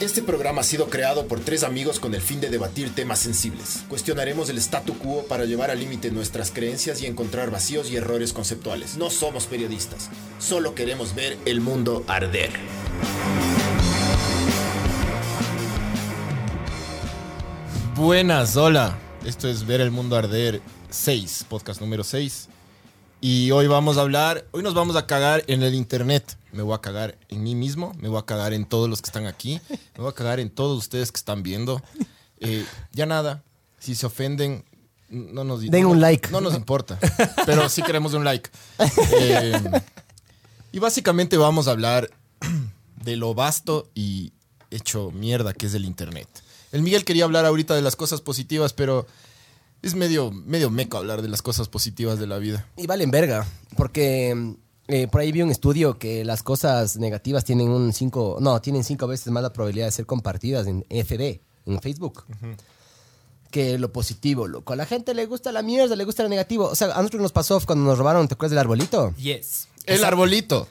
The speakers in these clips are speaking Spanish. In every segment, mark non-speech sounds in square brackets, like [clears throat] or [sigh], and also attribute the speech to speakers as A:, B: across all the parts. A: Este programa ha sido creado por tres amigos con el fin de debatir temas sensibles. Cuestionaremos el statu quo para llevar al límite nuestras creencias y encontrar vacíos y errores conceptuales. No somos periodistas, solo queremos ver el mundo arder.
B: Buenas, hola. Esto es Ver el Mundo Arder 6, podcast número 6. Y hoy vamos a hablar, hoy nos vamos a cagar en el internet. Me voy a cagar en mí mismo, me voy a cagar en todos los que están aquí, me voy a cagar en todos ustedes que están viendo. Eh, ya nada, si se ofenden, no nos
C: Den
B: no-
C: un like.
B: No nos importa, pero sí queremos un
C: [laughs]
B: like. Eh, y básicamente vamos a hablar de lo vasto y hecho mierda que es el internet. El Miguel quería hablar ahorita de las cosas positivas, pero es medio, medio meco hablar de las cosas positivas de la vida.
C: Y valen verga, porque eh, por ahí vi un estudio que las cosas negativas tienen un cinco, no, tienen cinco veces más la probabilidad de ser compartidas en FB, en Facebook. Que lo positivo, loco. A la gente le gusta la mierda, le gusta lo negativo. O sea, a nosotros nos pasó cuando nos robaron, ¿te acuerdas del arbolito?
D: Yes.
B: El arbolito.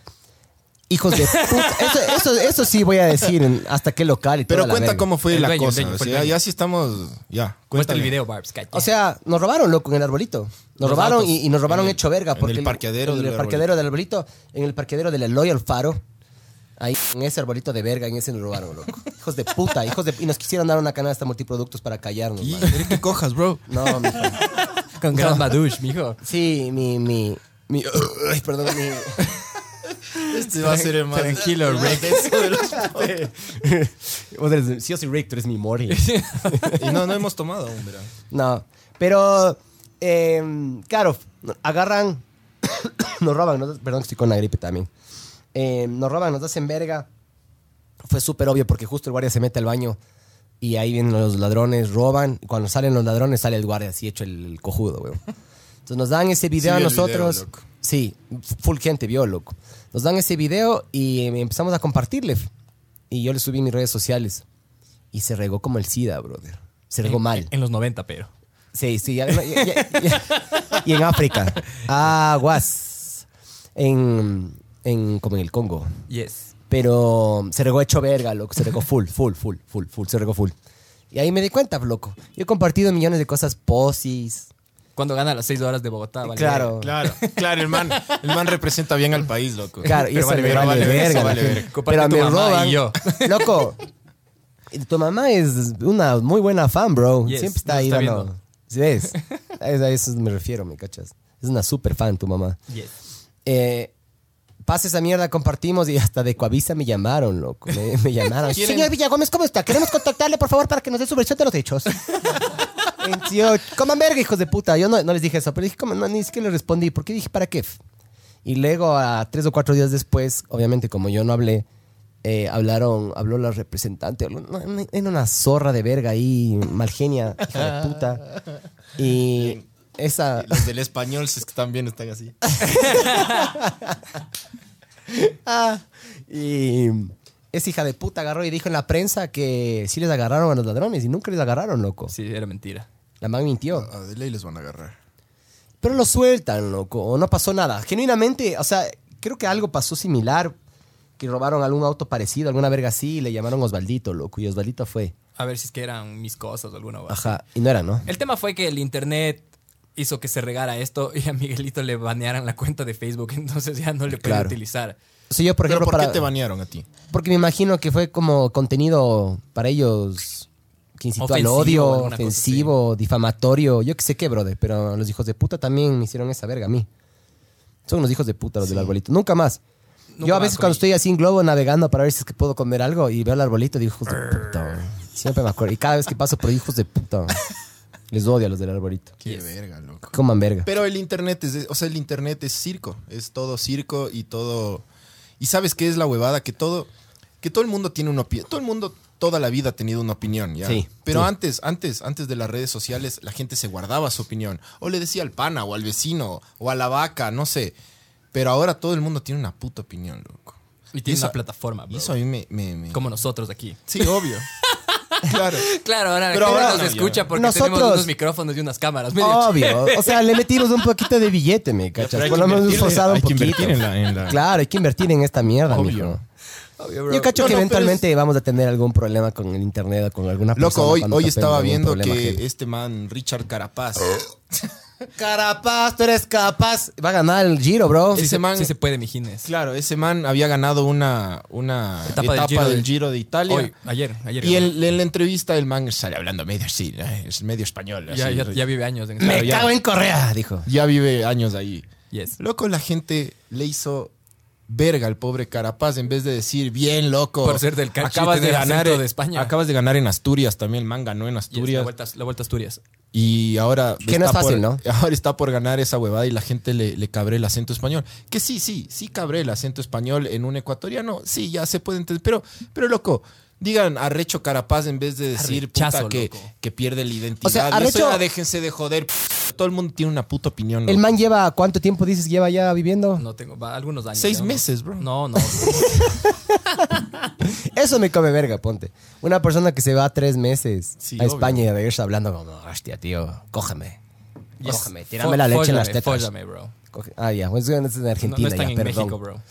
C: Hijos de puta. Eso, eso, eso sí voy a decir en hasta qué local y
B: Pero
C: toda la
B: cuenta
C: verga.
B: cómo fue
D: El
B: la
D: dueño, el
B: cosa.
D: dueño,
B: o
D: fue el
B: sea,
D: dueño.
B: ya sí estamos. Ya,
D: Muestra
B: cuéntame.
D: el video, Barbs. cacha.
C: O sea, nos robaron, loco, en el arbolito. Nos
B: Los
C: robaron
B: autos.
C: y, y nos robaron
B: En el-
C: hecho verga.
B: en
C: Porque
B: el parqueadero
C: en
B: del
C: el parqueadero del arbolito. En el parqueadero del Eloy Alfaro. Ahí, en ese arbolito de verga, en ese nos robaron,
B: [laughs]
C: loco. Hijos de puta, hijos de... Y nos quisieron dar una canasta multiproductos para callarnos,
B: Y
C: man.
B: ¿qué cojas, bro.
C: No, mijo.
D: con [laughs] Gran Badush, mijo.
C: Sí, mi... mi, mi ay, perdón, mi...
B: [laughs] Este va a ser el más.
D: Tranquilo, Rick.
C: [laughs] Vos eres- sí, yo soy Rick, tú eres mi Mori.
B: Y no, no hemos tomado aún, verá.
C: No, pero... eh, claro, agarran... [coughs] nos roban, nos- perdón que estoy con la gripe también. Eh, nos roban, nos hacen verga. Fue súper obvio porque justo el guardia se mete al baño y ahí vienen los ladrones, roban. Y cuando salen los ladrones sale el guardia así hecho el, el cojudo, weón. Entonces nos dan ese video
B: Sí,
C: a
B: vi el
C: nosotros.
B: video, loco.
C: sí, full gente vio, loco. Nos dan ese video y eh, empezamos a compartirle. Y yo le subí en mis redes sociales. Y se regó como el SIDA, brother. Se regó
D: En-
C: mal.
D: En los 90, pero.
C: Sí, sí. ya- ya- ya- ya- Y en África. Aguas. En, en, como en el Congo.
D: Yes.
C: Pero se regó hecho verga, loco. Se regó full, full, full, full, full. Se regó full. Y ahí me di cuenta, loco. Yo he compartido millones de cosas posis.
D: Cuando gana las 6 horas de Bogotá, vale.
C: claro.
B: Claro, claro, el man, el man representa bien al país, loco.
C: Claro, y
B: Pero
C: eso
B: vale
C: le
B: verga,
C: vale
B: vale verga,
C: verga. a la
B: vale
C: gente.
B: verga.
D: Comparte tu mamá y yo.
C: Loco, y tu mamá es una muy buena fan, bro.
D: Yes,
C: Siempre está
D: nos
C: ahí
D: está
C: dando-
D: viendo.
C: ¿Sí ¿Ves? A eso- a eso me refiero, ¿me cachas? Es una super fan tu mamá.
D: Yes.
C: Eh, pasa esa mierda, compartimos y hasta de Coavisa me llamaron, loco. Me, me llamaron.
B: ¿Quieren?
C: Señor Villagómez, ¿cómo está? Queremos contactarle, por favor, para que nos dé su versión de los hechos. En- sí, yo, coman verga, hijos de puta. Yo no, no les dije eso, pero dije, "Coman", no, ni siquiera les respondí. ¿Por qué dije para qué? Y luego, a tres o cuatro días después, obviamente, como yo no hablé, eh, hablaron, habló la representante. habló- no, no, Era una zorra de verga ahí, mal genia, hija de puta. Y esa.
B: Los del español, si es que también están así.
C: Ah, y esa hija de puta agarró y dijo en la prensa que sí les agarraron a los ladrones y nunca les agarraron, loco.
D: Sí, era mentira.
C: La man mintió.
B: A de ley les van a agarrar.
C: Pero lo sueltan, loco. o No pasó nada. Genuinamente, o sea, creo que algo pasó similar. Que robaron algún auto parecido, alguna verga así, y le llamaron Osvaldito, loco. Y Osvaldito fue.
D: A ver si es que eran mis cosas o alguna. huevada.
C: Ajá. Y no era, ¿no?
D: El tema fue que el internet hizo que se regara esto y a Miguelito le banearan la cuenta de Facebook, [laughs] entonces ya no le puede
C: Claro.
D: utilizar.
C: O sea, yo, por
B: ¿Pero
C: ejemplo,
B: por
C: para-
B: qué te banearon a ti?
C: porque me imagino que fue como contenido para ellos que incitó al
D: Ofensivo,
C: odio,
D: alguna cosa así.
C: ofensivo, difamatorio, yo qué sé qué, brother. Pero los hijos de puta también me hicieron esa verga a mí. Son unos hijos de puta los del arbolito. Nunca más.
D: Nunca
C: yo a
D: más
C: veces cuando
D: comí.
C: estoy así en globo navegando para ver si es que puedo comer algo y veo el arbolito, digo, hijos de puta. Siempre me acuerdo. Y cada vez que paso por hijos de
D: [laughs]
C: puta, les odio a los del arbolito.
B: Qué verga, loco.
C: Coman verga.
B: Pero el internet es, o sea, el internet es circo, es todo circo y todo. Y sabes qué es la huevada que todo, que todo el mundo tiene una opinión, todo el mundo toda la vida ha tenido una opinión, ya.
C: Sí,
B: Pero
C: sí.
B: antes, antes, antes de las redes sociales, la gente se guardaba su opinión o le decía al pana o al vecino o a la vaca, no sé. Pero ahora todo el mundo tiene una puta opinión, loco.
D: Y tiene
B: eso-
D: una plataforma,
B: Y
D: bro.
B: eso a mí me, me- me- [laughs]
D: Como nosotros aquí.
B: sí, obvio. Claro.
D: Claro, ahora la
B: Pero
D: gente
B: ahora
D: nos
B: no,
D: escucha
B: ya.
D: porque tenemos
C: Nosotros-
D: unos micrófonos y unas cámaras. medio
C: Obvio. O sea, le metimos un poquito de billete, me
B: pero
C: cachas.
B: hay
C: Por
B: que
C: lo menos un
B: invertirle,
C: forzado un
B: hay que
C: poquito.
B: invertir en la- en la-
C: Claro, hay que invertir en esta mierda, mijo.
D: ch- obvio, bro.
C: Yo cacho
B: No,
C: que
B: no, pero
C: eventualmente vamos a tener algún problema con el internet o con alguna persona.
B: Loco, hoy,
C: cuando
B: hoy
C: topemos
B: estaba
C: algún
B: viendo
C: problema,
B: que
C: gente.
B: este man, Richard Carapaz,
C: Carapaz, tú eres capaz. Va a ganar el giro, bro.
D: Sí
B: Ese
D: se,
B: man-
D: sí se puede, mi Gines.
B: claro, ese man había ganado una, una
D: Etapa
B: etapa,
D: del Giro
B: del
D: de-
B: Giro de Italia.
D: Hoy, ayer, ayer.
B: Y el- en la entrevista el man sale hablando medio sí, es medio español.
D: ya,
B: así.
D: ya, ya vive años en
C: Me
B: Claro, ya.
C: cago en Correa, dijo.
B: Ya vive años ahí.
D: Yes.
B: Loco, la gente le hizo verga al pobre Carapaz en vez de decir, bien, loco.
D: Por ser del Carchi,
B: acabas de
D: tener
B: ganar
D: acento
B: en-
D: de España".
B: Acabas de ganar en Asturias también, el man ganó en
D: Yes, la,
B: Asturias.
D: vuelta, la vuelta a Asturias.
B: Y ahora.
C: Que no es
B: por,
C: fácil, ¿no?
B: [laughs] Ahora está por ganar esa huevada y la gente le, le cabré el acento español. Que sí, sí, sí cabré el acento español en un ecuatoriano. Sí, ya se puede entender. Pero, pero loco, digan arrecho carapaz en vez de decir puta,
D: Arrechazo,
B: que,
D: loco.
B: que pierde la identidad.
C: O sea,
B: Y eso
C: arrecho-
B: ya déjense de joder. p- Todo el mundo tiene una puta opinión.
C: ¿El
B: loco.
C: man lleva cuánto tiempo dices que lleva ya viviendo?
D: No tengo, va, algunos años.
B: Seis
D: ya, ¿no?
B: meses, bro.
D: No, no.
C: Eso me come verga, ponte. Una persona que se va tres meses
B: Sí,
C: a
B: obvio.
C: España y regresa hablando como, hostia, tío, cógeme.
D: Yes.
C: Cógeme, tírame
D: Fó-
C: la leche en
D: fóllame,
C: las tetas.
D: fóllame, bro.
C: Coge- Ah, ya, pues, es en
D: No,
C: Argentina,
D: no están
C: ya,
D: en
C: perdón.
D: México, bro.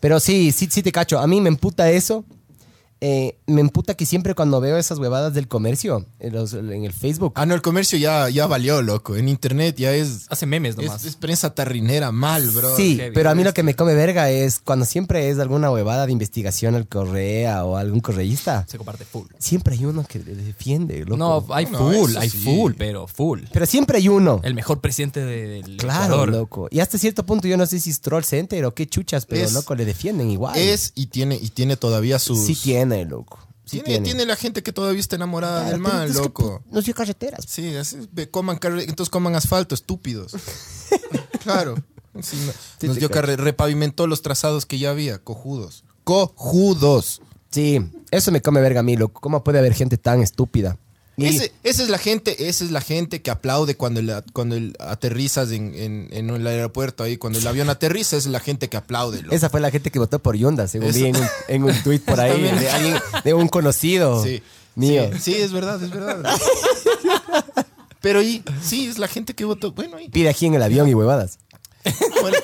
C: Pero sí, sí, sí te cacho. A mí me emputa eso. Eh, me emputa que siempre cuando veo esas huevadas del comercio en, los- en el Facebook.
B: Ah, no, el comercio ya, ya valió, loco. En internet ya es.
D: Hace memes nomás.
B: Es, es prensa tarrinera mal, bro.
C: sí,
D: heavy,
C: pero a mí lo que me come verga es cuando siempre es alguna huevada de investigación al correa o algún correísta.
D: Se comparte full.
C: Siempre hay uno que le defiende, loco.
D: No, hay
B: No,
D: full,
B: eso
D: hay
B: sí.
D: full, pero full.
C: Pero siempre hay uno.
D: El mejor presidente de- del
C: Claro,
D: Ecuador.
C: loco. Y hasta cierto punto yo no sé si es Troll Center o qué chuchas, pero
B: Es-
C: loco, le defienden igual.
B: Es y tiene, y tiene todavía sus.
C: sí tiene, loco. Sí
B: tiene, tiene la gente que todavía está enamorada
C: Claro,
B: del mal,
C: es que,
B: loco.
C: pu- No soy carreteras.
B: Sí, así, ve, coman carre- entonces coman asfalto,
C: [laughs]
B: estúpidos. claro. Sí, no-
C: Sí,
B: nos
C: te
B: dio
C: cacho.
B: carre- repavimentó los trazados que ya había, cojudos. Cojudos.
C: Sí, eso me come verga a mí, loco. ¿Cómo puede haber gente tan estúpida? Y-
B: Ese- esa es la gente, esa es la gente que aplaude cuando, la- cuando el- aterrizas en, en- en el aeropuerto ahí, cuando el avión aterriza, esa es la gente que aplaude. loco.
C: esa fue la gente que votó por Yunda, según
B: Eso-
C: vi en un, en un tuit por ahí
B: También.
C: de alguien, de un conocido
B: Sí,
C: mío.
B: Sí, sí, es verdad, es
C: [laughs]
B: verdad. Pero y, sí, es la gente que votó. Bueno,
C: [laughs]
B: y,
C: Pide aquí en el avión y huevadas.
B: bueno,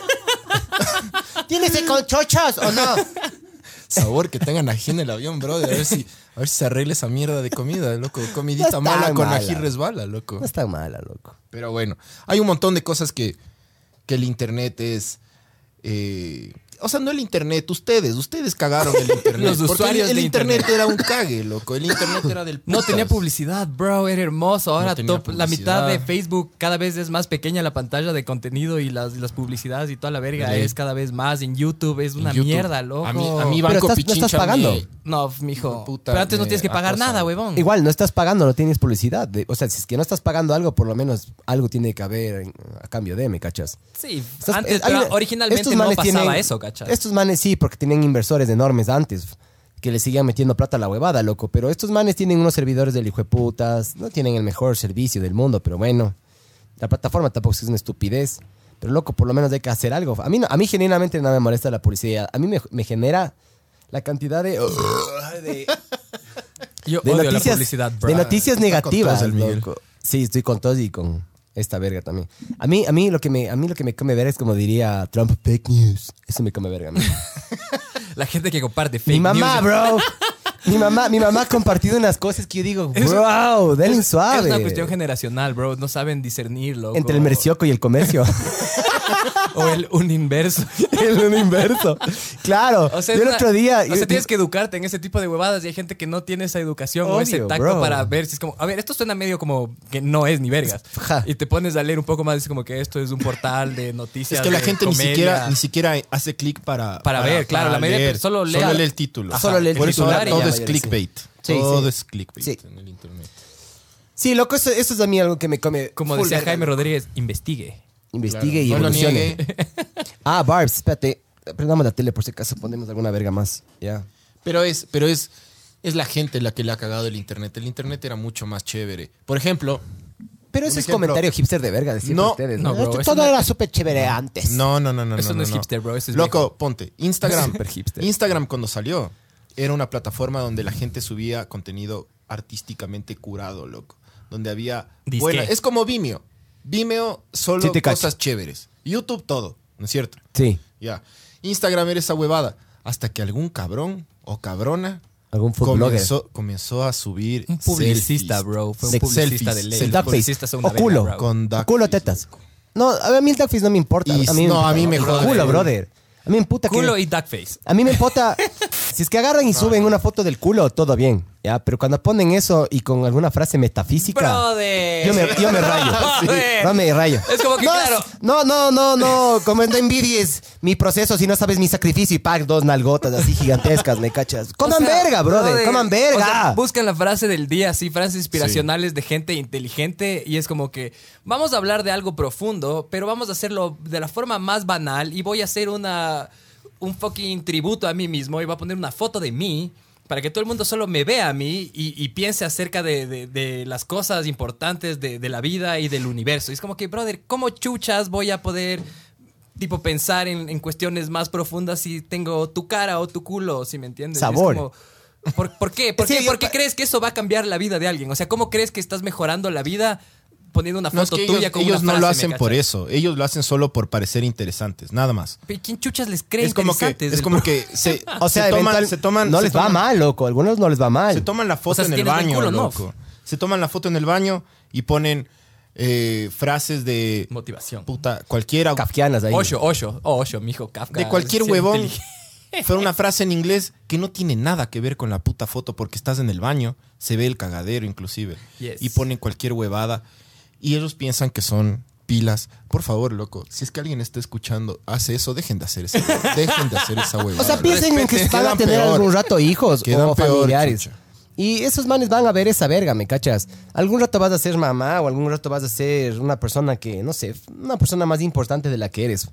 C: ¿Tienes con chochas o no?
B: sabor que tengan ají en el avión, brother. A ver si, a ver si se arregla esa mierda de comida, loco.
C: No
B: Comidita
C: está
B: mala con
C: mala.
B: ají resbala, loco.
C: No está mala, loco.
B: Pero bueno, hay un montón de cosas que, que el internet es. eh, o sea, no el internet, ustedes, ustedes cagaron
C: [laughs]
B: el internet.
D: Los
B: porque
D: usuarios
B: el, el
D: de
B: internet,
D: internet.
B: era un cague, loco. El internet era del
D: No
B: putas.
D: tenía publicidad, bro. Era hermoso. Ahora
B: No tenía
D: top, la mitad de
B: publicidad.
D: Facebook cada vez es más pequeña la pantalla de contenido y las, y las publicidades y toda la verga
B: Ley.
D: es cada vez más. En YouTube es
B: En
D: una
B: YouTube.
D: mierda, loco.
B: A mí, a mí
C: Pero
B: Banco
C: estás- no estás
B: Pichincha me-
C: pagando.
D: No, mijo.
B: Puta,
D: Pero antes no
B: me
D: tienes que pagar
B: acosan.
D: nada, huevón.
C: Ah, Igual, no estás pagando, no tienes publicidad. De- O sea, si es que no estás pagando algo, por lo menos algo tiene que haber en- a cambio de, ¿me cachas?
D: Sí,
C: Estás-
D: antes,
C: eh, hay
D: pero
C: una-
D: originalmente
C: estos
D: no
C: manes
D: pasaba
C: tienen-
D: eso, ¿cachai?
C: Estos manes sí, porque tenían inversores enormes antes que le seguían metiendo plata a la huevada, loco. Pero estos manes tienen unos servidores del hijo de putas, no tienen el mejor servicio del mundo, pero bueno. La plataforma tampoco es una estupidez. Pero loco, por lo menos hay que hacer algo. A mí, no- a mí genuinamente no me molesta la publicidad. A mí me, me genera la cantidad de, [laughs] de-
D: Yo
C: de
D: odio la
C: noticias,
D: publicidad, bro.
C: de noticias
B: Está con
C: negativas.
B: todos el Miguel.
C: loco. Sí, estoy con todos y con esta verga también. A mí, a mí lo que me, a mí lo que me come verga es como diría Trump fake news. Eso me come
D: [laughs]
C: verga. a mí.
D: La gente que comparte fake
C: mi mamá,
D: news.
C: bro. Mi mamá, mi mamá ha compartido unas cosas que yo digo, wow, denle suave.
D: Es una cuestión generacional, bro. No saben discernir, loco.
C: entre el mercioco y el comercio. [laughs]
D: O el un inverso.
C: el un inverso. Claro.
D: O sea, es
C: yo el
D: una-
C: otro día.
D: O
C: yo-
D: sea, tienes que educarte en ese tipo de huevadas y hay gente que no tiene esa educación o ese
C: Obvio,
D: tacto
C: bro.
D: para ver si es como. A ver, esto suena medio como que no es ni vergas.
C: Ja.
D: Y te pones a leer un poco más, es como que esto es un portal de noticias.
B: Es que la
D: de
B: gente
D: comedia.
B: ni siquiera ni siquiera hace clic para,
D: Para ver, claro, la mayoría de
B: leer.
D: per- solo lea-
B: lee el título.
D: Ajá, Solo lee el
B: Por eso ahora
D: titular y
B: todo
D: ya
B: es
C: vaya, sí.
B: clickbait.
C: Sí,
B: todo
C: sí.
B: es clickbait
C: Sí.
B: en el internet.
C: Sí, loco, eso, eso es a mí algo que me come.
D: Como
C: full
D: decía
C: verga.
D: Jaime Rodríguez, investigue.
C: Investigue y
B: no lo
C: evolucione.
B: niegue.
C: Ah, Barbs, espérate. Prendamos la tele por si acaso ponemos alguna verga más. Ya.
B: Pero es, pero es, es la gente la que le ha cagado el internet. El internet era mucho más chévere. Por ejemplo,
C: Pero
B: Un
C: ese es
B: ejemplo.
C: comentario hipster de verga, decir
B: No,
C: ustedes.
D: no, bro,
C: Esto
D: es
C: todo
D: una-
C: era súper chévere antes.
B: no, no, no, no.
D: Eso no es
B: no.
D: hipster, bro, eso es
B: Loco,
D: viejo.
B: ponte. Instagram.
D: Súper [laughs] hipster.
B: Instagram cuando salió era una plataforma donde la gente subía contenido artísticamente curado, loco. Donde había...
D: Disque.
B: Buena, es como Vimeo. Vimeo solo
C: Sí, te cacho.
B: cosas chéveres. YouTube todo, ¿no es cierto?
C: Sí.
B: Ya. Instagram era esa huevada. Hasta que algún cabrón o cabrona
C: Algún food blogger.
B: comenzó, comenzó a subir.
D: Un publicista,
B: selfies.
D: bro. Fue un
B: Se-
D: publicista
B: selfies,
D: de ley.
B: selfies.
D: Duckface.
C: Duckface.
D: publicista segunda
C: O culo.
D: vena, bravo.
B: Con
C: O
B: duckface.
C: culo, tetas. No, a mí el duckface no me importa.
B: Y-
C: a mí
B: no, a mí me
C: importa.
B: jode.
C: Culo, brother. A mí me puta
D: Culo
C: que...
D: y duckface.
C: A mí me
D: [laughs]
C: importa. si es que agarran y suben una foto del culo, todo bien. Ya, pero cuando ponen eso y con alguna frase metafísica.
D: Brother.
C: Yo me, yo me [laughs]
D: [laughs]
C: rayo.
D: Brother.
C: No me rayo.
D: Es como que,
C: no,
D: claro.
C: No, no, no, no. Como no envidies mi proceso si no sabes mi sacrificio y pack dos nalgotas así gigantescas, me cachas. Coman
D: O sea,
C: verga, brother. Coman verga.
D: O sea, buscan la frase del día, así, frases inspiracionales de gente inteligente. Y es como que vamos a hablar de algo profundo, pero vamos a hacerlo de la forma más banal. Y voy a hacer una un fucking tributo a mí mismo. Y voy a poner una foto de mí. Para que todo el mundo solo me vea a mí y, y piense acerca de, de- de las cosas importantes de, de la vida y del universo. Y es como que, brother, ¿cómo chuchas voy a poder tipo pensar en, en cuestiones más profundas si tengo tu cara o tu culo, si me entiendes. Y es
C: Sabor.
D: como, ¿por, por qué?
C: [laughs]
D: ¿Por
C: Sí,
D: qué,
C: yo
D: ¿Por qué
C: pa-
D: crees que eso va a cambiar la vida de alguien? O sea, ¿cómo crees que estás mejorando la vida poniendo una
B: No, es
D: foto
B: que
D: tuya
B: ellos,
D: con
B: ellos
D: una
B: no lo
D: frase,
B: hacen
D: me
B: por
D: cachas?
B: eso. Ellos lo hacen solo por parecer interesantes, nada más.
D: Pero ¿Quién chuchas les cree
B: Es como que,
D: interesantes
B: es
D: del-
B: como que
D: [laughs]
B: se,
C: O sea,
B: se toman,
C: eventual-
B: se toman,
C: no
B: se
C: les va
B: toman-
C: mal, loco. Algunos no les va mal.
B: Se toman la foto
D: O sea, si
B: en el
D: tienes buen
B: baño,
D: culo, no.
B: loco. Se toman la foto en el baño y ponen eh, frases de
D: Motivación.
B: puta cualquiera
C: Kafkianas ahí.
D: Osho, Osho, oh, Osho, mijo, Kafka.
B: de cualquier
D: ser
B: huevón. [laughs]
D: inteligente.
B: Fue una frase en inglés que no tiene nada que ver con la puta foto porque estás en el baño, se ve el cagadero inclusive.
D: Yes.
B: Y ponen cualquier huevada. Y ellos piensan que son pilas. Por favor, loco, si es que alguien está escuchando, hace eso, dejen de hacer esa huevada. Dejen de hacer esa huevada.
C: O sea, piensen en que
B: Respeten.
C: van a
B: Quedan
C: tener
B: peor.
C: algún rato hijos
B: Quedan
C: o
B: peor,
C: familiares.
B: chucha.
C: y esos manes van a ver esa verga, ¿me cachas? Algún rato vas a ser mamá o algún rato vas a ser una persona que, no sé, una persona más importante de la que eres.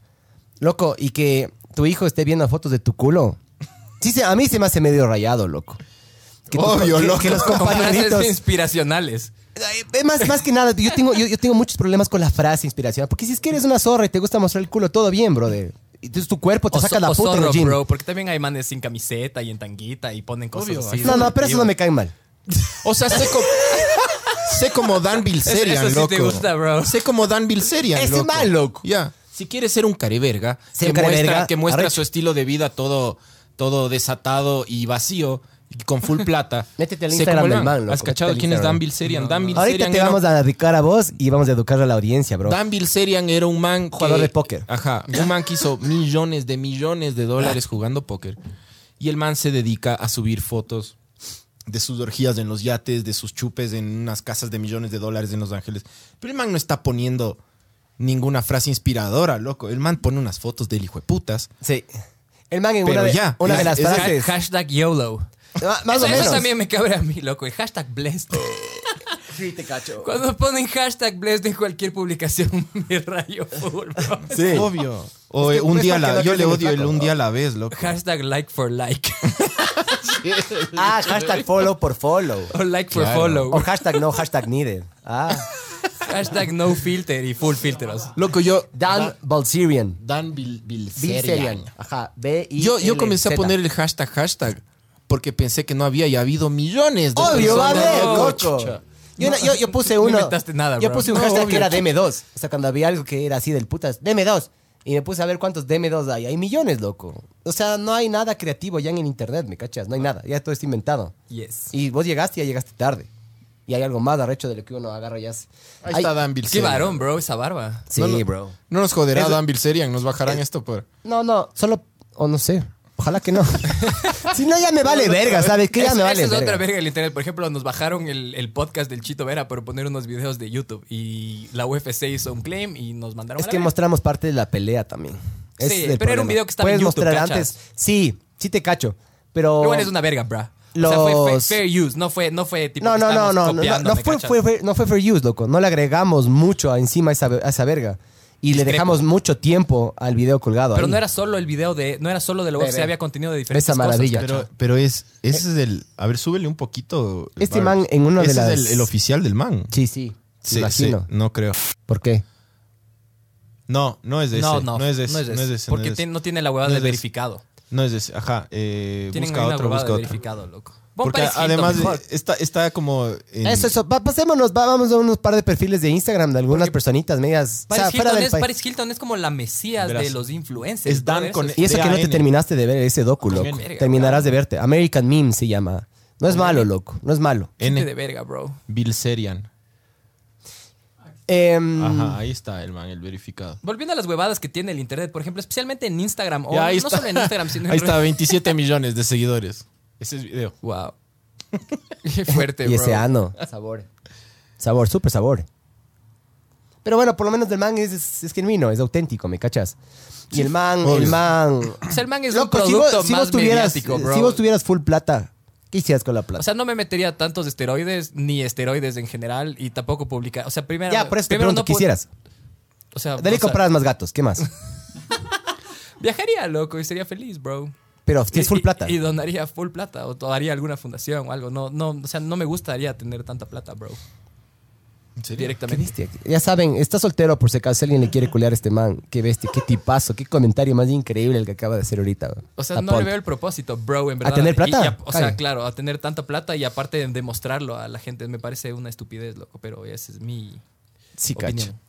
C: Loco, y que tu hijo esté viendo fotos de tu culo. Sí, se- a mí se me hace medio rayado, loco. Que tu-
B: Obvio,
C: que-
B: loco. [laughs]
C: Que los
D: Con frases
C: compañeritos...
D: inspiracionales.
C: Eh, Más, más que nada, yo tengo, yo, yo tengo muchos problemas con la frase inspiracional. Porque si es que eres una zorra y te gusta mostrar el culo, todo bien, brother. Y Entonces tu cuerpo te
D: O
C: saca
D: so-
C: la
D: o
C: puta en el
D: zorro,
C: gym.
D: bro, porque también hay manes sin camiseta y en tanguita y ponen cosas
B: Obvio,
D: así.
C: No, no, pero eso no me cae mal.
B: O sea, sé como, sé como Dan Bilzerian,
D: Eso sí
B: loco.
D: te gusta, bro.
B: Sé como Dan Bilzerian,
C: Ese
B: loco.
C: man, loco.
B: Ya. Si quieres ser un careverga,
C: Ser
B: que,
C: un careverga,
B: muestra, que muestra
C: arrecho.
B: su estilo de vida todo, todo desatado y vacío, Oh, y con full
C: [laughs]
B: plata.
C: Métete al
B: sé
C: Instagram
B: como
C: del
B: el
C: man, loco.
B: ¿Has cachado
C: Métete al
B: quién es
C: Instagram.
B: Dan Bilzerian? Dan
C: Ahorita
B: Bilzerian
C: te
B: era-
C: vamos a dedicar a vos y vamos a educar a la audiencia, bro.
B: Dan Bilzerian era un man que-
C: Jugador de póker.
B: Ajá, un man que hizo millones de millones de dólares jugando póker. Y el man se dedica a subir fotos de sus orgías en los yates, de sus chupes en unas casas de millones de dólares en Los Ángeles. Pero el man no está poniendo ninguna frase inspiradora, loco. El man pone unas fotos del hijo de putas.
C: Sí. El man en
B: Pero
C: una, de-
B: ya,
C: una
B: es-
C: de las
B: es-
D: Ha-
C: frases.
D: Hashtag YOLO.
C: Ah, Más
D: eso,
C: o
D: eso
C: menos.
D: también me cabe a mí, loco. El hashtag blessed.
C: [laughs] Sí, te cacho.
D: Cuando ponen hashtag blessed en cualquier publicación, [laughs] me rayo
C: [laughs]
D: full, bro.
C: Sí.
B: Obvio. O
C: Es que
B: eh, un
C: pues,
B: día a
C: ¿para qué
B: la,
C: no
B: yo
C: crees
B: le
C: en el
B: odio el
C: flaco,
B: un
C: no?
B: día a la vez, loco.
D: Hashtag like for like. [laughs]
C: Ah, hashtag follow por follow.
D: o like for
B: Claro.
C: O
D: follow.
C: hashtag no, hashtag needed. Ah.
D: Hashtag no filter y full filters.
B: Loco, yo
C: Dan Balserian.
B: Dan Bil- Bilzerian.
C: Bilzerian. Ajá. b i
B: Yo, yo comencé a poner el hashtag hashtag porque pensé que no había y ha habido millones de
C: Obvio, va a
B: personas.
C: haber,
D: no,
C: loco. Yo, no- yo, yo puse
D: No
C: uno.
D: inventaste nada,
C: yo
D: bro.
C: puse un
D: No,
C: hashtag
D: obvio,
C: que era
D: chucha.
C: DM2. O sea, cuando había algo que era así del putas, DM2. Y me puse a ver cuántos DM2 hay. Hay millones, loco. O sea, no hay nada creativo ya en el internet, ¿me cachas? No hay nada. Ya todo está inventado.
D: Yes.
C: Y vos llegaste y ya llegaste tarde. Y hay algo más arrecho de lo que uno agarra y hace.
B: Ahí
C: Ay,
B: está Dan
D: Qué
B: Bilzerian.
D: varón, bro, esa barba.
C: Sí,
B: No, no.
C: bro.
B: No nos joderá
C: Es-
B: Dan Bilzerian, nos bajarán esto por...
C: No, no, solo. O no sé. Ojalá que no. [laughs] si no, ya me vale verga, ¿sabes? Que ya
D: Eso-
C: me vale
D: esa es
C: verga.
D: otra verga del internet. Por ejemplo, nos bajaron el, el podcast del Chito Vera por poner unos videos de YouTube. Y la UFC hizo un claim y nos mandaron
C: Es
D: a la
C: que
D: verga.
C: mostramos parte de la pelea también. Ese
D: Sí,
C: es el
D: pero era
C: problema.
D: un video que estaba
C: Puedes
D: en YouTube,
C: mostrar
D: ¿cachas?
C: antes. Sí, sí te cacho. Pero.
D: Pero bueno, es una verga, bra. O sea, fue fa-
C: Los-
D: fair use, no fue, no fue tipo.
C: no,
D: que
C: no, no,
D: estamos
C: no, no, no,
D: copiando,
C: no
D: ¿me
C: fue,
D: cachas?
C: fue- fue- no fue fair use, loco. No le agregamos mucho a encima a esa, a esa verga. Y le
D: Discrepo.
C: dejamos mucho tiempo al video colgado.
D: Pero
C: ahí.
D: no era solo el video de. No era solo de lo
C: Ve,
D: que se
C: ve.
D: había contenido de diferentes.
C: Esa maravilla.
D: cosas,
B: Pero,
D: ¿cachai?
B: pero es... Ese es el... A ver, súbele un poquito.
C: Este
B: Barbs.
C: man en una de
B: Ese
C: las-
B: es el, el oficial del man.
C: Sí, sí.
B: Sí,
C: imagino.
B: sí, no creo.
C: ¿Por qué?
B: No, no es de ese.
D: no, no,
B: es de ese. No es de ese. no,
D: Porque
B: es de
D: tiene-
B: ese.
D: no tiene la huevada
B: No
D: de
B: es de ese.
D: verificado.
B: No es de ese. Ajá. eh,
D: Tienen
B: busca
D: una
B: otro,
D: huevada
B: busca
D: de
B: otro.
D: verificado, loco. Pon
B: Porque
D: Paris Hilton
B: además
D: mejor.
B: está, está como. en-
C: Eso, eso. Va- pasémonos, va- vamos a unos par de perfiles de Instagram de algunas personitas medias. o
D: Paris,
C: sea, fuera
D: Hilton
C: del
D: es,
C: país.
D: Paris Hilton es como la mesías
B: Verás.
D: de los influencers.
B: Es Dan
D: brother.
B: con.
D: Eso es-
C: Y eso que no te
B: DAN.
C: terminaste de ver ese docu, loco.
B: Verga,
C: Terminarás de verte. American Meme se llama. No es malo, loco. No es malo.
D: Gente de
B: N.
D: verga, bro.
B: Bilzerian.
C: Em,
B: Ajá, ahí está el man, el verificado.
D: Volviendo a las huevadas que tiene el internet, por ejemplo, especialmente en Instagram. O
B: Ya, ahí
D: no
B: está.
D: solo en Instagram, sino
B: [laughs]
D: en
B: Ahí está,
D: redes-
B: 27 millones de seguidores. Ese es video.
D: Wow. [laughs] Qué fuerte,
C: y
D: bro.
C: ese ano. Sabor. Sabor, súper sabor. Pero bueno, por lo menos del man es, es, es genuino, es auténtico, ¿me cachas? Y el man,
B: obvio.
C: el man.
D: O sea, el man es
C: Loco,
D: un
C: si
D: producto
C: vos, si
D: más
C: vos tuvieras, eh,
D: mediático, bro.
C: si vos tuvieras full plata, ¿qué hicieras con la plata?
D: O sea, no me metería tantos esteroides, ni esteroides en general, y tampoco publicar. O sea, primero.
C: ya, por eso te
D: primero
C: pregunto,
D: no
C: ¿qué
D: pu-
C: hicieras?
D: O sea,
C: De ahí
D: o sea,
C: comprarás más gatos, ¿qué más?
D: viajaría, loco, y sería feliz, bro. [laughs]
C: Pero tienes
D: Y-
C: full
D: y-
C: plata.
D: Y, donaría full plata, o daría alguna fundación o algo. No, no, o sea, no me gustaría tener tanta plata, bro.
B: ¿En serio?
C: Qué
D: Directamente.
C: bestia. Ya saben, está soltero por si acaso si alguien le quiere culear a este man. Qué bestia, qué tipazo, qué comentario más increíble el que acaba de hacer ahorita. güey.
D: O sea,
C: Está
D: no le
C: pon-
D: veo el propósito, bro, en verdad.
C: tener
D: Y- y
C: plata?
D: a- o sea,
C: Cague.
D: claro, a tener tanta plata y aparte de demostrarlo a la gente me parece una estupidez, loco, pero esa es mi
C: Sí, cacho.
D: opinión.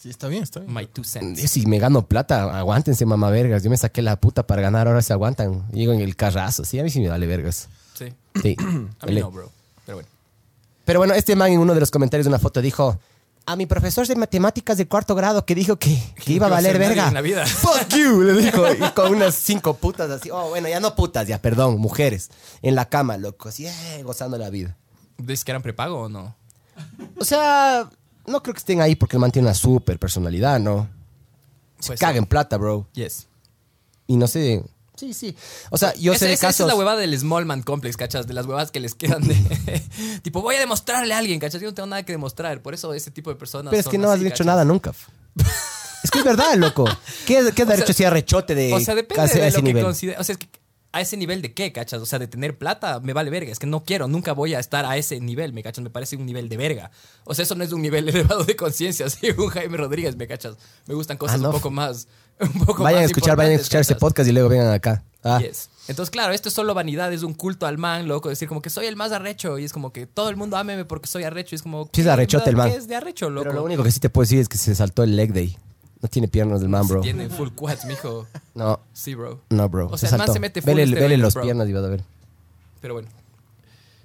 B: Sí, está bien, está bien.
D: My two
C: Yo,
D: cents.
C: si me gano plata, aguántense, mamá vergas. Yo me saqué la puta para ganar, ahora se aguantan. Llego en el carrazo. Sí, a mí sí me vale vergas.
D: Sí.
C: Sí.
D: [clears throat] A mí
C: Vale.
D: no, bro. Pero bueno.
C: Pero bueno, este man en uno de los comentarios de una foto dijo: A mi profesor de matemáticas de cuarto grado que dijo que, que iba a
D: No ser
C: valer
D: nadie
C: verga.
D: En la
C: [laughs]
D: vida.
C: Fuck you,
D: [laughs]
C: le dijo. Y con unas cinco putas así. Oh, bueno, ya no putas, ya, perdón, mujeres. En la cama, loco. Así, eh, gozando la vida.
D: ¿Dices que eran prepago o no?
C: O sea, no creo que estén ahí porque el man tiene una super personalidad, ¿no? Se
D: Pues
C: caga en plata, bro.
D: Yes.
C: Y no sé. Sí, sí. O sea, yo sé
D: Esa-
C: de
D: esa- Esa es
C: casos.
D: la huevada del Smallman Complex, ¿cachas? De las huevadas que les quedan de... [laughs] tipo, voy a demostrarle a alguien, ¿cachas? Yo no tengo nada que demostrar. Por eso ese tipo de personas
C: pero es
D: son
C: que no has
D: así,
C: hecho
D: ¿cachas?
C: nada
D: [laughs]
C: nunca. es que es verdad, loco. ¿Qué, qué derecho sea rechote de
D: O sea, depende
C: hacer
D: de
C: ese
D: lo que
C: nivel?
D: considera. O sea, es que a ese nivel de qué, ¿cachas? O sea, de tener plata, me vale verga. Es que no quiero, nunca voy a estar a ese nivel, ¿me cachas? Me parece un nivel de verga. O sea, eso no es un nivel [laughs] elevado de conciencia, [laughs] así un Jaime Rodríguez, ¿me cachas? Me gustan cosas
C: Ah, no.
D: un poco más. [laughs] Un poco
C: Vayan a
D: más
C: escuchar, vayan a
D: importantes,
C: escuchar ese
D: ¿cachas?
C: podcast y luego vengan acá. Ah,
D: Yes. Entonces, claro, esto es solo vanidad, es un culto al man, loco. Decir como que soy el más arrecho y es como que todo el mundo ámeme porque soy arrecho. Y es como.
C: Sí, es
D: ¿qué
C: arrechote el
D: onda?
C: man.
D: ¿Qué es de arrecho, loco?
C: Pero lo único que sí te puedo decir es que se saltó el leg day. No tiene piernas del man, bro.
D: Tiene full quads, mijo.
C: No,
D: Sí, bro.
C: no, bro.
D: O
C: se
D: sea, el man
C: saltó.
D: se mete full
C: Vele, vele
D: esteroides,
C: los
D: bro.
C: piernas y vas a ver.
D: Pero bueno.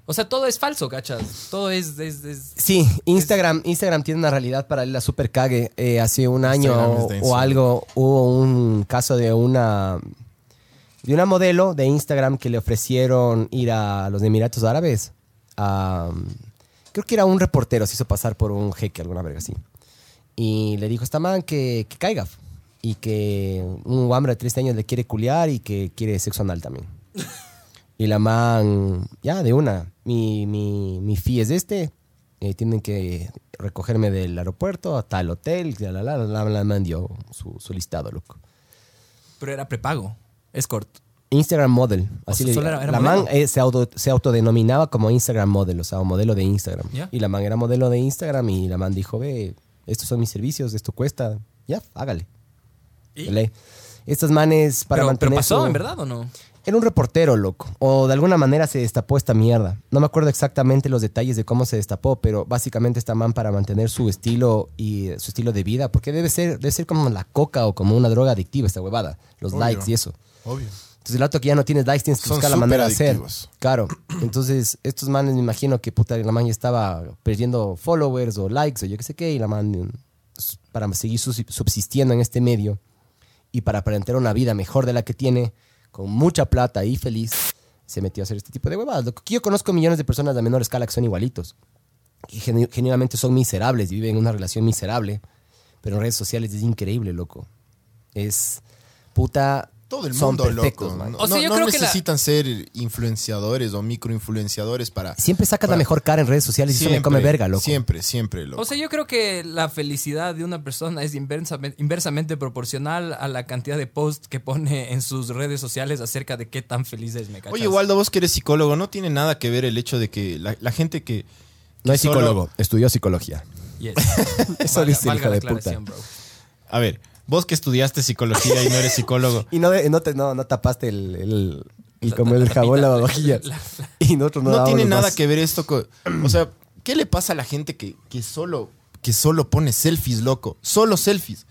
D: O sea, todo es falso, cachas. Todo es. es- es-
C: Sí, Instagram, Instagram tiene una realidad paralela súper cague. Eh, hace un año
B: Instagram
C: o,
B: es de
C: o
B: ensueño.
C: algo hubo un caso de una de una modelo de Instagram que le ofrecieron ir a los Emiratos Árabes. a- creo que era un reportero, se hizo pasar por un jeque, alguna verga así. Y le dijo a esta man que, que caiga. Y que un hombre de 13 años le quiere culiar y que quiere sexo
B: [laughs]
C: anal también. Y la man, ya, de una. Mi, mi, mi fee es este. eh, tienen que recogerme del aeropuerto a tal hotel. La, la, la, la, la man dio su, su listado, loco.
D: Pero era prepago. Escort.
C: Instagram model. Así
D: sea,
C: le
D: solo era- era
C: La man
D: modelo.
C: eh, se, auto- se autodenominaba como Instagram model, o sea, un modelo de Instagram.
D: Ya.
C: Y la man era modelo de Instagram y la man dijo, ve, estos son mis servicios, esto cuesta. Ya, hágale.
D: ¿Y?
C: Dele. Estas manes para
D: pero,
C: mantener
D: pero pasó,
C: su-
D: ¿en verdad o no?
C: Era un reportero, loco. O de alguna manera se destapó esta mierda. No me acuerdo exactamente los detalles de cómo se destapó, pero básicamente esta man para mantener su estilo y eh, su estilo de vida, porque debe ser, debe ser como la coca o como una droga adictiva esta huevada, los
B: Obvio.
C: likes y eso.
B: Obvio.
C: Entonces el rato que ya no tienes likes tienes que
B: Son
C: buscar la
B: súper
C: manera de hacer.
B: adictivos.
C: Claro. Entonces estos manes me imagino que puta la man ya estaba perdiendo followers o likes o yo qué sé qué y la man mm, s- para seguir sus- subsistiendo en este medio y para aparentar una vida mejor de la que tiene, con mucha plata y feliz, se metió a hacer este tipo de huevadas. Lo que yo conozco millones de personas de menor escala que son igualitos, que genu- genuinamente son miserables y viven una relación miserable, pero en redes sociales es increíble, loco. Es puta.
B: Todo el
C: son
B: mundo,
C: perfectos,
B: loco.
C: man.
B: No,
D: O sea,
B: no-
D: yo
B: no
D: creo que la-
B: necesitan ser influenciadores o microinfluenciadores para.
C: Siempre sacas la
B: para-
C: mejor cara en redes sociales y eso me
B: Siempre,
C: come verga, loco.
B: Siempre, siempre, loco.
D: O sea, yo creo que la felicidad de una persona es inversamente, inversamente proporcional a la cantidad de posts que pone en sus redes sociales acerca de qué tan feliz es, ¿me cachas?
B: Oye, Waldo, vos que eres psicólogo, no tiene nada que ver el hecho de que la, la gente que.
C: No es
B: solo-
C: psicólogo, estudió psicología.
D: Yes.
C: [laughs] Eso dice el hijo
D: la
C: de puta.
D: aclaración, bro.
B: A
C: eh,
B: ver, vos que estudiaste psicología y no eres psicólogo.
C: Y no, no, te, no, no tapaste el, el- Y como el jabón
D: tapita,
C: lavavajillas. Y nosotros no
B: No tiene
C: dábamos
B: nada
C: más.
B: que ver esto con. O sea, ¿qué le pasa a la gente que, que solo que solo pone selfies, loco? Solo selfies.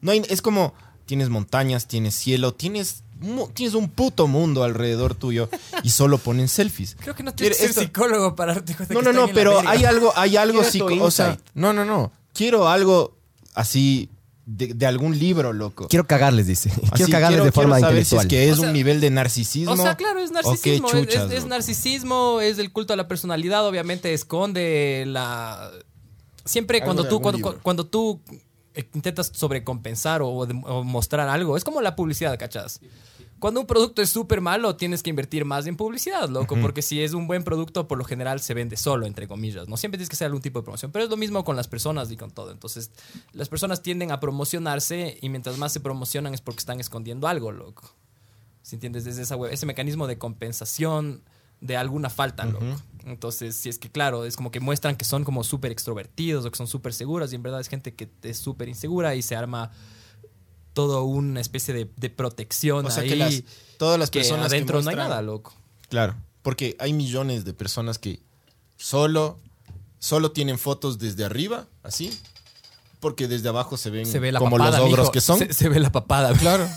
B: No hay, es como tienes montañas, tienes cielo, tienes mu- tienes un puto mundo alrededor tuyo y solo ponen selfies.
D: Creo que no tienes que
B: Mira,
D: ser
B: esto-
D: psicólogo para darte cuenta
B: No,
D: que
B: no,
D: están
B: no,
D: en la
B: pero
D: verga.
B: hay algo, hay algo
C: Quiero tu
B: psico- o sea,
C: insight.
B: no, no, no. Quiero algo así de, de algún libro, loco.
C: Quiero cagarles, dice.
B: Así,
C: quiero cagarles de
B: quiero
C: forma
B: saber
C: intelectual.
B: Si es que es
D: O sea-
B: un nivel de narcisismo.
D: O sea, claro, es
B: o qué
D: narcisismo. es-
B: chuchas,
D: es, es
B: loco.
D: narcisismo, es el culto a la personalidad, obviamente esconde la. Siempre
B: Algo
D: cuando
B: de
D: tú,
B: algún
D: cuando,
B: libro.
D: cuando tú eh, intentas sobrecompensar o, o de- o mostrar algo, es como la publicidad, ¿cachás? Cuando un producto es súper malo, tienes que invertir más en publicidad, loco, porque si es un buen producto, por lo general se vende solo, entre comillas, ¿no? Siempre tienes que hacer algún tipo de promoción, pero es lo mismo con las personas y con todo. Entonces, las personas tienden a promocionarse y mientras más se promocionan es porque están escondiendo algo, loco. ¿Sí entiendes? Desde esa web, ese mecanismo de compensación de alguna falta, loco. Entonces, si es que, claro, es como que muestran que son como súper extrovertidos o que son súper seguras y en verdad es gente que es súper insegura y se arma todo una especie de, de protección
B: O sea,
D: ahí
B: que las- todas las
D: que
B: personas que
D: adentro no hay
B: muestran-
D: nada, loco.
B: Claro, porque hay millones de personas que solo, solo tienen fotos desde arriba, así, porque desde abajo se ven
D: Se ve la
B: como
D: papada,
B: los ogros
D: mijo.
B: que son.
D: Se, se ve la papada. Claro.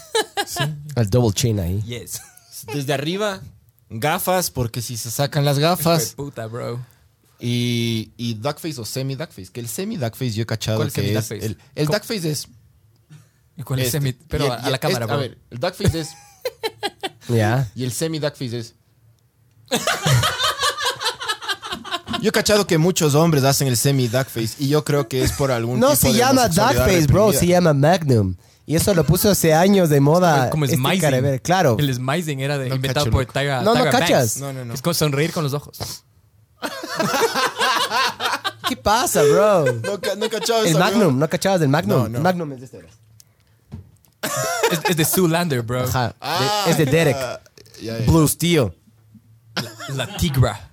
C: Al double chin ahí.
B: [laughs]
D: [laughs] Yes.
B: Desde arriba, gafas, porque si se sacan las
D: Hijo de
B: gafas.
D: puta, bro.
B: Y, y duckface o semi-duckface, que el semi-duckface yo he cachado
D: ¿Cuál es
B: que es...
D: semi-duckface?
B: El, el
D: ¿Cómo?
B: duckface es...
D: ¿Y cuál es
B: este,
D: semi? Pero
B: y el-
D: a,
B: y
D: a la
B: el- este,
D: cámara, bro.
B: A ver, el duckface es...
C: Ya.
B: Y el semi-duckface es... Yo he cachado que muchos hombres hacen el semi-duckface y yo creo que es por algún
C: No
B: tipo
C: se
B: de
C: llama
B: homosexualidad
C: Duckface, bro.
B: reprimida.
C: Se llama Magnum. Y eso lo puso hace años de moda.
D: Ah, Como
C: este
D: smizing.
C: carever- Claro.
D: El smizing era de,
B: No
D: inventado
B: cacho,
D: por
B: loco.
D: Taga.
C: No, no
D: Tyra Banks.
C: cachas.
B: No, no, no.
D: Es con sonreír con los ojos.
C: ¿Qué pasa, bro?
B: [laughs] No, ca- no he cachado
C: El
B: eso,
C: Magnum, ¿no cachabas del Magnum?
B: No, no.
C: El Magnum es de este. ¿verdad?
D: Es, es de Zoolander, bro.
C: Ajá. De-
B: Ah,
C: es de Derek.
B: ya, ya.
C: Blues, tío.
D: La tigra.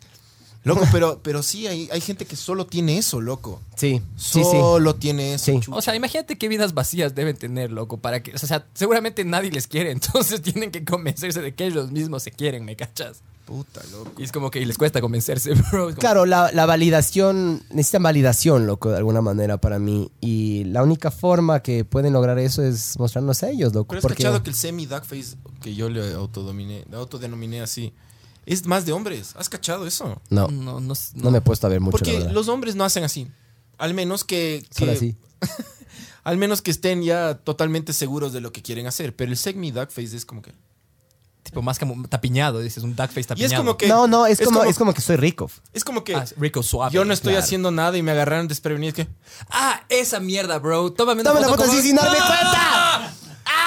B: Loco, pero, pero sí, hay, hay gente que solo tiene eso, loco.
C: Sí, sí, sí.
B: Solo tiene eso.
C: Sí.
B: chucha.
D: O sea, imagínate qué vidas vacías deben tener, loco, para que... O sea, seguramente nadie les quiere, entonces [laughs] tienen que convencerse de que ellos mismos se quieren, ¿me cachas?
B: Puta, loco.
D: Y es como que les cuesta convencerse, [laughs] bro. Es como-
C: Claro, la, la validación, necesitan validación, loco, de alguna manera para mí. Y la única forma que pueden lograr eso es mostrarnos a ellos, loco.
B: Pero has
C: porque
B: cachado que el semi-duckface, que yo le autodominé, le autodenominé así, es más de hombres. ¿Has cachado eso?
C: no, no,
D: No, no, no.
C: me he puesto a ver mucho, la
B: Mm, Porque
C: verdad.
B: los hombres no hacen así. Al menos que...
C: Solo
B: que-
C: así.
B: Al menos que estén ya totalmente seguros de lo que quieren hacer. Pero el semi-duckface es como que...
D: Tipo más como tapiñado, dices, un duckface
B: Y
D: tapiñado.
B: es como que...
C: No, no, es, como,
B: como,
C: es como que soy rico.
B: es como que...
D: Ah, rico, suave.
B: yo no estoy
D: claro.
B: haciendo nada y me agarraron desprevenido. Es que...
D: Ah, esa mierda, bro. Tómame una
C: Dame la
D: foto
C: foto
D: con-
C: así sin darme
D: ¡Ah!
C: cuenta.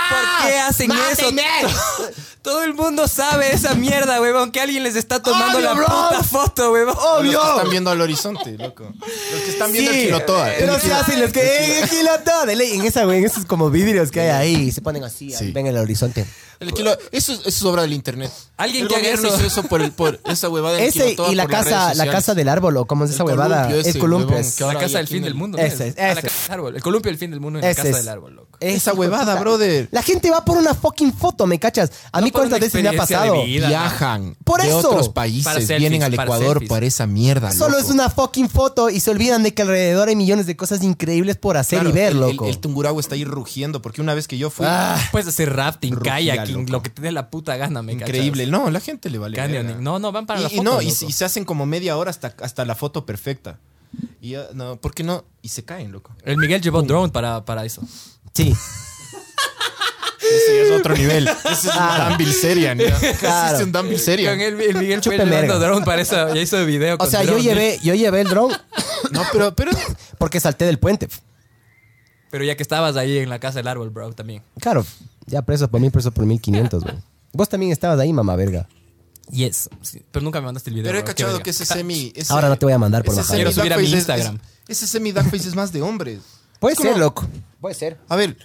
D: ¿Por qué hacen
C: ¡Mátenme!
D: eso? [laughs] Todo el mundo sabe esa mierda, huevón, que alguien les está tomando
C: Obvio,
D: la
C: bro.
D: puta foto, huevón.
C: ¡Oh,
B: Los que están viendo al horizonte, loco. Los que están viendo el Quilotoa.
C: Pero se hacen los que. ¡Eh, el Quilotoa! De ley, En, esa, güey, en esos como vidrios que hay ahí. y se ponen así. ahí Ven el horizonte.
B: El Quilo- eso, es- eso es obra del internet.
D: Alguien
B: El
D: que haga
B: gobierno
D: eso.
B: hizo eso por, el- por esa huevada del
C: Ese
B: Quilotoa
C: y la
B: por las
C: casa,
B: redes
C: la
B: sociales.
C: casa del árbol, o como es esa
B: El
C: huevada.
B: columpio ese,
C: Es columpios.
B: huevón,
D: La
B: Ahora hay
D: casa del
B: aquí
D: fin
B: en
D: del
B: el-
D: mundo.
C: Ese
D: ¿no?
C: es,
D: A la
C: ese.
D: casa del árbol. El columpio del fin del mundo en la
C: Ese
D: casa
C: es.
D: del árbol, loco.
C: Ese
B: Esa
C: hijo de
B: huevada,
C: puta.
B: brother.
C: La gente va por una fucking foto, ¿me cachas? A
D: No
C: mí
D: por
C: cuántas
D: una
C: veces me ha
D: experiencia de
C: pasado.
D: vida.
B: Viajan
C: Por
B: de
C: eso.
B: otros países,
D: Para selfies,
B: vienen al
D: para
B: Ecuador
D: selfies.
B: por esa mierda.
C: Solo
B: loco.
C: es una fucking foto y se olvidan de que alrededor hay millones de cosas increíbles por hacer
B: Claro,
C: y ver,
B: el- el-
C: loco. Ah.
B: El, Tungurahua está ahí rugiendo porque una vez que yo fui,
D: Puedes hacer rafting,
B: Rugía,
D: kayaking,
B: Ah. loco.
D: lo que te dé la puta gana, me cachas.
B: increíble. No, la gente le vale.
D: Canyoning.
B: verga.
D: No, no, van para
B: y,
D: la
B: y
D: foto,
B: no, y,
D: loco.
B: se- y se hacen como media hora hasta, hasta la foto perfecta. Y ya, no, ¿por qué no? Y se caen, loco.
D: El Miguel llevó drone para, para eso. [laughs]
C: Sí,
B: Ese es otro nivel. [laughs] Ese es
C: Claro.
B: un Danville Serian. ¿ya? Ese es
C: Claro.
B: un Danville Serian.
D: Con el, el Miguel fue
C: Chupe
D: llevando
C: merga.
D: drone para eso. Ya hizo video
C: o
D: con
C: sea, yo
D: drone.
C: llevé, yo llevé el dron
B: No, pero, pero
C: porque salté del puente.
D: Pero ya que estabas ahí en la casa del árbol, bro, también.
C: Claro, ya preso por mil, preso por 1500, güey. Vos también estabas ahí, mamá verga.
D: Yes. Sí, pero nunca me mandaste el video.
B: Pero he
D: bro, qué
B: cachado
D: verga.
B: que ese semi. ese-
C: Ahora no te voy a mandar por
B: ese
C: bajar.
D: Quiero subir a mi
B: semi-duckface es-
D: Instagram.
B: es- Ese semi duckface es más de hombres.
C: Puede
B: Es como-
C: ser, loco. Puede ser.
B: A ver,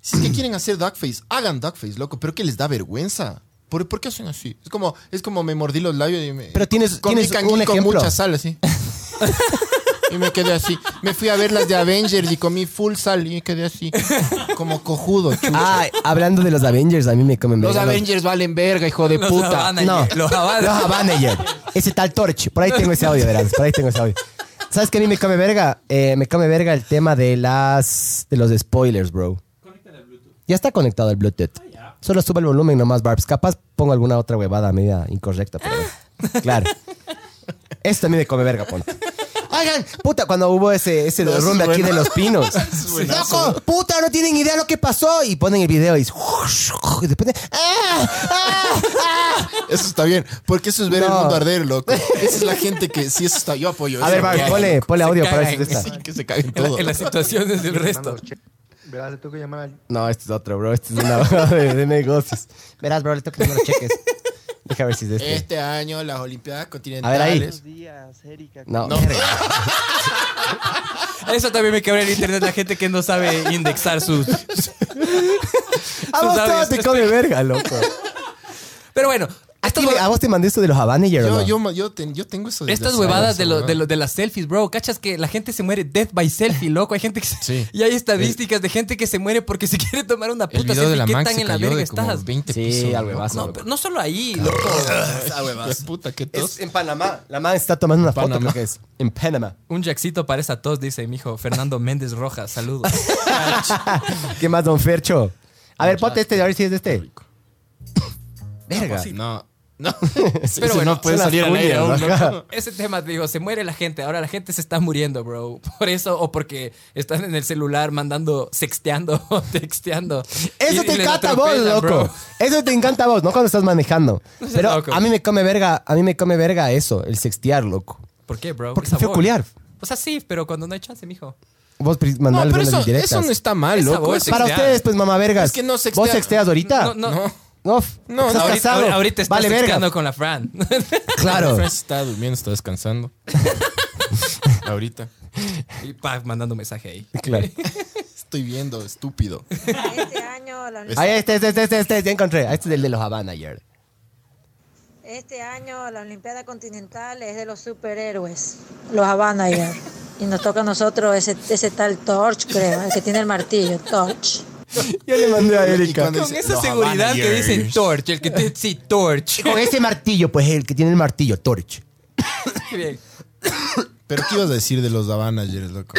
B: si es que quieren hacer duckface, hagan duckface, loco, pero que les da vergüenza. ¿Por, por qué hacen así? Es como, es como me mordí los labios y me.
C: Pero tienes-
B: comí
C: tienes
B: canguil
C: un [laughs]
B: con
C: ejemplo.
B: mucha sal, así. Y me quedé así. Me fui a ver las de Avengers y comí full sal y me quedé así. Como cojudo, chucha.
C: Ah, hablando de los Avengers, a mí me comen
B: Los
C: verga.
B: Avengers valen verga, hijo de
D: Los
B: puta.
D: Havana,
C: No.
D: Los Havana.
C: Los Habaneyer. Ese tal Torch. Por ahí tengo ese audio, verás. Por ahí tengo ese audio. ¿Sabes que a mí me come verga? Eh, me come verga el tema de las de los spoilers, bro. Ya está conectado al Bluetooth. Solo sube el volumen nomás, Barbs. Capaz pongo alguna otra huevada media incorrecta, pero claro. Esto a mí me come verga, ponte. Oigan, puta, cuando hubo ese, ese
B: No, eso
C: derrumbe
B: es
C: aquí de
B: bueno.
C: los pinos.
B: buenazo.
C: ¡Loco! ¡Puta! No tienen idea lo que pasó. Y ponen el video y... y después de- ¡Ah! ¡Ah! ¡Ah!
B: Eso está bien. Porque eso es ver el
C: No.
B: mundo arder, loco. Esa es la gente que sí, eso está. Yo apoyo
C: A
B: eso.
C: ver, Barbs,
B: Que-
C: ponle, ponle
D: Se
C: audio para ver si
D: cagan.
C: es esta.
B: [laughs] Sí, que se caguen
D: En, la-
B: todo.
D: en las
B: [laughs]
D: situaciones del resto.
E: Fernando, che, Verás, le tengo que llamar al
C: No, este es otro, bro. Este es una [laughs] bajada de, de negocios. Verás, bro, le toca que no lo cheques. Deja ver si es este.
B: Este año las Olimpiadas
C: A ver, ahí.
B: Continentales.
E: días, Erika.
C: No. [laughs]
B: No.
C: verga.
D: Eso también me quebra el internet, la gente que no sabe indexar sus.
C: A vos
D: Sus
C: todo
D: audios,
C: te
D: espera.
C: come verga, [laughs] loco.
D: Pero bueno, estas,
C: Dime,
D: hue-
C: ¿A vos te mandé esto de los Habaneyer o
B: Yo,
C: no?
B: yo, yo, ten- yo tengo eso de
D: estas
B: las-
D: huevadas de, lo-
B: huevada.
D: de, lo- de las selfies, bro. ¿Cachas que la gente se muere death by selfie, loco? Hay gente que se-
B: Sí.
D: [laughs] Y hay estadísticas de gente que se muere porque se [laughs] quiere tomar una
B: El
D: puta
B: video de
D: selfie.
B: la
D: ¿Qué
B: Max
D: tan
B: se
D: en la
B: cayó
D: verga
B: de como
D: estabas?
B: 20
C: Sí,
B: pisos.
C: al huevazo.
D: No,
C: loco.
D: pero no solo ahí, loco.
B: [laughs] Qué puta, qué tos.
C: Es en Panamá. La man está tomando una foto,
B: Panamá.
C: creo que es. En Panamá.
D: Un jackcito para esa tos, dice mi
B: [laughs]
D: hijo Fernando Méndez Rojas. Saludos.
C: ¿Qué más, don Fercho? A ver, ponte este, a ver si es de este. [coughs] Verga.
B: No. pues, [laughs] No.
D: Pero bueno,
B: puede
C: son las
B: salir al aire
C: cuñas,
B: aún,
C: ajá.
D: [laughs] Ese tema, digo, se muere la gente. Ahora la gente se está muriendo, bro. [laughs] Por eso, o porque están en el celular mandando, sexteando [laughs] o texteando.
C: Eso
D: Y-
C: te
D: y les
C: encanta a vos,
D: atropellan,
C: loco.
D: bro.
C: Eso te encanta a vos, no cuando estás manejando.
D: seas
C: Pero
D: loco.
C: a mí me come verga, a mí me come verga eso, el sextear, loco.
D: ¿Por qué, bro?
C: Porque
D: Es
C: se fue
D: sabor.
C: culiar.
D: O sea, sí, pero cuando no hay chance, mijo.
C: Vos pri-
B: No,
C: mandale
B: pero
C: unas
B: eso,
C: indirectas.
B: eso no está mal,
D: Esa
B: loco.
D: voz
B: Eso-
C: Para
D: sextear.
C: ustedes, pues, mamá vergas.
B: Es que no sextea-
C: ¿Vos sexteas ahorita?
D: No, no.
C: Ah, No,
B: No,
C: estás
B: no,
D: Ahorita,
C: casado.
D: ahorita- ahorita estás
C: vale
D: sexteando
C: [laughs] verga.
D: con la Fran. [laughs]
C: Claro.
B: Francis está durmiendo, está descansando. Ahorita.
D: y pa, mandando un mensaje ahí.
C: claro.
B: Estoy viendo, [laughs] estúpido.
F: Este año, la uni-
C: Ahí este, este, este, este, este, ya encontré. Este es el de los Havana ayer.
F: este año la Olimpiada Continental es de los superhéroes, los Habana ya. Y nos toca a nosotros ese, ese tal Torch, creo, el que tiene el martillo, Torch.
C: Yo le mandé a
B: Y cuando
D: Con
B: dice,
D: esa
B: "Los
D: seguridad que
B: Habanayers".
D: dicen Torch, el que te, sí,
C: [laughs]
D: Torch.
C: Con ese martillo, pues el que tiene el martillo, Torch.
D: Bien.
B: Pero ¿qué ibas a decir de los Habanagers, [laughs] loco?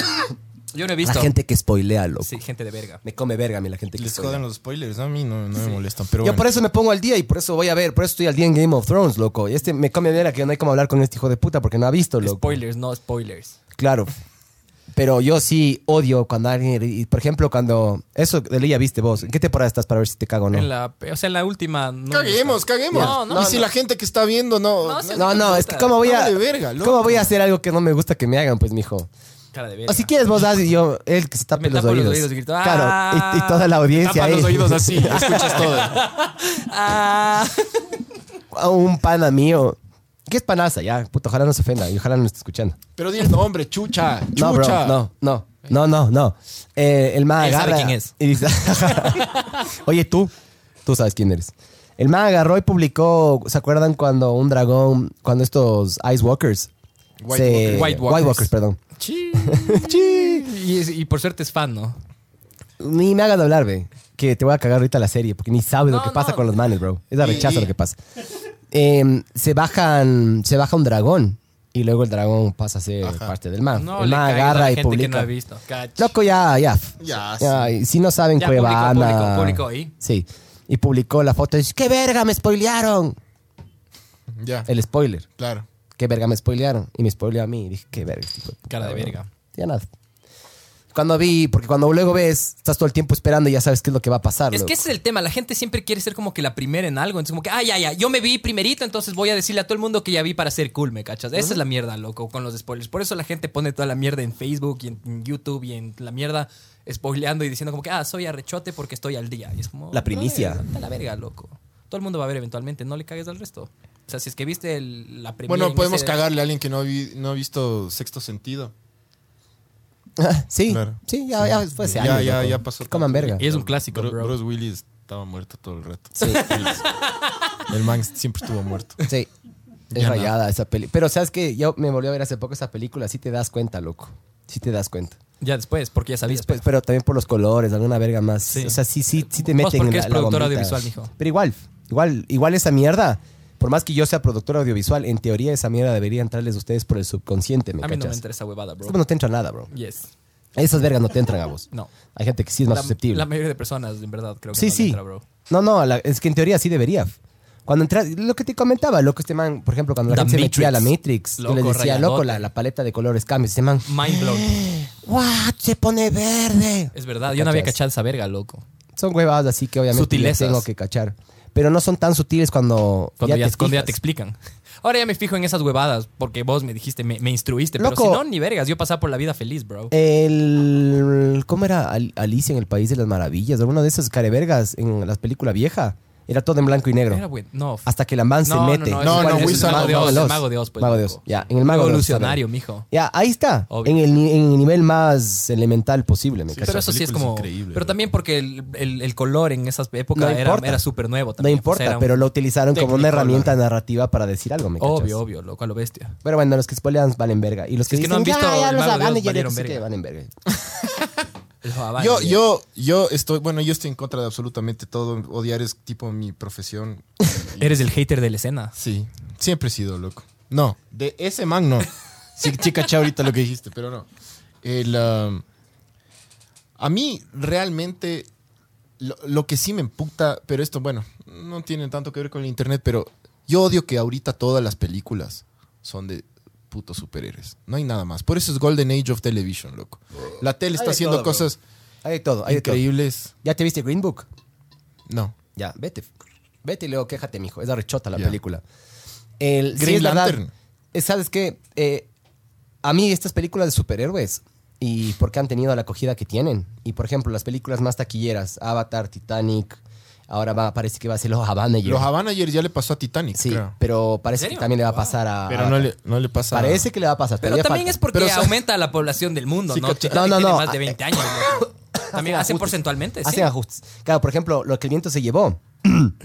D: Yo no
C: La
D: he visto.
C: gente que spoilea, loco.
D: [laughs] Sí, gente de verga.
C: Me come verga a mí la gente que
B: Les
C: spoilea.
B: joden los spoilers, ¿no? a mí no, no me molestan. Pero
C: Yo
B: bueno.
C: por eso me pongo al día y por eso voy a ver, por eso estoy al día en Game of Thrones, loco. Y Este me come verga que no hay como hablar con este hijo de puta porque no ha visto, loco.
D: Spoilers, no spoilers.
C: Claro. Pero yo sí odio cuando alguien, y por ejemplo, cuando eso de Lía viste vos, ¿en qué temporada estás para ver si te cago o no?
D: En la, o sea, en la última. No
B: Caguemos, caguemos.
D: No, no,
B: y
D: no.
B: si la gente que está viendo no.
D: No, sí.
C: No, no, es que cómo voy a
B: Dale verga, loco.
C: cómo voy a hacer algo que no me gusta que me hagan, pues mijo.
D: Cara de verga.
C: O si quieres vos haz y yo el que se tape
D: Me
C: los
D: tapo los
C: oídos.
D: oídos y grito, ¡Ah!
C: claro, y, y toda la audiencia
B: Tapa
C: ahí.
B: los oídos
C: [laughs]
B: así, escuchas todo.
D: Ah.
C: A un pana mío. ¿Qué es panaza ya? Puto, ojalá no se ofenda y ojalá no esté escuchando.
B: Pero di el nombre, chucha. Chucha.
C: No, bro, no, no, no, no, no. Eh, el man
D: Él sabe
C: agarra.
D: quién es.
C: y dice- [laughs] Oye, tú, tú sabes quién eres. El man agarró y publicó, ¿se acuerdan cuando un dragón, cuando estos Ice Walkers?
B: White
C: se-
B: Walkers.
D: White Walkers.
C: perdón.
D: Chi. Y, es- y por suerte es fan, ¿no?
C: Ni me hagas hablar, ve. Que te voy a cagar ahorita la serie, porque ni sabes lo
D: No,
C: que pasa
D: no.
C: con los manes, bro. Es la
B: Y-
C: rechaza
B: y-
C: lo que
D: [laughs]
C: pasa. Em, se bajan, se baja un dragón y luego el dragón pasa a ser parte del man.
D: No
C: Ah, el
D: le
C: man
D: caigas a la
C: agarra y
D: gente que no
C: publica.
D: ha visto. Cach.
C: Loco, ya, ya.
B: Ya,
C: y Si no saben,
D: Ya,
C: Cuevana.
D: público, público, público ahí.
C: Sí. Y publicó la foto y dice, ¡qué verga, me spoilearon!
B: Ya,
C: El spoiler.
B: claro.
C: ¿Qué verga me spoilearon? Y me spoileó a mí. Y dije, ¡qué verga! este hijo de puta,
D: Cara de
C: bro".
D: verga.
C: Ya nada. Cuando vi, porque cuando luego ves, estás todo el tiempo esperando y ya sabes qué es lo que va a pasar.
D: Es
C: loco.
D: que ese es el tema. La gente siempre quiere ser como que la primera en algo. Entonces, como que, ah, ya, ya. Yo me vi primerito, entonces voy a decirle a todo el mundo que ya vi para ser cool, ¿me cachas? Esa es la mierda, loco, con los spoilers. Por eso la gente pone toda la mierda en Facebook y en, en YouTube y en la mierda spoileando y diciendo como que, ah, soy arrechote porque estoy al día. Y es como...
C: La primicia.
D: "Brother, vete a la verga, loco. Todo el mundo va a ver eventualmente. No le cagues al resto. O sea, si es que viste el- la primera...
B: Bueno, podemos cagarle a alguien que no, vi- no ha visto Sexto Sentido.
C: sí,
B: Claro.
C: sí, ya, ya Pues fue ese
B: Ya,
C: año,
B: ya,
C: loco.
B: ya pasó.
C: Que Coman
B: tanto.
C: verga.
D: Y es un clásico,
B: Bru-
D: bro.
B: Bruce
D: [laughs]
B: Willis estaba muerto todo el rato.
C: Sí.
D: [laughs]
B: El man siempre estuvo muerto.
C: Sí.
B: Ya
C: Es
B: nada.
C: rayada esa peli. Pero sabes que yo me volví a ver hace poco esa película, sí te das cuenta, loco. Sí te das cuenta.
D: Ya después, porque ya sabías.
C: Después, pero también por los colores, alguna verga más.
D: Sí.
C: O sea, sí, sí, sí te
D: Vos
C: meten en
D: porque
C: la,
D: es
C: la
D: productor
C: bombita.
D: audiovisual, mijo.
C: Pero igual, igual, igual esa mierda. Por más que yo sea productor audiovisual, en teoría esa mierda debería entrarles a ustedes por el subconsciente, ¿me
D: a mí no me
C: cachas?
D: entra esa huevada, bro.
C: Esto no te entra nada, bro.
D: Yes.
C: Esas vergas no te entran a vos.
D: No.
C: Hay gente que sí es más
D: la,
C: susceptible.
D: la mayoría de personas, en verdad, creo que
C: Sí,
D: no le
C: sí.
D: entra, bro.
C: No, no, la- es que en teoría sí debería. Cuando entras, lo que te comentaba, loco, este man, por ejemplo, cuando la
D: The
C: gente se metía a la
D: Matrix.
C: Matrix, yo le
D: Loco,
C: decía,
D: rayadote.
C: loco, la, la paleta de colores cambia. Este man,
D: Mind blown.
C: [gasps] ¡what! Se pone verde.
D: Es verdad, yo no había
C: ¿Cachas?
D: cachado esa verga, loco.
C: Son huevadas así que obviamente
D: Sutilezas.
C: le tengo que cachar. Pero no son tan sutiles cuando,
D: Cuando ya, cuando ya
C: fijas.
D: te explican. Ahora ya me fijo en esas huevadas, porque vos me dijiste, me, me instruiste.
C: Loco. Eh,
D: Pero si no, ni vergas, yo pasaba por la vida feliz, bro.
C: El. ¿Cómo era Al- Alicia en el País de las Maravillas? Alguna de esas carevergas en la película vieja. Era todo en blanco y negro.
D: Era buen- no.
C: Hasta que la man se
D: No, no,
C: mete.
D: no,
B: es- No, no, Wizard
C: Ma-
B: of Oz,
D: el Mago de Oz, pues,
C: Mago de Oz.
D: loco.
C: Ya, en el Mago de Oz,
D: Evolucionario,
C: está bien.
D: mijo.
C: Ya, ahí está.
D: Obvio.
C: En el, ni- en el nivel más elemental posible, me
D: Pero
C: cachas.
D: eso sí es
B: película es
D: como.
B: increíble,
D: pero
B: bro.
D: también porque el, el- el color en esas épocas
C: No
D: era,
C: importa.
D: era súper nuevo
C: No
D: también. pues,
C: importa,
D: era un-
C: pero lo utilizaron como una
B: Technicolor.
C: herramienta narrativa para decir algo, me cachas.
D: Obvio, obvio, loco, a lo bestia.
C: Pero bueno, los que spoilean valen verga. Y los que,
D: Si es que no
C: dicen,
D: han visto
C: ya, ya
D: El
C: los
D: Mago de Oz,
C: hablan y ya
D: valieron
C: sí que
D: verga.
C: valen verga.
D: Los Havana,
B: Yo,
D: bien.
B: yo, yo estoy, bueno, yo estoy en contra de absolutamente todo. Odiar es tipo mi profesión.
D: Eres el hater de la escena.
B: Sí, siempre he sido loco. No, de ese man
C: [laughs]
B: no. Sí, chica, chao ahorita lo que dijiste, pero no. El, um, a mí realmente lo, lo que sí me emputa, pero esto, bueno, no tiene tanto que ver con el internet, pero yo odio que ahorita todas las películas son de putos superhéroes. No hay nada más. Por eso es Golden Age of Television, loco. La tele
C: Hay
B: está
C: de
B: haciendo
C: todo, bro.
B: cosas
C: Hay de todo, hay de todo.
B: increíbles.
C: ¿Ya te viste Green Book?
B: No.
C: Ya, vete. Vete y luego quéjate, mijo. Es arrechota la
B: Ya.
C: película. El, sí,
B: Green
C: es verdad.
B: Lantern.
C: Eh, ¿Sabes qué? Eh, a mí estas películas de superhéroes y porque han tenido la acogida que tienen. Y por ejemplo, las películas más taquilleras, Avatar, Titanic, ahora va, parece que va a ser [laughs] Los Havana.
B: Los Havana ayer ya le pasó a Titanic.
C: Sí, Ah,
B: creo.
C: pero parece
D: ¿En
C: que
D: serio?
C: también le va a
D: Wow.
C: pasar a...
B: Pero
C: a-
B: no le, no le pasa
C: Parece que le va a pasar.
D: Pero
C: todavía
D: también
C: falta.
D: es porque
B: Pero, o sea,
D: aumenta la población del mundo,
B: Sí,
D: ¿no?
B: cacha-
D: Titanic
C: No, no,
D: tiene
C: no.
D: más de 20 años. ¿no?
C: [coughs]
D: También hacen
C: ajustes.
D: porcentualmente, sí.
C: Hacen ajustes. Claro, por ejemplo, lo que el viento se llevó [clears throat]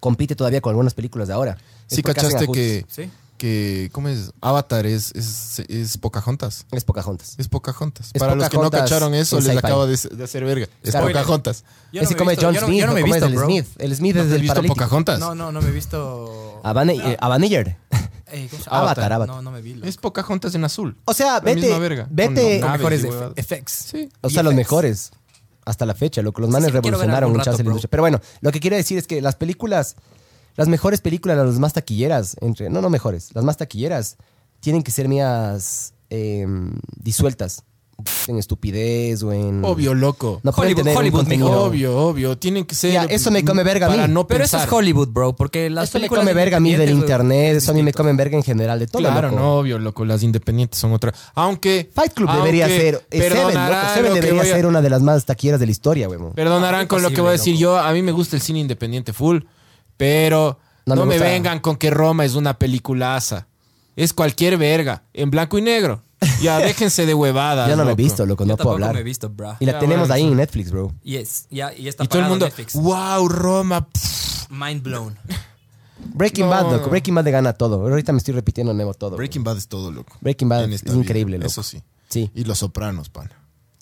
C: compite todavía con algunas películas de ahora. Es
B: Sí,
C: porque hacen
B: cachaste
C: ajustes.
B: que,
D: Sí.
B: que. ¿Cómo es? Avatar es, es, es Pocahontas.
C: Es Pocahontas.
B: Es Pocahontas.
C: Es
B: Para los que no
C: Pocahontas
B: cacharon eso,
C: en
B: les
C: sci-fi.
B: acabo de, de hacer verga. Es
C: Claro.
B: Pocahontas.
D: Yo no
C: Ese
D: me he
C: come
D: visto-
C: John
D: yo no-
C: Smith,
D: yo no me he
C: ¿cómo es
D: visto,
C: el
D: bro.
C: Smith? El Smith es
B: ¿Has
C: el
B: visto
C: paralítico.
B: Pocahontas?
D: No, no, no me he visto.
C: Habana- eh,
D: Ah.
C: Habanager.
D: Eh, ¿cómo se llama?
C: Avatar, Avatar.
D: No, no me vi. loco.
B: Es Pocahontas en azul.
C: O sea,
B: La
C: vete-
B: misma verga.
C: vete-
B: Con
C: Con
B: naves
D: mejores
B: y
D: efe-
B: huevadas.
D: effects.
B: Sí.
C: O sea,
D: Y
C: los
D: effects.
C: mejores. Hasta la fecha, loco. Los manes
D: sí, quiero ver
C: revolucionaron
D: algún
C: muchas
D: rato,
C: la
D: bro.
C: industria. Pero bueno, lo que quiero decir es que las películas, las mejores películas, las más taquilleras, entre, no, no mejores, las más taquilleras, tienen que ser mías eh, disueltas. En estupidez o en.
B: Obvio, loco.
C: Mm. No pueden
D: Hollywood-
C: tener un
D: Hollywood, mijo.
C: contenido-
B: Obvio, obvio. Tienen que ser.
C: Ya, eso me come verga a mí.
B: Para no
D: Pero eso
B: pensar.
D: es Hollywood, bro, porque las
C: Eso me
D: películas
C: come verga a mí del
D: independientes, güey,
C: internet, eso a mí me
D: distinto.
C: come verga en general, de todo.
B: Claro,
C: loco.
B: no, obvio, loco. Las independientes son otra. Aunque.
C: Fight Club debería
B: aunque
C: ser. eh, Seven, loco,
B: perdonarán
C: Seven
B: lo que
C: debería
B: voy a-
C: ser una de las más taquilleras de la historia, güey.
B: Perdonarán
D: Ah,
B: con lo que voy a decir
D: imposible,
B: yo. A mí me gusta el cine independiente full, pero
C: No
B: no, me,
C: me gusta.
B: vengan con que Roma es una peliculaza. Es cualquier verga, en blanco y negro.
C: [laughs]
B: Ya déjense de huevadas.
C: Yo no me he
B: loco.
C: visto, loco,
D: Yo
C: no puedo
D: tampoco
C: hablar.
D: me he visto, bro.
C: Y la
B: Ya,
C: tenemos
B: bueno,
C: ahí en Netflix, bro.
D: Yes, ya, y está
B: Y todo el
D: pagado
B: mundo,
D: Netflix.
B: wow, Roma. pff,
D: Mind blown.
C: Breaking
B: No,
C: Bad, loco.
B: no.
C: Breaking Bad le gana todo. Ahorita me estoy repitiendo Nemo todo.
B: Breaking Bad es todo, loco.
C: Breaking Bad
B: En
C: es
B: esta vida,
C: increíble, loco.
B: Eso sí.
C: Sí.
B: Y Los Sopranos, pan.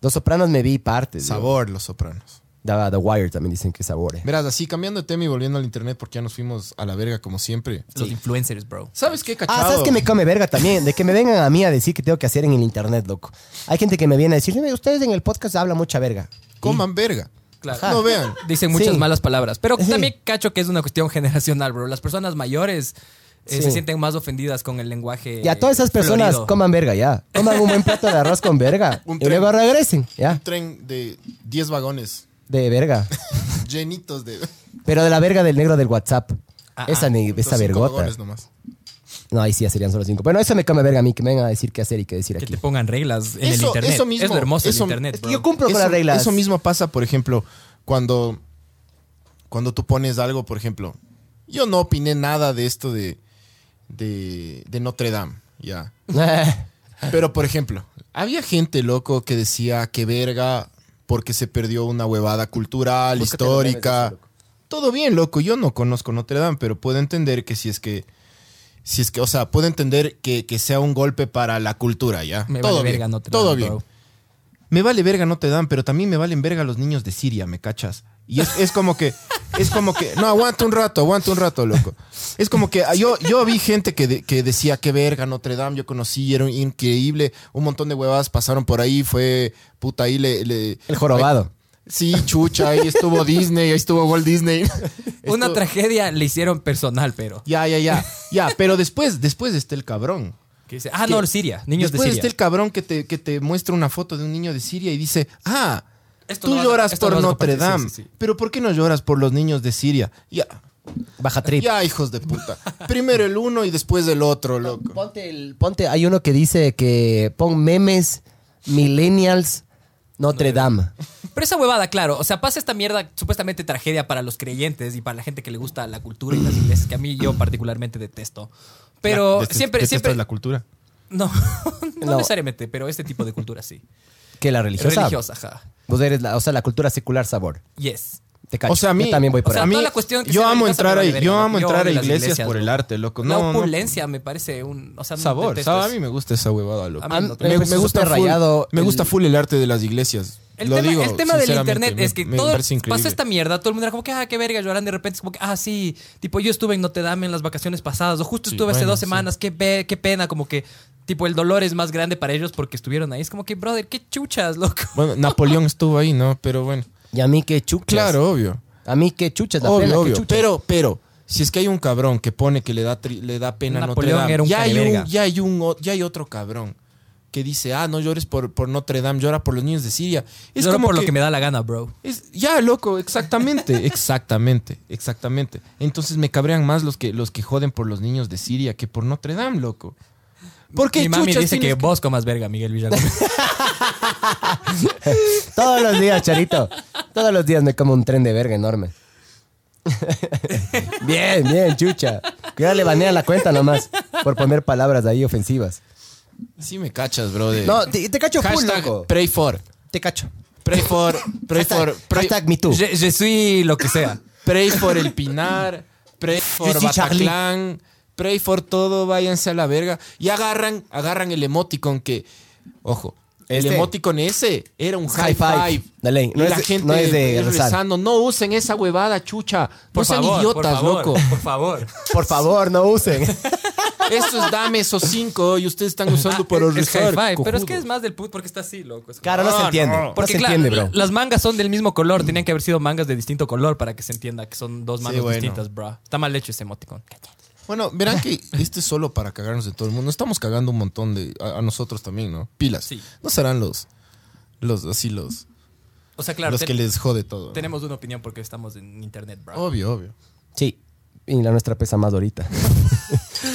C: Los Sopranos me vi partes. loco.
B: Sabor, Los Sopranos.
C: Da- The Wire también dicen que eh. sabore.
B: Verás, así cambiando de tema y volviendo al internet porque ya nos fuimos a la verga como siempre.
D: Los influencers, bro.
B: ¿Sabes qué, cachado?
C: Ah, ¿sabes que me come verga también? De que me vengan a mí a decir que tengo que hacer en el internet, loco. Hay gente que me viene a decir, "Dime, ustedes en el podcast hablan mucha verga.
B: Coman verga.
D: Claro.
B: No vean.
D: Dicen muchas
C: Ah, Sí.
D: malas palabras. Pero
C: Sí.
D: también cacho que es una cuestión [laughs] generacional, bro. Las personas mayores eh,
C: Sí.
D: se sienten más ofendidas con el lenguaje.
C: Y a todas esas personas
D: florido.
C: coman verga, ya. Coman un buen plato de arroz con verga.
B: [laughs] Un
C: y luego
B: tren.
C: regresen,
B: Un
C: ya.
B: tren de 10 vagones
C: De verga.
B: llenitos de.
C: Pero de la verga del negro del WhatsApp.
D: Ah,
C: esa
D: ah,
C: ni- esa
B: Los cinco
C: vergota.
B: vagones nomás.
C: No, ahí sí ya serían solo cinco. Bueno, eso me come verga a mí, que me vengan a decir qué hacer y qué decir
D: Que
C: aquí.
D: te pongan reglas en
B: Eso-
D: el internet.
B: eso mismo,
D: es lo hermoso del
B: eso-
D: internet,
C: Es que
D: bro.
C: yo cumplo con
B: eso,
C: las reglas.
B: eso mismo pasa, por ejemplo, cuando, cuando tú pones algo, por ejemplo, yo no opiné nada de esto de, de, de Notre Dame,
C: [laughs]
B: ya. Pero, por ejemplo, había gente loco que decía que verga porque se perdió una huevada cultural,
C: Búscate los memes de
B: histórica.
C: eso, loco.
B: Todo bien, loco. Yo no conozco Notre Dame, pero puedo entender que si es que Si es que, o sea, puedo entender que, que sea un golpe para la cultura, ¿ya?
D: Me
B: todo
D: vale
B: bien,
D: verga, no te
B: todo
D: dan,
B: bien.
D: bro.
B: Me vale verga, no te dan, pero también me valen verga los niños de Siria, ¿me cachas? Y es, es como que, es como que, no, aguanta un rato, aguanta un rato, loco. Es como que ah, yo, yo vi gente que, de- que decía, qué verga, Notre Dame, yo conocí, era increíble, un montón de huevadas pasaron por ahí, fue, puta, ahí le... le-
C: El jorobado.
B: Sí, chucha, ahí estuvo Disney, ahí estuvo Walt Disney.
D: Una
B: Estuvo-
D: tragedia le hicieron personal, pero.
B: Ya, ya, ya, ya, pero después, después está el cabrón.
D: Que dice, ah,
B: que-
D: no, Siria, niños de
B: Después
D: Siria.
B: está el cabrón que te, que te muestra una foto de un niño de Siria y dice, ah,
D: Esto
B: tú
D: no vas a-
B: lloras
D: esto
B: por
D: no vas a
B: Notre
D: compartir,
B: Dame,
D: sí, sí, sí.
B: pero ¿por qué no lloras por los niños de Siria? Ya,
C: Baja trip.
B: ya, hijos de puta. Primero el uno y después el otro, loco.
C: Ponte, el- ponte, hay uno que dice que pon memes, millennials, Notre Dame.
D: Pero esa huevada, claro, o sea, pasa esta mierda, supuestamente tragedia para los creyentes y para la gente que le gusta la cultura y las iglesias, que a mí
B: Mm.
D: yo particularmente detesto. Pero
B: Detest-
D: siempre,
B: detestas
D: siempre.
B: la cultura.
D: [laughs] No, no,
C: No.
D: necesariamente, pero este tipo de cultura sí.
C: Que la religiosa.
D: Religiosa, ajá.
C: Vos eres, la, o sea, la cultura secular sabor.
D: Yes.
C: Te cacho.
B: O sea, a mí,
C: Yo también voy por
D: o sea,
C: ahí.
B: a mí-
D: toda la cuestión que
B: yo
D: sea
B: amo
D: religiosa
B: entrar
D: me
B: a,
D: vale
B: yo
D: verga,
B: amo
D: yo
B: entrar a
D: odio las
B: iglesias,
D: iglesias,
B: por el
D: loco.
B: arte, loco.
D: la
B: Pues No, no,
D: opulencia me parece un. O sea, no
B: sabor,
D: detesto
B: sabor. A
D: eso.
B: mí me gusta esa huevada, loco.
D: A mí
B: Me,
D: no me
B: me
C: parece
B: gusta
C: súper
B: full,
C: rayado
B: me
C: el-
B: gusta full el arte de las iglesias.
D: El
B: Lo
D: tema,
B: digo
D: el tema del
B: sinceramente,
D: internet
B: me-
D: es que
B: me
D: todo
B: parece
D: pasó
B: increíble.
D: esta mierda, todo el mundo era como que, ah, qué verga, llorando y de repente es como que, ah, sí, tipo, yo estuve en Notre Dame en las vacaciones pasadas, o justo
B: Sí,
D: estuve hace
B: bueno,
D: dos
B: sí.
D: semanas, qué, pe- qué pena, como que, tipo, el dolor es más grande para ellos porque estuvieron ahí. Es como que, brother, qué chuchas, loco.
B: Bueno, Napoleón estuvo ahí, ¿no? Pero bueno.
C: Y a mí que chuchas.
B: Claro, obvio.
C: A mí que chuchas la
B: obvio,
C: pena, qué
B: obvio.
C: chuchas.
B: Pero, pero, si es que hay un cabrón que pone que le da, tri- le da pena a Notre
D: Napoleón
B: Dame,
D: era un
B: ya, hay
D: caneverga.
B: un, ya, hay un o- ya hay otro cabrón que dice, ah, no llores por, por Notre Dame, llora por los niños de Siria. Es
D: Es como
B: como
D: por
B: que,
D: lo que me da la gana, bro.
B: es- ya, loco,
D: [laughs]
B: exactamente, exactamente, exactamente. Entonces me cabrean más los que, los que joden por los niños de Siria que por Notre Dame, loco. Porque
D: Mi mami
B: chuchas
D: dice que
B: tienes
D: vos comas verga, Miguel Villalobos.
C: Todos los días, Charito. Todos los días me como un tren de verga enorme. bien, bien, chucha. Cuidado, le banean la cuenta nomás por poner palabras ahí ofensivas.
B: Sí me cachas, brother.
C: No, te, te cacho full,
B: Hashtag
C: loco.
B: pray for.
C: Te cacho.
B: Pray for, pray
C: Hashtag,
B: for, pray-
C: hashtag me too.
D: Je, je suis lo que sea.
B: Pray for el Pinar, pray for
C: sí, Charlie.
B: Bataclan, pray for todo, váyanse a la verga. Y agarran, agarran el emoticon que, ojo, el
C: Este.
B: emoticon ese era un high,
C: High
B: five.
C: five. De ley. No
B: Y
C: es
B: la
C: de-
B: gente
C: no es de rezar.
B: rezando, no usen esa huevada, chucha.
D: Por
B: no sean
D: favor,
B: idiotas,
D: por favor,
B: loco.
D: Por favor.
C: Por favor, no usen.
B: Esto es dame esos cinco y ustedes están
D: [laughs]
B: usando para
D: es
B: rezar.
D: hi-fi, pero es
B: cojudo.
D: que es más del put porque está así, loco. Es como-
C: Claro, no, se entiende. No,
D: Porque
C: se
D: claro,
C: entiende, bro.
D: las mangas son del mismo color, tenían que haber sido mangas de distinto color para que se entienda que son dos manos
B: bueno.
D: distintas, bro. Está mal hecho ese emoticon.
B: Bueno, verán que este es solo para cagarnos de todo el mundo. Estamos cagando un montón de a, a nosotros también, ¿no? Pilas.
D: Sí.
B: No serán los los así los
D: O sea, claro,
B: los
D: ten-
B: que Oh. les jode todo. ¿no?
D: tenemos una opinión porque estamos en internet, bro.
B: Obvio, obvio.
C: Sí. Y la nuestra pesa más ahorita.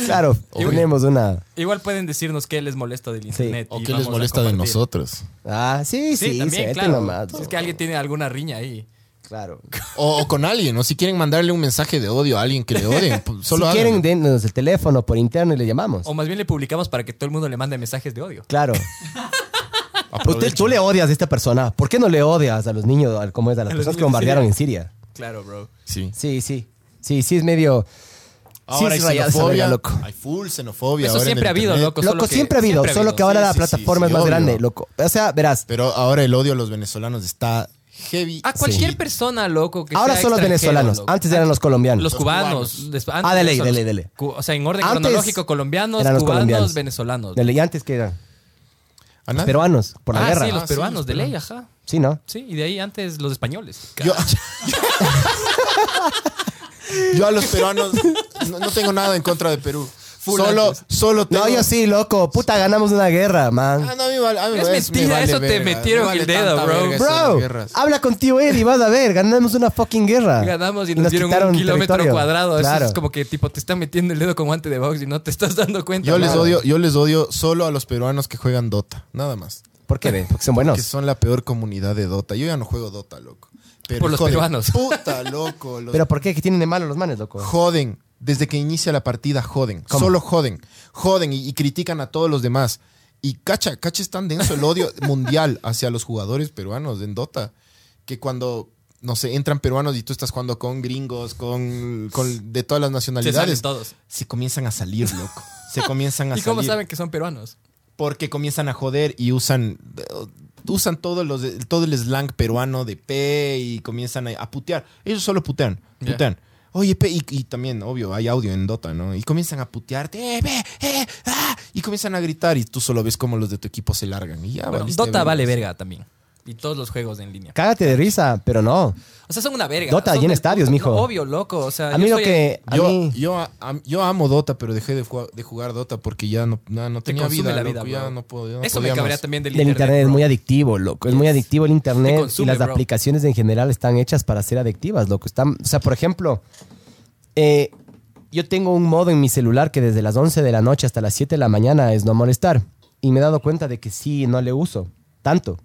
C: claro,
B: Obvio.
C: tenemos una.
D: Igual pueden decirnos qué les molesta del internet.
B: ¿O
D: y
B: qué les
D: vamos a
B: molesta de
D: compartir. [laughs]
B: nosotros?
C: Ah, sí, sí,
D: Sí, también,
C: suelte
D: claro.
C: nomás,
D: Si es que alguien tiene alguna riña ahí.
C: Claro.
B: O, o con alguien, o si quieren mandarle un mensaje de odio a alguien que le
D: [laughs]
B: odien, pues, solo
C: si
B: háganlo.
C: quieren, dennos el teléfono por interno y le llamamos.
D: O más bien le publicamos para que todo el mundo le mande mensajes de odio.
C: Claro. Usted,
B: Aprovechen.
C: tú le odias a esta persona. ¿Por qué no le odias a los niños, al- como es, a las
D: A los
C: personas que
D: niños de
C: bombardearon en Siria?
D: Claro, bro.
B: Sí.
C: Sí, sí. Sí, sí, es medio.
B: Ahora
C: sí, es
B: hay
C: rayado esa verga,
B: xenofobia,
C: loco.
B: hay full xenofobia.
D: Eso
B: ahora en
D: siempre ha
B: el
D: habido,
B: internet.
D: loco. solo
C: Loco,
D: que-
C: siempre ha habido,
D: siempre ha
C: solo
D: habido.
C: que ahora
B: Sí,
C: la
B: sí,
C: plataforma
B: sí,
C: es más
B: obvio.
C: grande, loco. O sea, verás,
B: Pero ahora el odio a los venezolanos está heavy.
D: A cualquier
B: Sí.
D: persona, loco, que
C: ahora
D: sea
C: son los
D: extranjero,
C: venezolanos,
D: loco.
C: antes eran los colombianos.
D: Los
B: Los
D: cubanos.
B: cubanos.
D: después-
C: Ah, dele,
D: eso,
C: dele,
D: los
C: dele.
D: cu- O sea, en orden
C: Antes
D: cronológico, colombianos,
C: eran los
D: cubanos,
C: colombianos.
D: venezolanos.
C: De ley, antes que eran
B: ¿A
C: los
B: nada?
C: peruanos, por la
D: ah,
C: guerra.
D: sí, los
B: Ah, sí,
D: peruanos,
B: los
D: de ley, ajá.
C: Sí, ¿no?
D: Sí, y de ahí antes los españoles.
B: Yo, yo a los peruanos no, no tengo nada en contra de Perú.
D: Full
B: solo,
D: antes.
B: solo tengo.
C: No, yo sí, loco. Puta, ganamos una guerra, man.
B: Ah, no, a mí vale- a mí
D: Es
B: vale-
D: mentira,
B: me vale
D: eso te
B: verga.
D: metieron
B: Me vale
D: el dedo,
B: tanta
D: bro.
B: verga eso de las
C: Bro,
B: guerras.
C: habla con tío Eddie, vas a ver, ganamos una fucking guerra.
D: [laughs] Ganamos y nos, dieron un
C: quitaron
D: kilómetro
C: territorio.
D: cuadrado. Eso
C: Claro.
D: es como que tipo te están metiendo el dedo con guante de box y no te estás dando cuenta.
B: Yo les
D: Claro.
B: odio, yo les odio solo a los peruanos que juegan Dota, nada más.
C: ¿Por qué? ve? Porque son buenos.
B: Que son la peor comunidad de Dota. Yo ya no juego Dota, loco. Pero
D: Por los
B: joden,
D: peruanos.
B: [laughs] Puta, loco. los
C: Pero ¿por qué? ¿Qué tienen de malo los manes, loco?
B: joden. Desde que inicia la partida, joden.
C: ¿Cómo?
B: Solo joden. Joden y, y critican a todos los demás. Y cacha, cacha es tan denso el odio mundial hacia los jugadores peruanos en Dota que cuando no sé, entran peruanos y tú estás jugando con gringos, con, con- de todas las
D: Se
B: nacionalidades.
D: salen todos.
B: Se comienzan a salir, loco.
D: [laughs]
B: Se comienzan a
D: ¿Y cómo
B: salir.
D: saben que son peruanos?
B: Porque comienzan a joder y usan. Usan todo, los, todo el slang peruano de P y comienzan a, a putear. Ellos solo putean.
D: Ya.
B: Putean. Oye, P. Y, y también, obvio, hay audio en Dota, ¿no? Y comienzan a putearte. "Eh, ve, eh, ah", y comienzan a gritar y tú solo ves cómo los de tu equipo se largan.
C: Ah,
B: Y ya,
D: Bueno,
B: valiste
D: Dota vale
B: vergas.
D: verga también. Y todos los juegos en línea.
C: Cágate de risa, pero no.
D: O sea, son una verga.
C: Dota
D: Son
C: llena
D: del
C: estadios,
D: puto-
C: mijo.
D: Obvio, loco. O sea,
C: A mí
D: Ah, yo
C: lo
D: soy-
C: que. A
B: Yo,
C: mí,
B: yo, a- am- yo amo Dota, pero dejé de, jugar, de jugar Dota porque ya no, ya no
D: Te
B: tenía
D: consume
B: vida.
D: la vida,
B: loco, ya
D: bro.
B: no puedo- ya no
D: Eso me
B: podía
D: cabrea
B: más.
D: también del,
C: el internet es
D: bro.
C: muy adictivo, loco. Es muy
D: Yes.
C: adictivo el internet
D: Te consume,
C: y las
D: bro.
C: aplicaciones en general están hechas para ser adictivas, loco. Están, o sea, por ejemplo, eh, yo tengo un modo en mi celular que desde las 11 de la noche hasta las 7 de la mañana es no molestar. Y me he dado cuenta de que sí, no le uso tanto.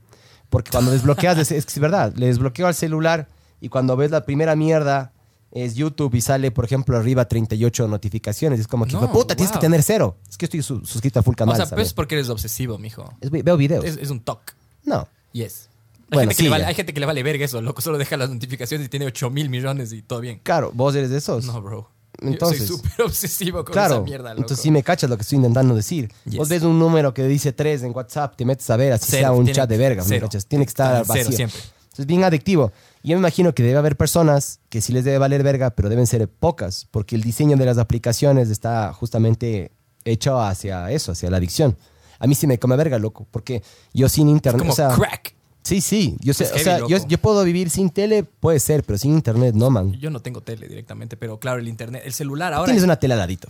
C: Porque
D: [laughs]
C: cuando desbloqueas, es, es que es verdad, le desbloqueo al celular y cuando ves la primera mierda es YouTube y sale, por ejemplo, arriba 38 notificaciones. Es como que,
D: No,
C: "Hijo de puta, tienes que
D: wow.
C: tener cero. Es que estoy su- suscrito a full
D: O
C: canal,
D: sea,
C: ¿sabes?
D: pues porque eres obsesivo, mijo.
C: Es- veo videos.
D: Es, es un toque.
C: no.
D: Yes. Hay,
C: Bueno,
D: gente que le
C: sí,
D: vale,
C: ya.
D: hay gente que le vale verga eso, loco. Solo deja las notificaciones y tiene 8 mil millones y todo bien.
C: Claro, vos eres de esos.
D: No, bro.
C: Pues, Entonces-
D: Yo soy súper [laughs] obsesivo con
C: claro.
D: esa mierda, loco.
C: Entonces sí me cachas lo que estoy intentando decir.
D: Yes.
C: Vos ves un número que dice 3 en WhatsApp, te metes a ver, así
D: Cero,
C: sea un
D: tiene-
C: chat de verga, ¿me
D: cero.
C: cachas? Tiene que estar
D: Está en
C: vacío.
D: cero siempre.
C: Entonces, es bien adictivo. Y yo me imagino que debe haber personas que sí les debe valer verga, pero deben ser pocas, porque el diseño de las aplicaciones está justamente hecho hacia eso, hacia la adicción. A mí sí me come verga, loco, porque yo sin internet...
D: Como
C: o sea,
D: crack.
C: Sí, sí. Yo, sé-
D: Es
C: o
D: heavy,
C: sea, yo,
D: loco.
C: yo puedo vivir sin tele, puede ser, pero sin internet, no, man.
D: Yo no tengo tele directamente, pero claro, el internet, el celular
C: Tú
D: ahora.
C: Tienes una tele al ladito.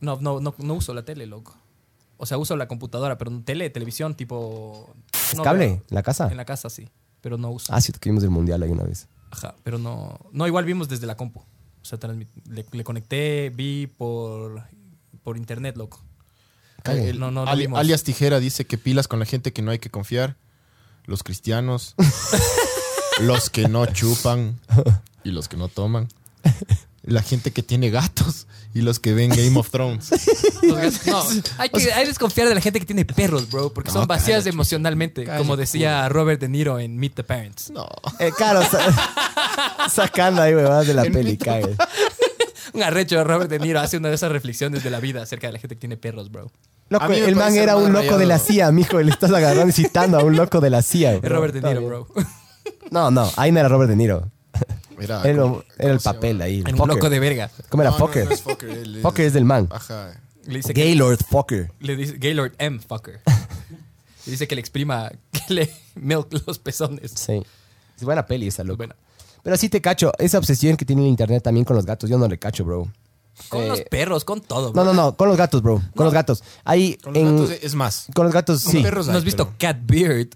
D: No, no, no, no uso la tele, loco. O sea, uso la computadora, pero tele, televisión, tipo. no
C: cable?
D: veo.
C: ¿En la casa?
D: En la casa, sí. Pero no uso.
C: Ah, sí, que vimos el mundial ahí una vez.
D: Ajá, pero no. No, igual vimos desde la compu. O sea, transmit- le, le conecté, vi por, por internet, loco.
C: Cague.
B: El-
D: No, no, no
B: ali-
D: vimos.
B: alias Tijera dice que pilas con la gente que no hay que confiar. Los [laughs] cristianos. los que no [laughs] chupan. Y los que no toman. La gente que tiene gatos. Y los que ven Game of [laughs] Thrones.
D: Los [laughs] gas- no, hay que, hay que desconfiar de la gente que tiene perros, bro, porque son vacías emocionalmente, como decía Robert De Niro en Meet the Parents.
B: No.
C: Eh, claro, sa- [laughs] sacando ahí huevadas de la peli, cague.
D: Un arrecho de Robert De Niro hace una de esas reflexiones de la vida acerca de la gente que tiene perros, bro.
B: A
C: Loco,
B: mí me
C: el man
B: parece
C: era
B: más
C: un loco de la
B: rayado.
C: CIA, mijo. y Le estás agarrando y citando a un loco de la CIA.
D: Es
C: bro.
D: Robert De
C: Está
D: Niro,
C: bien.
D: bro.
C: No, no, ahí no era Robert De Niro.
B: Era,
C: Era,
B: Ah, ¿cómo-
C: era el
B: cómo se llama?
C: papel ahí.
D: Un
C: Fokker.
D: loco de verga.
C: ¿Cómo era
B: No, no, no
C: Fokker?
B: es Fokker, él es-
C: Fokker es del man.
B: Ajá.
D: Le dice que
C: Gaylord Fokker.
D: Le dice Gaylord M.
C: [laughs]
D: Fucker. Le dice que le exprima, [laughs] que le milk los pezones.
C: Sí. Es buena peli esa, loco.
D: Buena.
C: Pero sí te cacho. Esa obsesión que tiene el internet también con los gatos, yo no le cacho, bro.
D: Con
C: Eh,
D: los perros, con todo.
C: No,
D: bro.
C: no, no. Con los gatos, bro. Con los gatos. Ahí
B: Con los
C: en...
B: gatos es más.
C: Con los gatos,
B: Con
C: sí.
B: perros
D: ¿No has
B: hay,
D: visto
B: pero-
D: Cat Beard?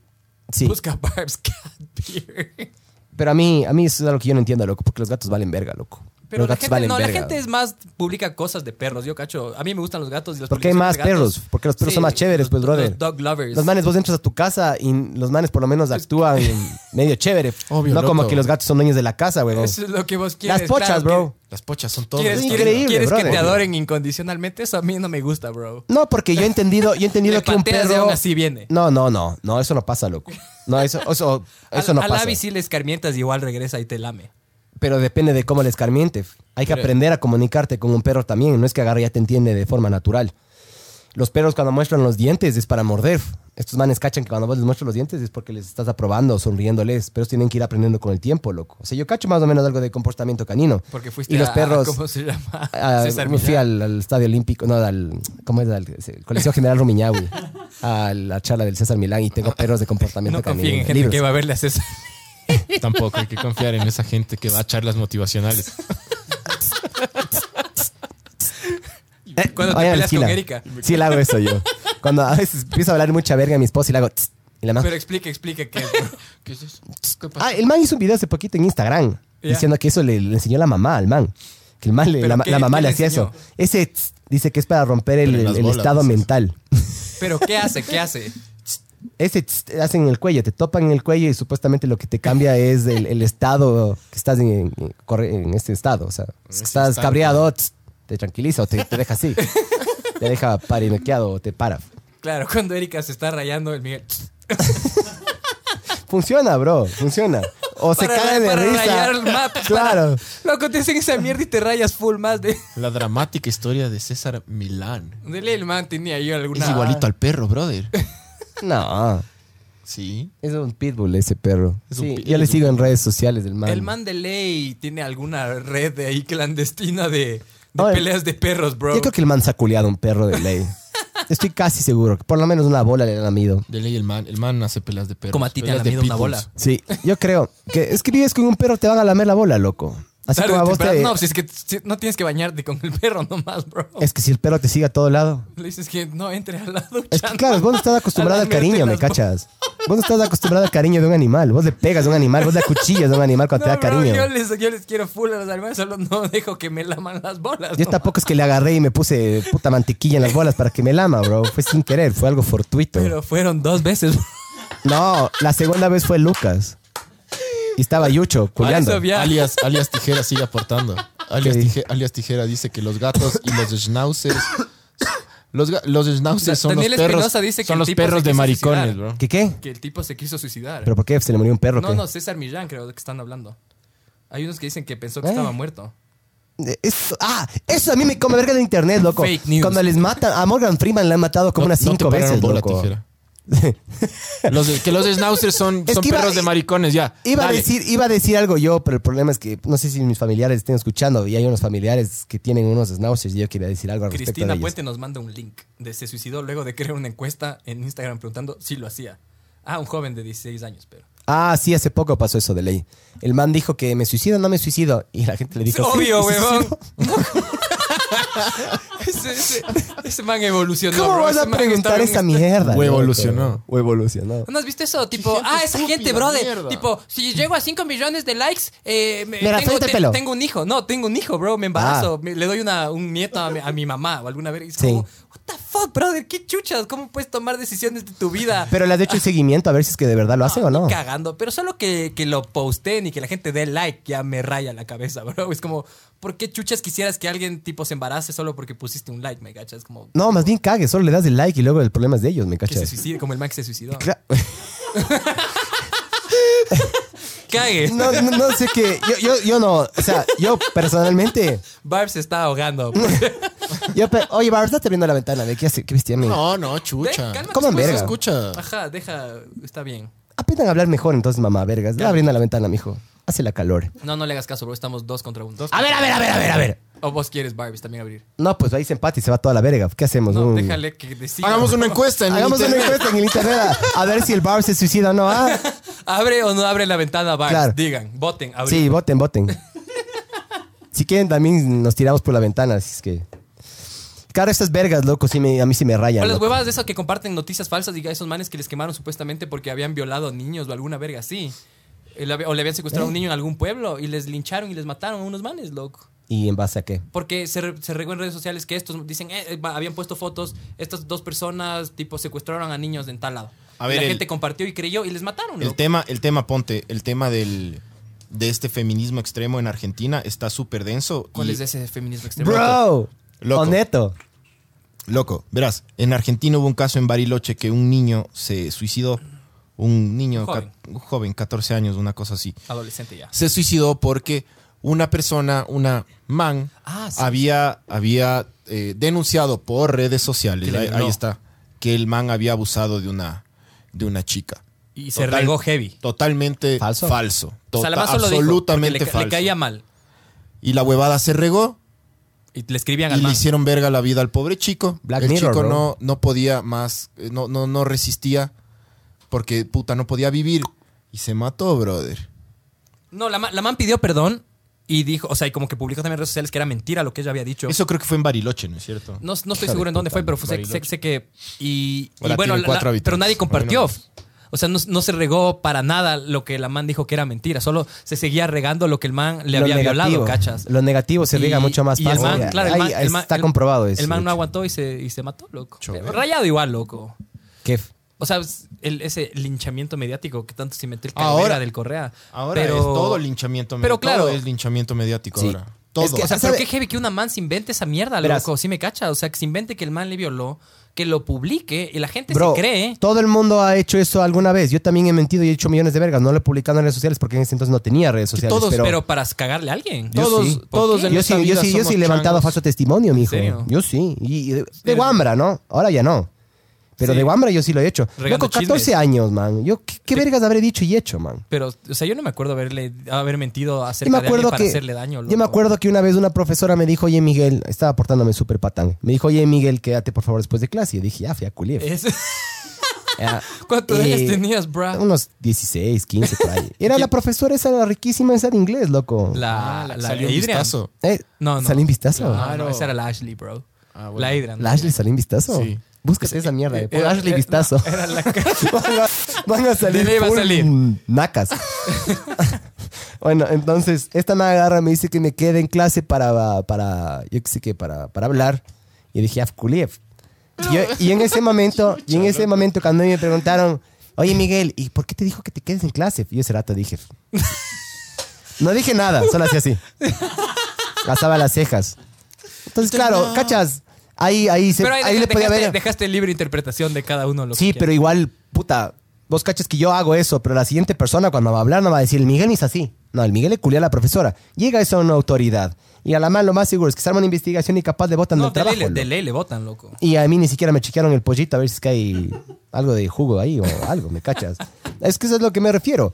C: Sí.
D: Busca Barb's Cat Beard.
C: Pero a mí, a mí eso es algo que yo no entiendo, loco, porque los gatos valen verga, loco.
D: Pero
C: los
D: la
C: gatos
D: gente,
C: valen
D: no,
C: verga.
D: la gente es más, publica cosas de perros. Yo cacho, a mí me gustan los gatos y los
C: Porque hay más perros, porque los perros son más chéveres, pues, brother.
D: Los dog lovers.
C: Los manes, vos entras a tu casa y los manes por lo menos actúan [laughs] medio chévere.
B: Obvio,
C: no como
B: loco.
C: que los gatos son dueños de la casa, weón.
D: [laughs] Eso es lo que vos quieres.
C: Las pochas,
D: claro,
C: bro.
B: Las pochas son todo.
D: ¿Quieres,
C: Es
D: quieres-
C: increíble,
D: quieres que
C: brother.
D: te adoren incondicionalmente? Eso a mí no me gusta, bro.
C: No, porque yo he entendido, yo he entendido
D: [laughs] Le
C: que un
D: pateas y
C: perro.
D: aún así viene.
C: No, no, no. No, eso no pasa, loco. No, eso,
D: [laughs]
C: eso, eso
D: Al-
C: no
D: al
C: pasa.
D: Abby sí le escarmientas y igual regresa y te lame.
C: Pero depende de cómo le escarmiente. Hay que aprender a comunicarte con un perro también. No es que agarre y ya te entiende de forma natural. Los perros cuando muestran los dientes es para morder. Estos manes cachan que cuando vos les muestras los dientes es porque les estás aprobando, sonriéndoles. Pero tienen que ir aprendiendo con el tiempo, loco. O sea, yo cacho más o menos algo de comportamiento canino.
D: Porque fuiste
C: y los
D: a-
C: perros...
D: ¿Cómo se llama?
C: a-
D: [laughs] César
C: me fui
D: Millán.
C: al, al Estadio Olímpico, no, al, ¿cómo es? Al, al Coliseo General Rumiñahui, a la charla del César Milán y
D: [laughs]
C: tengo perros de comportamiento
D: No
C: canino.
D: confíen en gente
C: libres.
D: que va a verle a César.
B: [laughs] Tampoco hay que confiar en esa gente que da charlas motivacionales.
D: Eh, Cuando te
C: Vayan al
D: peleas con
C: Sila.
D: Erika.
C: Sí, le hago eso yo. Cuando a veces empiezo a hablar mucha verga a mi esposa y le hago... tss, y la man,
D: Pero explica, explica que.
B: ¿Qué es eso?
C: ah, el man hizo un video hace poquito en Instagram
D: Ya.
C: diciendo que eso le, le enseñó la mamá al man. Que el man le-
D: ¿Pero
C: la,
D: qué-
C: la mamá
D: qué
C: le
D: le
C: hacía eso.
D: enseñó?
C: Ese tss, dice que es para romper el,
B: Pero en las
C: el
B: bolas,
C: estado
B: dices.
C: mental.
D: Pero ¿qué hace? ¿Qué hace?
C: Ese tss, te hacen en el cuello, te topan en el cuello y supuestamente lo que te cambia es el, el estado que estás en, en- corre- en este estado. O sea,
B: ese
C: estás
B: estado.
C: cabreado, tss, te tranquiliza o te, te deja así. te deja parinoqueado o te para.
D: Claro, cuando Erika se está rayando, el Miguel.
C: Funciona, bro, funciona. O se
D: para-
C: cagan de
D: para
C: risa.
D: rayar el mapa.
C: Claro.
D: Para, loco, te dicen esa mierda y te rayas full más de.
G: La dramática historia de César Milán.
D: Dele el man, tenía yo alguna.
B: Ah.
G: Es igualito al perro, brother.
C: No,
G: Sí.
C: es un pitbull ese perro.
G: Es un
C: Sí,
G: pit-
C: yo le
G: es un
C: sigo en redes sociales del man.
D: El man de ley tiene alguna red de ahí clandestina de, de
C: No, el-
D: peleas de perros, bro.
C: Yo creo que el man se ha culeado a un perro de
D: [laughs]
C: ley. Estoy casi seguro que por lo menos una bola le han lamido.
G: De ley el man. El man hace pelas de perro.
D: Como a ti te han lamido una bola.
C: Sí, yo creo que es que vives con un perro te van a lamer la bola, loco. Así
D: Tarde
C: como
D: o
C: a vos
D: temprano-
C: te...
D: No, si es que si- no tienes que bañarte con el perro nomás, bro.
C: Es que si el perro te sigue a todo lado.
D: Le dices que no entre al lado.
C: Es que claro, vos no estás acostumbrado al
D: Alámbrate
C: cariño, me
D: las bo-
C: cachas. Vos no estás acostumbrado al cariño de un animal. Vos le pegas a un animal, vos le acuchillas a un animal cuando te da cariño.
D: yo, les, yo les quiero full a los animales, solo no dejo que me laman las bolas.
C: Yo
D: ¿no?
C: tampoco es que le agarré y me puse puta mantequilla en las bolas para que me lama, bro. Fue sin querer, fue algo fortuito.
D: Pero fueron dos veces. [laughs]
C: No, la segunda vez fue Lucas. Y estaba Yucho, culeando.
D: Ah, eso Ya.
G: Alias, alias Tijera sigue aportando. Alias,
C: ¿Qué
G: Tije- alias Tijera dice que los gatos y los schnauzers. Los, ga- los schnauzers son
D: Daniel
G: los perros.
D: Espinosa dice que
G: son
D: el
G: los
D: tipo
G: perros
D: se
G: de
D: quiso
G: maricones,
D: suicidar.
G: bro.
C: ¿Qué qué?
D: que el tipo se quiso suicidar.
C: ¿Pero por qué? ¿Se le murió un perro? o
D: no,
C: qué?
D: no, César Millán creo que están hablando. Hay unos que dicen que pensó que
C: Eh.
D: estaba muerto.
C: Eso- ah, eso a mí me come verga de internet, loco.
D: Fake news.
C: Cuando les matan, a Morgan Freeman le han matado como
G: No-
C: unas
G: no te
C: cinco
G: pararon
C: veces,
G: bola,
C: loco.
G: Tijera. Los de- que los schnauzers
B: [laughs]
G: son,
C: Es
G: son
C: que iba-
G: perros de maricones, ya.
C: Iba a,
G: Dale.
C: decir, iba a decir algo yo, pero el problema es que no sé si mis familiares estén escuchando y hay unos familiares que tienen unos schnauzers y yo quería decir algo al respecto
D: Cristina pues,
C: de ellos.
D: Puente nos manda un link de se suicidó luego de crear una encuesta en Instagram preguntando si lo hacía. Ah, un joven de 16 años, pero. [laughs]
C: Ah, sí, hace poco pasó eso de ley. El man dijo que me suicido, no me suicido. [laughs] Y la gente le dijo...
D: Es
C: "Sí,
D: obvio,
C: me
D: huevón.
C: suicido".
D: Ese, ese- ese man evolucionó.
C: ¿Cómo
D: bro.
C: vas
D: Ese
C: a
D: man
C: preguntar
D: estaba en este
C: esa
D: un-
C: mierda?
G: O
C: loco?
G: evolucionó.
C: O evolucionó.
D: ¿No has visto eso? Tipo,
G: gente
D: ah, esa
G: estúpida,
D: gente, brother.
G: mierda.
D: Tipo, si llego a 5 millones de likes, eh, me-
C: Mira,
D: tengo,
C: suéltate el pelo. Ah.
D: tengo un hijo. No, tengo un hijo, bro. Me embarazo. Me- le doy una, un nieto a mi, a mi mamá o alguna vez. Y es
C: Sí.
D: como, what the fuck, brother? ¿Qué chuchas? ¿Cómo puedes tomar decisiones de tu vida?
C: Pero le has hecho el seguimiento a ver si es que de verdad lo hacen ¿Ah, o no.
D: Cagando. Pero solo que, que lo posten y que la gente dé like ya me raya la cabeza, [laughs] bro. Es como, ¿por qué chuchas quisieras que alguien tipo se embarace solo porque pusiste un like, me cachas? Como
C: No, más bien cague, solo le das el like y luego el problema es de ellos, me
D: que se
C: cachas.
D: suicide, como el man que se suicidó.
C: Cla- [laughs]
D: Cague.
C: [laughs] No, no, no sé qué. Yo, yo, yo no. O sea, yo personalmente.
D: Barb se está ahogando.
C: Yo pe- Oye, Barbs, estás abriendo la ventana. ¿Ve qué, hace- qué bestia, amigo?
G: No, no, chucha.
D: Ve, cálmate,
C: Coman
D: esposa.
C: verga.
G: Escucha.
D: Ajá, deja, está bien.
C: Aprendan a hablar mejor entonces, mamá, vergas. Ya abriendo la ventana, mijo. Hace la calor.
D: No, no le hagas caso, bro. Estamos dos contra uno.
C: A ver, a ver, a ver, a ver, a ver.
D: O vos quieres Barbies también abrir.
C: No, pues ahí se empate y se va toda la verga. ¿Qué hacemos?
D: No,
C: Un-
D: déjale que decida.
G: Hagamos una encuesta en el
C: Hagamos una
G: internet.
C: encuesta en el internet a- a ver si el Barbs se suicida o no. Ah,
D: [laughs] Abre o no abre la ventana, Barbs.
C: Claro.
D: Digan, voten, abrir.
C: sí, voten, voten. Si quieren, también nos tiramos por la ventana. Así es que. Claro, estas vergas, loco, sí me- a mí sí me
D: O
C: rayan.
D: las
C: loco.
D: huevas de esas que comparten noticias falsas y a esos manes que les quemaron supuestamente porque habían violado niños o alguna verga así. Eh, la- O le habían secuestrado a un niño en algún pueblo y les lincharon y les mataron a unos manes, loco.
C: ¿Y en base a qué?
D: Porque se, re- se regó en redes sociales que estos dicen, eh, eh, va- habían puesto fotos, estas dos personas tipo secuestraron a niños en tal lado.
G: A
D: Y
G: ver,
D: la
G: el-
D: gente compartió y creyó y les mataron.
G: El
D: loco.
G: tema, el tema, ponte, el tema del, de este feminismo extremo en Argentina está súper denso.
D: ¿Cuál
G: y-
D: es ese feminismo extremo?
C: Bro,
G: Loco.
C: honesto.
G: Loco, verás, en Argentina hubo un caso en Bariloche que un niño se suicidó. Un niño,
D: Joven.
G: ca- un joven 14 años, una cosa así.
D: Adolescente ya.
G: se suicidó porque una persona, una man,
D: Ah, sí.
G: había, había eh, denunciado por redes sociales,
D: Que le
G: ahí,
D: violó.
G: ahí está, que el man había abusado de una, de una chica.
D: Y se
G: Total-
D: regó heavy.
G: Totalmente falso.
C: Falso.
D: o sea,
G: Tota-
D: la más solo dijo,
G: absolutamente
D: porque le, ca-
G: falso.
D: Le caía mal.
G: Y la huevada se regó
D: Y le escribían
G: y
D: al
G: le
D: man.
G: hicieron verga la vida al pobre chico.
C: Black
G: el
C: Mirror,
G: chico
C: bro.
G: no, no podía más, eh, no, no, no resistía porque puta no podía vivir. Y se mató, brother.
D: No, la, ma- la man pidió perdón y dijo, o sea, y como que publicó también en redes sociales que era mentira lo que ella había dicho.
G: Eso creo que fue en Bariloche, ¿no es cierto?
D: No, no estoy seguro en dónde fue, pero fue- sé, sé- sé que. Y, y
G: Ahora
D: bueno,
G: tiene
D: la-
G: cuatro habitantes.
D: pero nadie compartió.
G: Bueno.
D: O sea, no, no se regó para nada lo que la man dijo que era mentira. Solo se seguía regando lo que el man le
C: Lo
D: había violado,
C: negativo.
D: ¿cachas?
C: Lo negativo se
D: Y-
C: riega mucho más
D: y el
C: fácil.
D: man, claro, el
C: Ahí-
D: man-
C: ahí
D: el man-
C: está
D: el-
C: comprobado eso.
D: El man no aguantó y se, y se mató, loco.
G: Chover.
D: Rayado igual, loco.
C: ¿Qué?
D: O sea, es- el- ese linchamiento mediático que tanto se inventó el
G: Ahora-
D: Calavera del Correa.
G: Ahora
D: Pero-
G: es todo linchamiento
D: Pero
G: mediático.
D: claro,
G: es linchamiento mediático
C: Sí.
G: ahora.
B: Todo.
C: Es que-
D: O sea,
C: ¿sabe?
D: pero qué heavy que una man se invente esa mierda,
C: Verás.
D: loco. Sí me cacha. O sea, que se invente que el man le violó, que lo publique y la gente
C: Bro,
D: Este se cree. ¿eh?
C: todo el mundo ha hecho eso alguna vez. Yo también he mentido y he hecho millones de vergas. No lo he publicado en redes sociales porque en ese entonces no tenía redes
D: Que
C: sociales.
D: todos, pero,
C: pero,
D: para cagarle a alguien.
B: Yo
D: todos,
B: sí.
D: todos
B: ¿Por
D: en
B: qué?
C: yo
D: esta
C: sí, yo
D: vida
C: sí, yo
B: somos
C: sí he levantado
B: changos.
C: falso testimonio, mijo.
D: serio?
C: Yo sí. Y, y de, de
D: Sí.
C: Guambra, ¿no? Ahora ya no. Pero
D: Sí.
C: de Guambra yo sí lo he hecho.
D: Regando
C: Loco, 14
D: chismes.
C: años, man. Yo, ¿qué, qué vergas habré dicho y hecho, man?
D: Pero, o sea, yo no me acuerdo haberle, haber mentido
C: Yo
D: acerca
C: me
D: de alguien
C: acuerdo
D: para
C: que.
D: hacerle daño.
C: yo me
D: loco.
C: acuerdo que una vez una profesora me dijo, oye, Miguel, estaba portándome súper patán. Me dijo, oye, Miguel, quédate por favor después de clase. Y yo dije, ya, fui a culiar.
D: [laughs] Es-
C: Ya.
D: Eh, [laughs] ¿Cuántos
C: Y-
D: años tenías, bra?
C: Unos 16, 15 por
D: [laughs]
C: ahí. Era la profesora esa, la riquísima esa de inglés, loco.
D: La, la,
B: Ah, Salió un
D: Adrian.
B: vistazo.
C: Eh,
D: No, no.
C: ¿Salín vistazo?
D: No, no, esa era la Ashley, bro.
B: Ah, bueno.
D: La Adrian.
C: ¿La Ashley salín vistazo?
B: Sí.
C: Búscate esa mierda. eh. Pon
D: era-
C: Ashley
D: eh,
C: vistazo.
D: [laughs] Era la
C: van, a, [laughs] van a salir.
D: De ley va a
C: full,
D: salir.
C: mm, Nacas. [laughs] bueno, entonces, esta me agarra, me dice que me quede en clase para, para yo qué sé qué, para, para hablar. Y dije, Afkuliev. Y, yo- y en ese momento, y en ese momento, cuando me preguntaron, oye Miguel, ¿y por qué te dijo que te quedes en clase? Y yo ese rato dije, no dije nada, solo hacía así. Casaba las cejas. Entonces, claro, cachas, ahí, ahí, se,
D: Pero ahí,
C: ahí le
D: dejaste,
C: podía ver.
D: dejaste libre interpretación de cada uno. Lo
C: Sí,
D: que
C: pero igual, puta, vos cachas que yo hago eso, pero la siguiente persona cuando va a hablar no va a decir, el Miguel es así. No, el Miguel le culea a la profesora. Llega eso a una autoridad. Y a la mano lo más seguro es que se arma una investigación y capaz de botan
D: No,
C: del
D: de
C: trabajo.
D: ley, le-
C: loco.
D: de ley le votan, loco.
C: Y a mí ni siquiera me chequearon el pollito a ver si es que hay algo de jugo ahí o algo, ¿me cachas? Es que eso es lo que me refiero.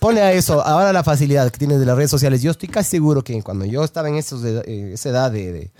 C: Pone a eso, ahora la facilidad que tienes de las redes sociales. Yo estoy casi seguro que cuando yo estaba en esos de- eh, esa edad de, de-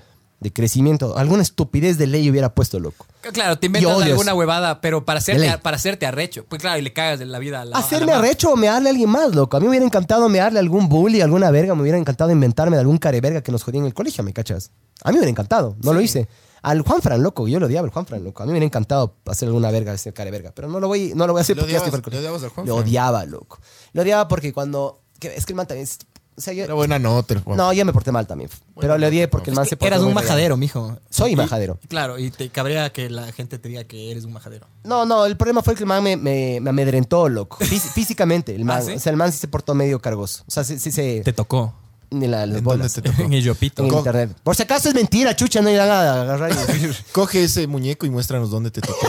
C: de crecimiento, alguna estupidez de ley hubiera puesto loco.
D: Claro, te
C: Yo
D: inventas
C: odio
D: alguna
C: eso.
D: huevada, pero para
C: De
D: hacerte,
C: ley.
D: para hacerte arrecho. Pues claro, y le cagas de la vida a la. a la
C: Hacerme
D: mamá.
C: arrecho o mearle a alguien más, loco. A mí me hubiera encantado mearle a algún bully, a alguna verga. Me hubiera encantado inventarme de algún careverga que nos jodía en el colegio, ¿me cachas? A mí me hubiera encantado. No lo hice. Al Juanfran, loco. Yo lo odiaba al Juanfran, loco. A mí me hubiera encantado hacer alguna verga, hacer careverga. Pero no lo voy, no lo voy a hacer
B: ¿Le
C: porque ya estoy
B: odiabas-
C: fuera del
B: le odiabas al
C: colegio.
B: Juanfran?
C: Lo odiaba, loco. Lo odiaba porque cuando... que- es que el man también... es- o sea, yo-
B: Era buena nota el Juan.
C: no, yo me porté mal también. pero le odié porque el man se portó
D: Eras
C: muy
D: un
C: regalo.
D: majadero, mijo.
C: Soy majadero.
D: Claro, y te cabrea que la gente te diga que eres un majadero.
C: No, no, el problema fue que el man me, me- me amedrentó, loco. Fí- [laughs] físicamente, el man.
D: Ah, ¿sí?
C: O sea, el man sí se portó medio cargoso. O sea, sí, sí se...
D: Te tocó.
C: Ni la, las
B: ¿En
C: bolas.
B: dónde te tocó?
D: [laughs] En el Yopito.
C: En internet. Por si acaso es mentira, chucha, no hay nada a
B: [laughs]
C: agarrar. y-
B: Coge ese muñeco y muéstranos dónde te tocó.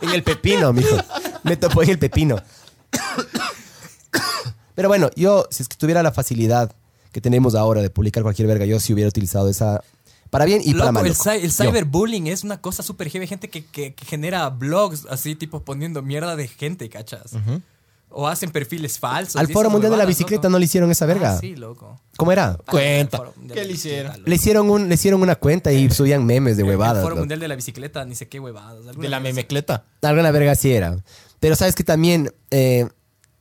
C: en el pepino, mijo. Me topó en el pepino. Pero bueno, yo, si es que tuviera la facilidad que tenemos ahora de publicar cualquier verga, yo sí hubiera utilizado esa para bien y para
D: Loco,
C: mal.
D: el,
C: loco.
D: cy- el
C: Yo.
D: cyberbullying es una cosa súper heavy. Gente que, que- que genera blogs así, tipo poniendo mierda de gente, ¿cachas? O hacen perfiles falsos.
C: Al
D: y
C: Foro
D: esas
C: Mundial de la
D: huevadas,
C: Bicicleta
D: loco.
C: no le hicieron esa verga.
D: Ah, sí, loco. Ah,
C: ¿Cómo era?
B: Cuenta.
D: El Foro Mundial
B: ¿Qué
D: de la
B: le hicieron?
D: Bicicleta, loco.
C: Le hicieron, un, le hicieron una cuenta y subían memes de
D: El
C: huevadas.
D: Foro
C: loco.
D: Mundial de la Bicicleta, ni sé qué huevadas. alguna
B: De la
D: cosa.
B: memecleta.
C: Alguna verga sí era. Pero sabes que también eh,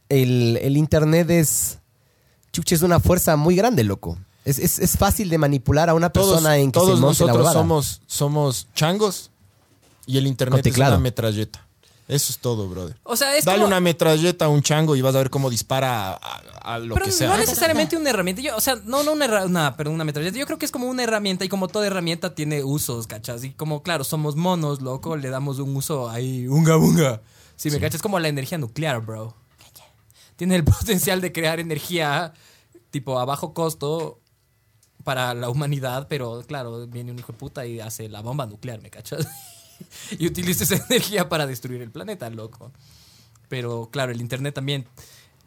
C: el, el internet es. Chucha, es una fuerza muy grande, loco. Es, es- es fácil de manipular a una
B: Todos,
C: persona en que
B: todos
C: se monte la
B: nosotros
C: huevada.
B: somos, somos changos y el
C: Con
B: internet es
C: teclado.
B: una metralleta. Eso es todo, brother.
D: O sea, es
B: Dale
D: como-
B: una metralleta a un chango y vas a ver cómo dispara a, a- a lo
D: pero
B: que
D: no
B: sea.
D: necesariamente una herramienta. Yo, o sea, no, no una, herra- una, perdón, una metralleta. Yo creo que es como una herramienta y como toda herramienta tiene usos, ¿cachas? Y como, claro, somos monos, loco, le damos un uso ahí, unga, unga. Si me cachas, es como la energía nuclear, bro. Tiene el [laughs] potencial de crear energía, tipo, a bajo costo para la humanidad, pero claro, viene un hijo de puta y hace la bomba nuclear, ¿me cachas? [laughs] y utiliza esa energía para destruir el planeta, loco. Pero claro, el Internet también.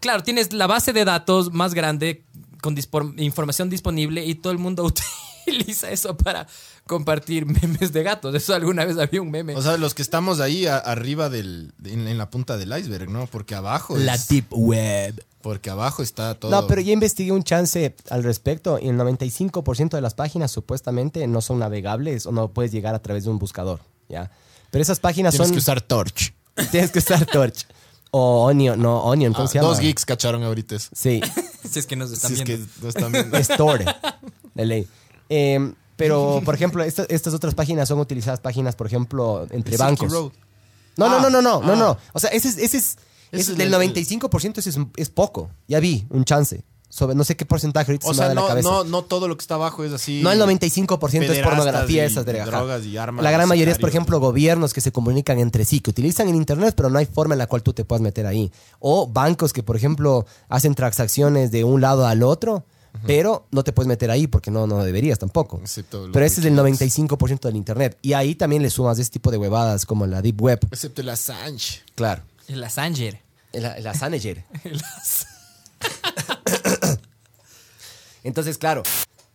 D: Claro, tienes la base de datos más grande con dispor- información disponible y todo el mundo [laughs] utiliza eso para compartir memes de gatos. Eso alguna vez había un meme.
B: O sea, los que estamos ahí a- arriba del, en, en la punta del iceberg, ¿no? Porque abajo es-
D: Web.
B: porque abajo está todo.
C: No, pero yo investigué un chance al respecto y el 95% de las páginas supuestamente no son navegables o no puedes llegar a través de un buscador, ¿ya? Pero esas páginas
B: Tienes
C: son...
B: que usar Torch.
C: [laughs] tienes que usar Torch. O Onion, no, Onion, ¿cómo
B: Ah,
C: se llama?
B: Dos geeks cacharon ahorita eso. [laughs]
C: Sí.
D: [laughs] Si es que nos están
B: Si es
D: viendo.
B: que no
C: [laughs]
B: están viendo.
C: Store. De ley. Eh, pero, por ejemplo, esta- estas otras páginas son utilizadas páginas, por ejemplo,
B: Silky
C: entre bancos.
B: Road.
C: No, no,
B: Ah,
C: no, no, no, no,
B: ah.
C: no. O sea, ese es, ese es,
B: Ese
C: ese
B: es
C: del
B: el-
C: 95% ese es, es poco. Ya vi un chance. Sobre, no sé qué porcentaje ahorita
B: O
C: se me va
B: sea,
C: de la
B: no,
C: cabeza.
B: no, no todo lo que está abajo es así.
C: No el 95% es
B: Pederastas
C: pornografía
B: y
C: esas verga, ajá.
B: drogas y armas
C: La gran mayoría es, por
B: sicarios.
C: ejemplo, gobiernos que se comunican entre sí, que utilizan el internet, pero no hay forma en la cual tú te puedas meter ahí. O bancos que, por ejemplo, hacen transacciones de un lado al otro, Pero no te puedes meter ahí porque no, no deberías tampoco.
B: Excepto lo
C: Pero ese es el
B: que quieras.
C: 95% del Internet. Y ahí también le sumas ese tipo de huevadas como la Deep Web.
B: Excepto la Assange.
C: Claro.
D: El Assanger.
C: La, la Sanager.
D: [laughs] El Ass-
C: Entonces, claro,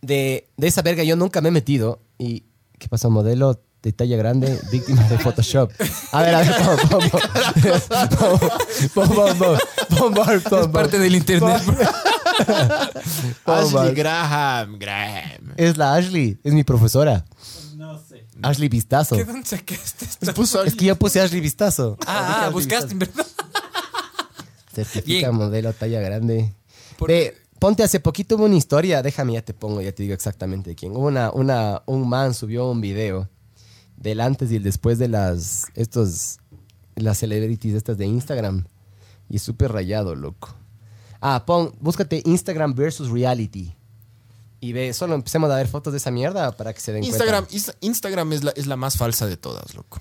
C: de, de esa verga yo nunca me he metido. ¿Y qué pasa? Modelo de talla grande, víctima de Photoshop. A ver, a ver, pom, pom,
D: [laughs]
C: pom. Pom, pom, pom, pom, pom, pom,
D: Es
C: pom.
D: parte
B: [laughs]
D: del internet. bro.
B: Ashley
C: Oh, mal.
B: Graham. Graham.
C: Es la Ashley, es mi profesora. No sé. Ashley Vistazo.
D: ¿Qué dónde
B: [laughs]
D: sacaste esto?
B: Puso
C: Es que yo puse Ashley Vistazo.
D: Ah, ah, buscaste, ¿verdad?
C: Certifica
D: Bien.
C: modelo talla grande.
D: Por-
C: Ve, ponte, hace poquito hubo una historia, déjame, ya te pongo, ya te digo exactamente de quién. Hubo una, una, un man subió un video del antes y el después de las, estos, las celebrities estas de Instagram. Y es súper rayado, loco. Ah, pon, búscate Instagram versus reality. Y ve, solo empecemos a ver fotos de esa mierda para que se den
B: Instagram,
C: cuenta.
B: Insta- Instagram es la, es la más falsa de todas, loco.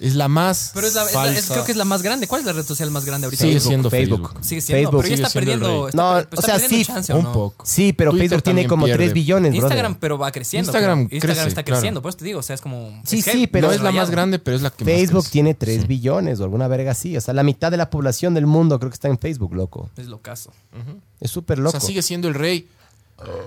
B: Es la más
D: Pero es la- es la- es-
B: falsa.
D: creo que es la más grande. ¿Cuál es la red social más grande ahorita?
B: Sigue
C: Facebook,
B: siendo
C: Facebook.
B: Facebook.
D: Sigue siendo,
C: Facebook
D: pero ya está
B: sigue siendo el
D: perdiendo.
B: rey.
C: No,
D: está per-
C: o
D: está
C: sea,
D: perdiendo
C: sí,
D: chance, ¿o
B: Un
D: no?
B: poco.
C: Sí, pero
B: Twitter
C: Facebook tiene
B: también
C: como
B: pierde.
C: 3 billones, brother.
D: Instagram, pero va creciendo.
B: Instagram
D: creo. Instagram
B: crece,
D: está
B: claro.
D: creciendo, por eso te digo, o sea, es como
C: Sí,
D: es
C: sí,
D: heavy,
C: pero-
B: no es la
D: rayado.
B: más grande, pero es la que más
C: Facebook
B: crece.
C: tiene 3 billones o alguna verga así. O sea, la mitad de la población del mundo creo que está en Facebook, loco.
D: Es lo caso.
C: Es súper
B: O
C: loco.
B: sea, sigue siendo el rey,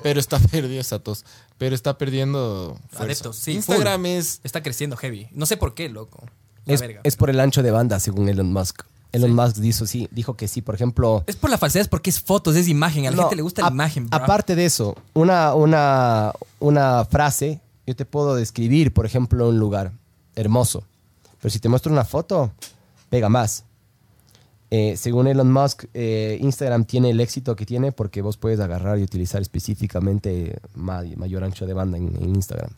B: pero está [laughs] perdiendo esa tos, pero está perdiendo fuerza.
D: Adeptos, sí,
B: Instagram es
D: Está creciendo heavy. No sé por qué, loco. La
C: es,
D: verga.
C: es por el ancho de banda, según Elon Musk. Elon Musk dijo, sí, dijo que sí, por ejemplo.
D: Es por la falsedad, es porque es fotos, es imagen. A la
C: No,
D: gente le gusta la
C: a-
D: imagen, bro.
C: Aparte de eso, una, una, una frase, yo te puedo describir, por ejemplo, un lugar hermoso. Pero si te muestro una foto, pega más. Eh, según Elon Musk, eh, Instagram tiene el éxito que tiene porque vos puedes agarrar y utilizar específicamente ma- mayor ancho de banda en, en Instagram.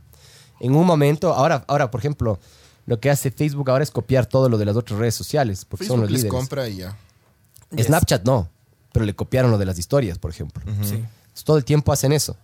C: En un momento, ahora, ahora, por ejemplo, lo que hace Facebook ahora es copiar todo lo de las otras redes sociales, porque son
B: Facebook
C: los
B: les
C: líderes.
B: compra y ya.
D: Yes.
C: Snapchat no, pero le copiaron lo de las historias, por ejemplo.
B: Mm.
D: Sí.
C: Entonces, Todo el tiempo hacen eso.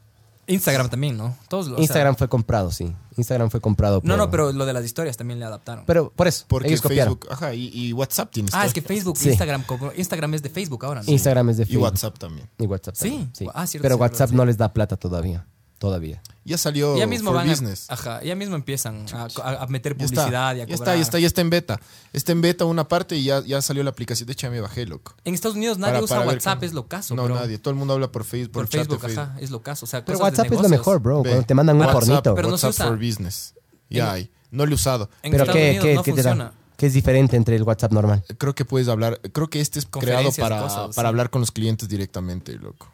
D: Instagram también, ¿no? Todos los.
C: Instagram fue comprado, sí. Instagram fue comprado.
D: no, no, pero lo de las historias también le adaptaron.
C: Pero por eso,
B: Porque
C: ellos copiaron.
B: Facebook, ajá, y, y WhatsApp tiene historia.
D: ah, es que Facebook,
C: Sí.
D: Instagram, como- Instagram es de Facebook ahora, ¿no?
C: Instagram es de
B: y
C: Facebook.
B: WhatsApp también.
C: Y WhatsApp
D: Sí.
C: también,
D: Ah, cierto,
C: pero
D: cierto,
C: WhatsApp
D: sí. Pues
C: no les da plata todavía. Todavía.
B: Ya salió
D: Ya mismo
B: For
D: van a-
B: Business.
D: ajá, ya mismo empiezan a, a- a meter
B: ya está,
D: publicidad y a
B: ya está,
D: cobrar.
B: ya está, ya está en beta. Está en beta una parte y ya, ya salió la aplicación. De hecho, ya me bajé, loco.
D: En Estados Unidos nadie
B: Para-
D: usa
B: para ver
D: WhatsApp,
B: cómo-
D: es lo caso,
B: No,
D: bro.
B: nadie. Todo el mundo habla por Facebook, por,
D: Por
B: el chat de
D: Facebook, ajá, es lo caso. O sea,
C: Pero
D: cosas de
C: WhatsApp es lo
D: negocios.
C: mejor, bro.
B: Ve.
C: Cuando te mandan un
B: WhatsApp,
C: pornito.
D: pero no se
B: WhatsApp
D: usa.
B: for Business. Ya hay. No lo he usado.
D: En
C: Pero
D: Estados
C: ¿qué,
D: Unidos
C: qué,
D: no
C: qué te da?
D: funciona.
C: ¿Qué es diferente entre el WhatsApp normal?
B: Creo que puedes hablar. Creo que este es creado
D: Conferencias,
B: para,
D: cosas,
B: para
D: sí.
B: hablar con los clientes directamente, loco.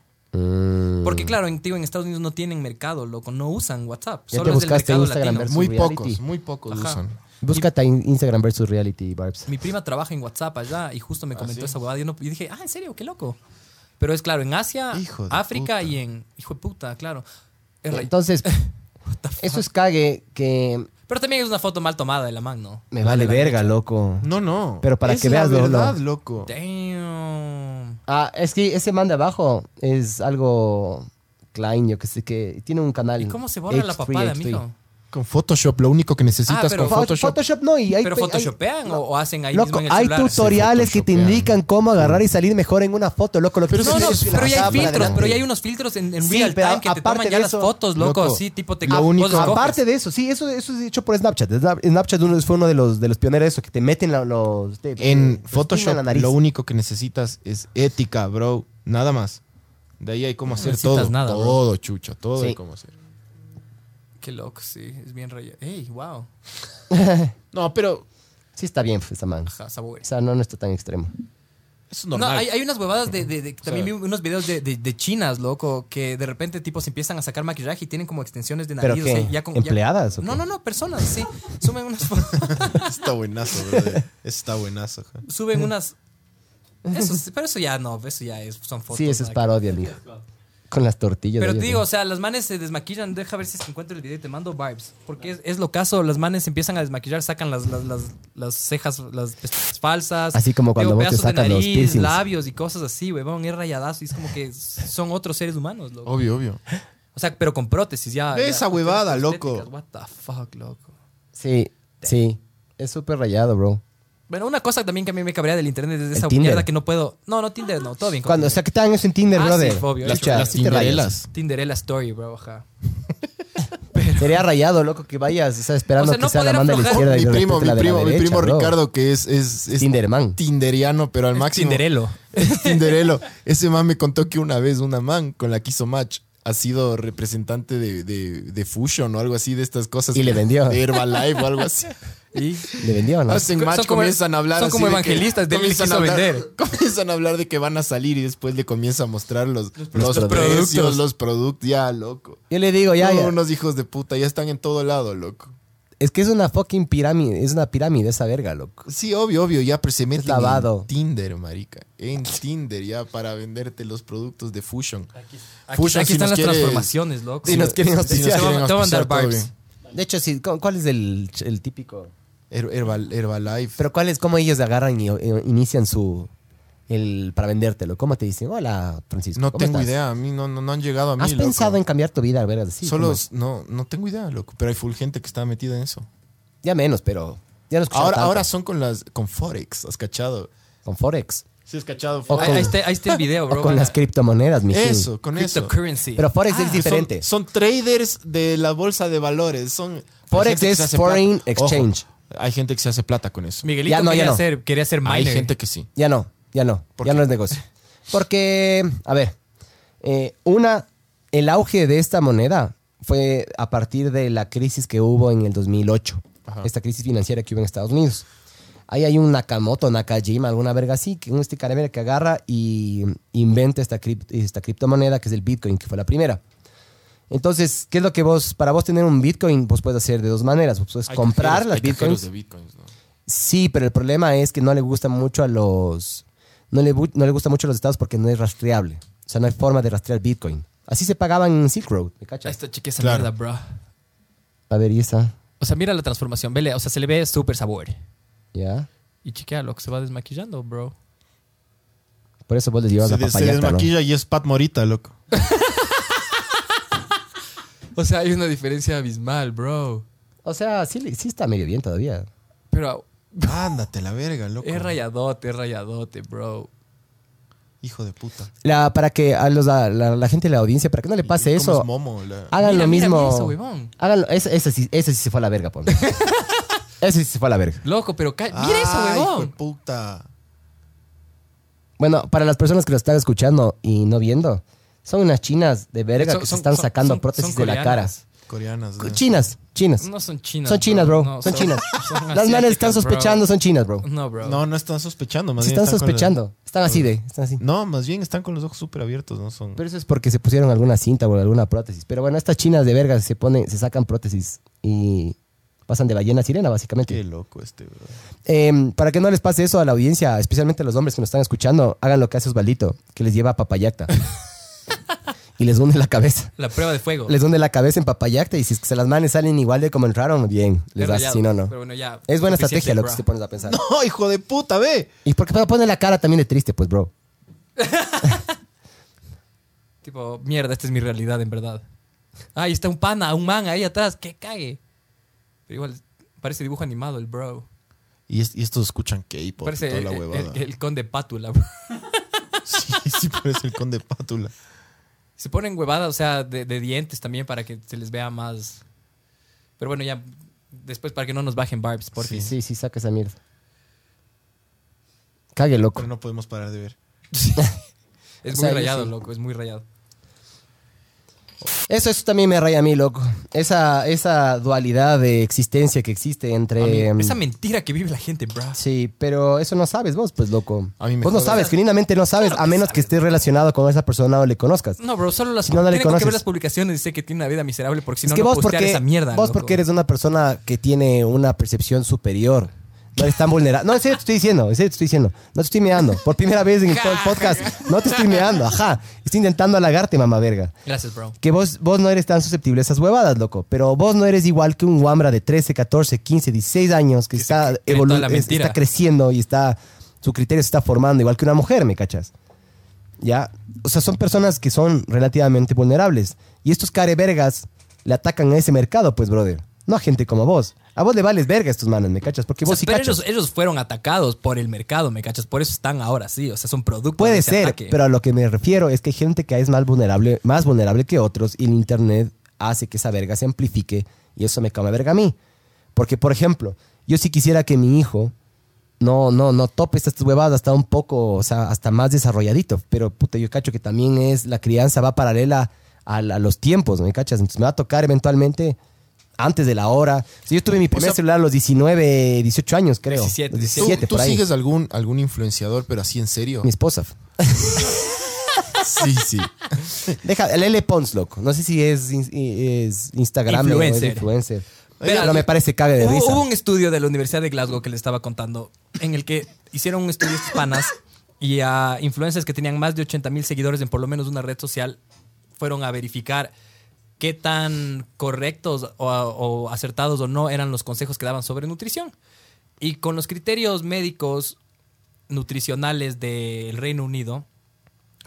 D: Porque claro, en, digo, en Estados Unidos no tienen mercado, loco. No usan WhatsApp.
C: Ya te
D: Solo es del
C: buscaste
D: mercado
C: Instagram,
D: latino.
C: Versus
B: Muy
C: reality.
B: pocos, muy pocos lo
D: Ajá.
B: usan.
C: Búscate in- Instagram versus reality, Barbs.
D: Mi prima trabaja en WhatsApp allá y justo
B: ¿Ah,
D: me comentó esa huevada. Yo, no, y dije, ah, ¿en serio? Qué loco. Pero es claro, en Asia,
B: Hijo de
D: África
B: puta.
D: y en... Hijo de puta, claro. Es rey. [laughs]
C: Entonces, eso es cague que
D: Pero también es una foto mal tomada de la man, ¿no?
C: me vale
D: La de la
C: verga,
D: derecha.
C: loco.
B: No, no.
C: Pero para
B: Es
C: que
B: la
C: veas, Lolo.
B: verdad, loco.
D: Damn.
C: Ah, es que ese man de abajo es algo Klein, yo que sé que tiene un canal.
D: ¿Y cómo se borra la
C: H3,
D: papada,
C: H3.
D: mijo?
B: Con Photoshop, lo único que necesitas
D: Ah,
B: con
D: pero
C: Fo-
B: Photoshop.
C: Photoshop. no, y hay,
D: ¿Pero
C: hay-
D: photoshopean o, o hacen ahí
C: Loco,
D: mismo en el
C: hay
D: celular?
C: tutoriales que te
B: photoshopean.
C: indican cómo agarrar y salir mejor en una foto, loco. Lo que
B: Pero
C: tú
B: eso
D: No, no,
C: tienes es
D: pero ya
C: lanzar
D: hay
C: para
D: filtros,
C: adelante.
D: pero ya hay unos filtros en, en
C: Sí,
D: real
C: pero
D: time que te
C: aparte
D: toman
C: de
D: ya las
C: eso-
D: fotos, loco,
B: Loco,
D: sí, tipo te
B: lo
D: vos
B: único-
D: escoges.
C: Aparte de eso, sí, eso, eso es hecho por Snapchat. Snap- Snapchat uno- fue uno de los, de los pioneros de eso, que te meten la- los... te- te
B: En
C: estiman
B: Photoshop
C: la nariz.
B: lo único que necesitas es ética, bro. Nada más. De ahí hay cómo hacer
D: necesitas
B: todo.
D: nada, bro.
B: todo, chucho. Todo
C: Sí.
B: hay cómo hacer. [laughs]
D: Qué loco, sí, es bien rayado. Ey, wow.
B: No, pero
C: Sí está bien, pues, esa man.
D: Ajá, sabor.
C: O sea, no, no está tan extremo.
B: eso es
D: No,
B: normal.
D: hay, hay unas huevadas de,
C: [laughs]
D: de- de- también vi unos videos de, de- de chinas, loco, que de repente tipo se empiezan a sacar maquillaje y tienen como extensiones de
C: ¿Pero
D: nariz.
C: qué?
D: o sea, ya con- ya-
C: ¿Empleadas o
D: no,
C: qué?
D: no, no, personas, sí. Suben unas
B: Está buenazo, bro. Está buenazo. ja.
D: [laughs] suben
C: [laughs]
D: unas eso, sí, pero eso ya no, eso ya es, son fotos.
C: sí, eso es
D: nada que-
C: parodia, mijo. Con las tortillas.
D: Pero
C: de
D: te
C: ellos,
D: digo,
C: ¿no?
D: o sea, las manes se desmaquillan. Deja ver si es que encuentro el video y te mando vibes. Porque es, es lo caso. Las manes se empiezan a desmaquillar, sacan las, las, las, las cejas, las pestañas falsas.
C: Así como cuando vos te
D: pedazos de
C: sacan los
D: nariz,
C: piercings.
D: labios y cosas así, huevón. Es rayadazo. Y es como que son otros seres humanos, loco.
B: Obvio, obvio.
D: O sea, pero con prótesis ya.
B: Ve
D: ya-
B: esa huevada, loco.
D: What the fuck, loco.
C: Sí, sí. Es súper rayado, bro.
D: Bueno, una cosa también que a mí me cabrea del internet es esa
C: Tinder?
D: mierda que no puedo. No, no Tinder, no, todo bien. con
C: Cuando, o sea,
D: Tinder.
C: que te hagan eso en Tinder,
D: Ah,
C: brother.
D: sí, obvio.
G: Las,
C: Chucha,
G: las
C: sí te rayas.
G: Tinderelas.
D: Tinderella Story, bro, ajá.
C: Sería rayado, loco, que vayas, o sea, esperando
D: O sea, no
C: que sea la
D: poder
C: manda de la izquierda
D: aflojar.
C: y
G: Mi
C: de
G: primo,
C: repente
G: mi
C: la de la
G: primo, mi
C: derecha,
G: primo
C: bro.
G: Ricardo, que es, es, es
C: Tinderman.
G: Tinderiano, pero al máximo.
D: Tinderelo.
G: Es Tinderelo. Ese man me contó que una vez una man con la que hizo match ha sido representante de, de, de Fusion o algo así, de estas cosas.
C: Y le vendió.
G: De Herbalife o
C: [laughs]
G: algo así.
D: Y
C: Le vendió, ¿no?
G: Hacen
D: Son
G: match,
D: como-
G: comienzan a hablar.
D: son
G: así
D: como
G: de que-
D: evangelistas, de él le
G: comienzan a
D: quiso
G: hablar-
D: vender.
G: [laughs] Comienzan a hablar de que van a salir y después le comienza a mostrar los, los,
D: productos.
G: precios, los productos. Ya, loco.
C: Yo le digo, ya,
G: No,
C: ya.
G: Unos hijos de puta, ya están en todo lado, loco.
C: Es que es una fucking pirámide, es una pirámide esa verga, loco.
G: Sí, obvio, obvio, ya, pero se meten
C: lavado.
G: en Tinder, marica. En Tinder, ya, para venderte los productos de Fusion.
D: aquí,
G: Fusion,
D: aquí
G: si
D: están
G: nos
D: las
G: quiere-
D: transformaciones, loco.
G: Si nos quieren auspiciar,
D: Te voy a- te voy a mandar
G: todo
D: vibes.
G: bien.
C: De hecho, sí, ¿cu- ¿cuál es el, el típico?
G: Her- Herbal- Herbalife.
C: Pero ¿cuál es cómo ellos agarran y eh, inician su... El, para vendértelo? ¿Cómo te dicen? Hola, Francisco.
G: no
C: ¿cómo
G: tengo
C: estás?
G: idea, a mí no, no, no han llegado a mí.
C: ¿Has
G: loco.
C: pensado en cambiar tu vida, verga? Sí,
G: Solo,
C: ¿cómo?
G: no, no tengo idea, loco. Pero hay full gente que está metida en eso.
C: Ya menos, pero... Ya no he escuchado
G: Ahora,
C: tanto.
G: ahora son con las con Forex, ¿has cachado?
C: Con Forex.
G: Sí, has cachado
C: O
D: Ahí,
C: con-
D: ahí está, ahí está el video,
C: O
D: bro.
C: con las criptomonedas, mi
G: Eso, con Ah. eso.
D: Cryptocurrency.
C: Pero Forex es
G: Son-
C: diferente.
G: Son, traders de la bolsa de valores. Son
C: Forex
G: hay gente que
C: es
G: se hace plata.
C: foreign
G: Ojo,
C: exchange.
G: hay gente que se hace plata con eso.
D: Miguelito
C: Ya no, ya
D: quería,
C: no.
D: Ser, quería ser miner.
G: Hay gente que sí.
C: Ya no, ya no.
G: ¿Por
C: Ya
G: qué?
C: no es negocio. Porque, a ver, eh, una, el auge de esta moneda fue a partir de la crisis que hubo en el 2008.
G: Ajá.
C: Esta crisis financiera que hubo en Estados Unidos. Ahí hay un Nakamoto, Nakajima, alguna verga así, que un este caramelo que agarra y inventa esta, crip- esta criptomoneda que es el Bitcoin, que fue la primera. Entonces, ¿qué es lo que vos, para vos tener un Bitcoin, vos puedes hacer de dos maneras. Vos puedes
G: Hay
C: comprar
G: cajeros-
C: las
G: hay cajeros
C: Bitcoins.
G: de bitcoins, ¿no?
C: Sí, pero el problema es que no le gusta mucho a los. No le, bu- no le gusta mucho a los estados porque no es rastreable. O sea, no hay forma de rastrear Bitcoin. Así se pagaban en Silk Road, ¿me
D: Ahí
C: cachas?
D: está, cheque esa
G: Claro.
D: mierda, bro.
C: A ver, y esa.
D: O sea, mira la transformación, vele. O sea, se le ve súper sabor.
C: Ya.
D: Y chequea lo que se va desmaquillando, bro.
C: Por eso vos les llevas
G: Se,
C: la
G: des- se
C: papayata, ¿no?
G: desmaquilla y es Pat Morita, loco.
D: O sea, hay una diferencia abismal, bro.
C: O sea, sí, le- sí está medio bien todavía.
D: Pero
G: Ándate la verga, loco.
D: es rayadote, es rayadote, bro.
G: Hijo de puta.
C: La, para que a los, a la, la gente de la audiencia, para que no le pase
G: ¿Cómo
C: eso, Ah,
G: es Momo? La-
C: hagan
D: Mira,
C: lo
D: mira,
C: mismo.
D: mira eso, huevón.
C: Háganlo- ese, ese sí, ese sí se fue a la verga, por
D: [laughs]
C: Ese sí se fue a la verga.
D: Loco, pero ca- mira eso,
G: Ah, hijo de
D: huevón.
G: puta.
C: Bueno, para las personas que lo están escuchando y no viendo, son unas chinas de verga
D: Son-
C: que se
D: son-
C: están
D: son-
C: sacando
D: son-
C: prótesis
D: son
C: de la cara.
D: coreanas.
G: Coreanas. ¿no?
C: Chinas, chinas.
D: No son chinas.
C: son chinas, bro.
D: No,
C: son chinas.
D: [laughs] son
C: Las manes están
D: asiáticas, bro.
C: sospechando, son chinas, bro.
D: No, bro.
G: No, no están sospechando. Más
C: Se
G: bien
C: están
G: con los-
C: sospechando. Están así de, están así.
G: No, más bien están con los ojos súper abiertos, no son.
C: Pero eso es porque se pusieron alguna cinta o alguna prótesis. Pero bueno, estas chinas de verga se ponen, se sacan prótesis y pasan de ballena a sirena, básicamente.
G: Qué loco este, bro. [laughs]
C: Eh, para que no les pase eso a la audiencia, especialmente a los hombres que nos están escuchando, hagan lo que hace Osvaldito, que les lleva a
D: [laughs]
C: papayacta. y les hunde la cabeza.
D: La prueba de fuego.
C: Les hunde la cabeza en papayacta y si es que se las manes salen igual de como entraron, bien, les
D: Es
C: das,
D: rayado,
C: si no, no.
D: Pero bueno, ya.
C: Es buena
D: suficiente,
C: estrategia lo que
D: bro.
C: si te pones a pensar.
G: No, hijo de puta, ve.
C: Y porque pone la cara también de triste, pues, bro.
D: Tipo, mierda, esta es mi realidad, en verdad. Ahí está un pana, un man ahí atrás, que cague. Pero igual, parece dibujo animado el bro.
G: Y, es- y estos escuchan K-pop y
D: Parece
G: toda la
D: el,
G: huevada.
D: el- el conde pátula, bro.
G: [laughs]
D: [laughs]
G: Sí, sí, parece el conde Pátula.
D: Se ponen huevadas, o sea, de, de dientes también para que se les vea más. Pero bueno, ya. Después para que no nos bajen barbs, por
C: Sí, sí, sí, saca esa mierda. Cague, loco.
G: Pero no podemos parar de ver.
C: O
D: Es muy
C: sea, yo
D: rayado,
C: sí.
D: loco, es muy rayado.
C: Eso, eso también me raya a mí, loco. Esa, esa dualidad de existencia que existe entre... em,
D: Esa mentira que vive la gente, bro.
C: Sí, pero eso no sabes vos, pues, loco.
G: A mí me
C: vos no
G: jode.
C: sabes, genuinamente no sabes, a menos que estés relacionado con esa persona o le conozcas.
D: No, bro, solo las
C: Si no, no le
D: tengo que ver
C: conoces.
D: las publicaciones y sé que tiene una vida miserable porque si
C: es
D: no,
C: que
D: no
C: vos,
D: postear
C: porque,
D: esa mierda.
C: vos
D: loco.
C: porque eres una persona que tiene una percepción superior. No eres tan vulnerable. No, en serio te estoy diciendo, en serio te estoy diciendo. No te estoy meando. Por primera vez en
D: [laughs]
C: todo el podcast, no te estoy meando, ajá. Estoy intentando halagarte, mamá verga.
D: Gracias, bro.
C: Que vos, vos no eres tan susceptible a esas huevadas, loco. Pero vos no eres igual que un Wambra de 13, 14, 15, 16 años que,
D: Que se
C: está,
D: cree
C: evolu-
D: toda la
C: es-
D: mentira.
C: está creciendo y está su criterio se está formando, igual que una mujer, ¿me cachas? ¿Ya? O sea, son personas que son relativamente vulnerables. Y estos carevergas le atacan a ese mercado, pues, brother. No a gente como vos. A vos le vales verga estos manes, ¿me cachas? Porque
D: O sea,
C: vos sí
D: pero
C: cachas.
D: ellos, ellos fueron atacados por el mercado, ¿me cachas? Por eso están ahora sí. O sea, son producto de
C: Puede
D: ese
C: ser,
D: ataque.
C: pero a lo que me refiero es que hay gente que es más vulnerable, más vulnerable que otros y el internet hace que esa verga se amplifique y eso me come verga a mí. Porque, por ejemplo, yo sí quisiera que mi hijo no, no, no tope estas huevadas, está un poco, o sea, hasta más desarrolladito. Pero, puta, yo cacho que también es, la crianza va paralela a, a los tiempos, ¿me cachas? Entonces me va a tocar eventualmente antes de la hora. O sea, yo tuve mi primer
B: sea-
C: celular a los 19, 18 años, creo.
D: 17,
C: Los
B: ¿Tú,
C: 17,
B: tú
C: por ahí.
B: sigues algún, algún influenciador, pero así en serio?
C: Mi esposa.
B: Sí, sí.
C: Deja, el L Pons, loco. No sé si es, in- es Instagram o
D: Influencer.
C: es influencer.
D: Pero-
C: Pero me parece cague de
D: Hubo-
C: risa.
D: Hubo un estudio de la Universidad de Glasgow que les estaba contando, en el que hicieron un estudio estos panas y a influencers que tenían más de 80 mil seguidores en por lo menos una red social fueron a verificar qué tan correctos o, o acertados o no eran los consejos que daban sobre nutrición. Y con los criterios médicos nutricionales del Reino Unido,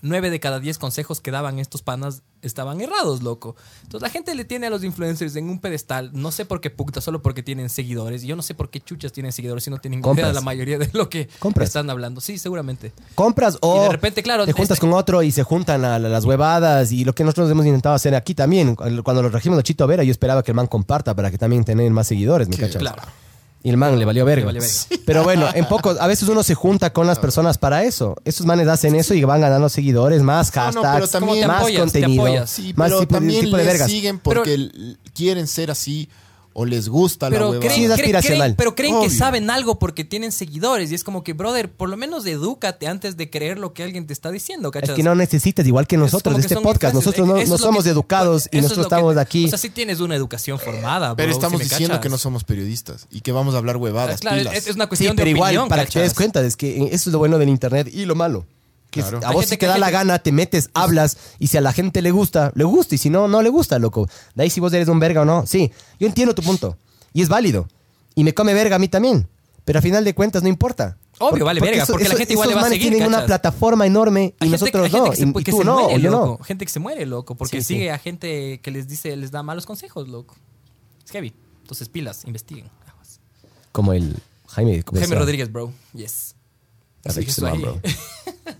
D: nueve de cada diez consejos que daban estos panas estaban errados, loco. Entonces la gente le tiene a los influencers en un pedestal, no sé por qué puta, solo porque tienen seguidores. Y yo no sé por qué chuchas tienen seguidores si no tienen idea
C: Compras.
D: de la mayoría de lo que
C: Compras.
D: están hablando. Sí, seguramente.
C: Compras o
D: Y de repente, claro,
C: te juntas
D: este-
C: con otro y se juntan a la- las huevadas y lo que nosotros hemos intentado hacer aquí también. Cuando lo trajimos a Chito Vera, yo esperaba que el man comparta para que también tener más seguidores, ¿me cachas?
D: Claro.
C: Y el man le valió verga.
D: Le valió verga.
C: [laughs] Pero bueno, en pocos, a veces uno se junta con las personas para eso. Esos manes hacen eso y van ganando seguidores, más
B: No,
C: hashtags,
B: no, pero también-
C: más
D: Te apoyas, te
C: contenido,
D: apoyas.
B: Sí,
C: más
B: pero
C: tipo,
B: también
C: tipo de
B: les
C: vergas.
B: siguen
D: Pero-
B: porque l- quieren ser así o les gusta la
D: Pero
B: huevada.
C: Sí,
D: creen,
C: es
D: creen-
C: aspiracional.
D: creen- pero creen que
B: Obvio.
D: saben algo porque tienen seguidores. Y es como que, brother, por lo menos edúcate antes de creer lo que alguien te está diciendo, ¿cachas?
C: Es que no necesitas, igual que
D: Es
C: nosotros,
D: como
C: de
D: que
C: este
D: son
C: podcast.
D: influencers.
C: Nosotros no,
D: Eso
C: no
D: es lo
C: somos
D: que-
C: educados
D: eso
C: y
D: es
C: nosotros
D: lo que-
C: estamos aquí.
D: O sea, sí tienes una educación formada,
B: Pero
D: bro,
B: estamos
D: si me
B: diciendo
D: cachas.
B: que no somos periodistas y que vamos a hablar
D: Ah,
B: huevadas.
D: Claro,
B: pilas.
D: es, es una
C: sí,
D: cuestión
C: pero
D: de
C: igual,
D: opinión,
C: para que te
D: ¿cachas?
C: des cuenta, es que eso es lo bueno del internet y lo malo. Que
B: Claro.
C: A
D: Hay
C: vos
D: gente
C: si
D: que- Pues
C: te da la
D: gente-
C: gana, te metes, hablas, y si a la gente le gusta, le gusta, y si no, no le gusta, loco. De ahí si vos eres un verga o no. Sí, yo entiendo tu punto. Y es válido. Y me come verga a mí también. Pero a final de cuentas no importa.
D: Obvio, vale verga, porque la gente igual le
C: esos
D: va a
C: manes
D: seguir,
C: tienen una
D: ¿cachas?
C: plataforma enorme y
D: Hay gente-
C: nosotros
D: hay gente
C: no.
D: que se,
C: y-
D: pu-
C: y
D: que
C: tú
D: se
C: no, o
D: muere,
C: yo no.
D: loco. Gente que se muere, loco, porque
C: Sí, sí.
D: sigue a gente que les dice, les da malos consejos, loco. Es heavy. Entonces, pilas, investiguen. Aguas.
C: Como el Jaime. como
D: Jaime
C: decía.
D: Rodríguez, bro. Yes.
C: A ver,
D: Sí,
C: que se
D: eso
C: van, [laughs]
D: ahí.
C: bro.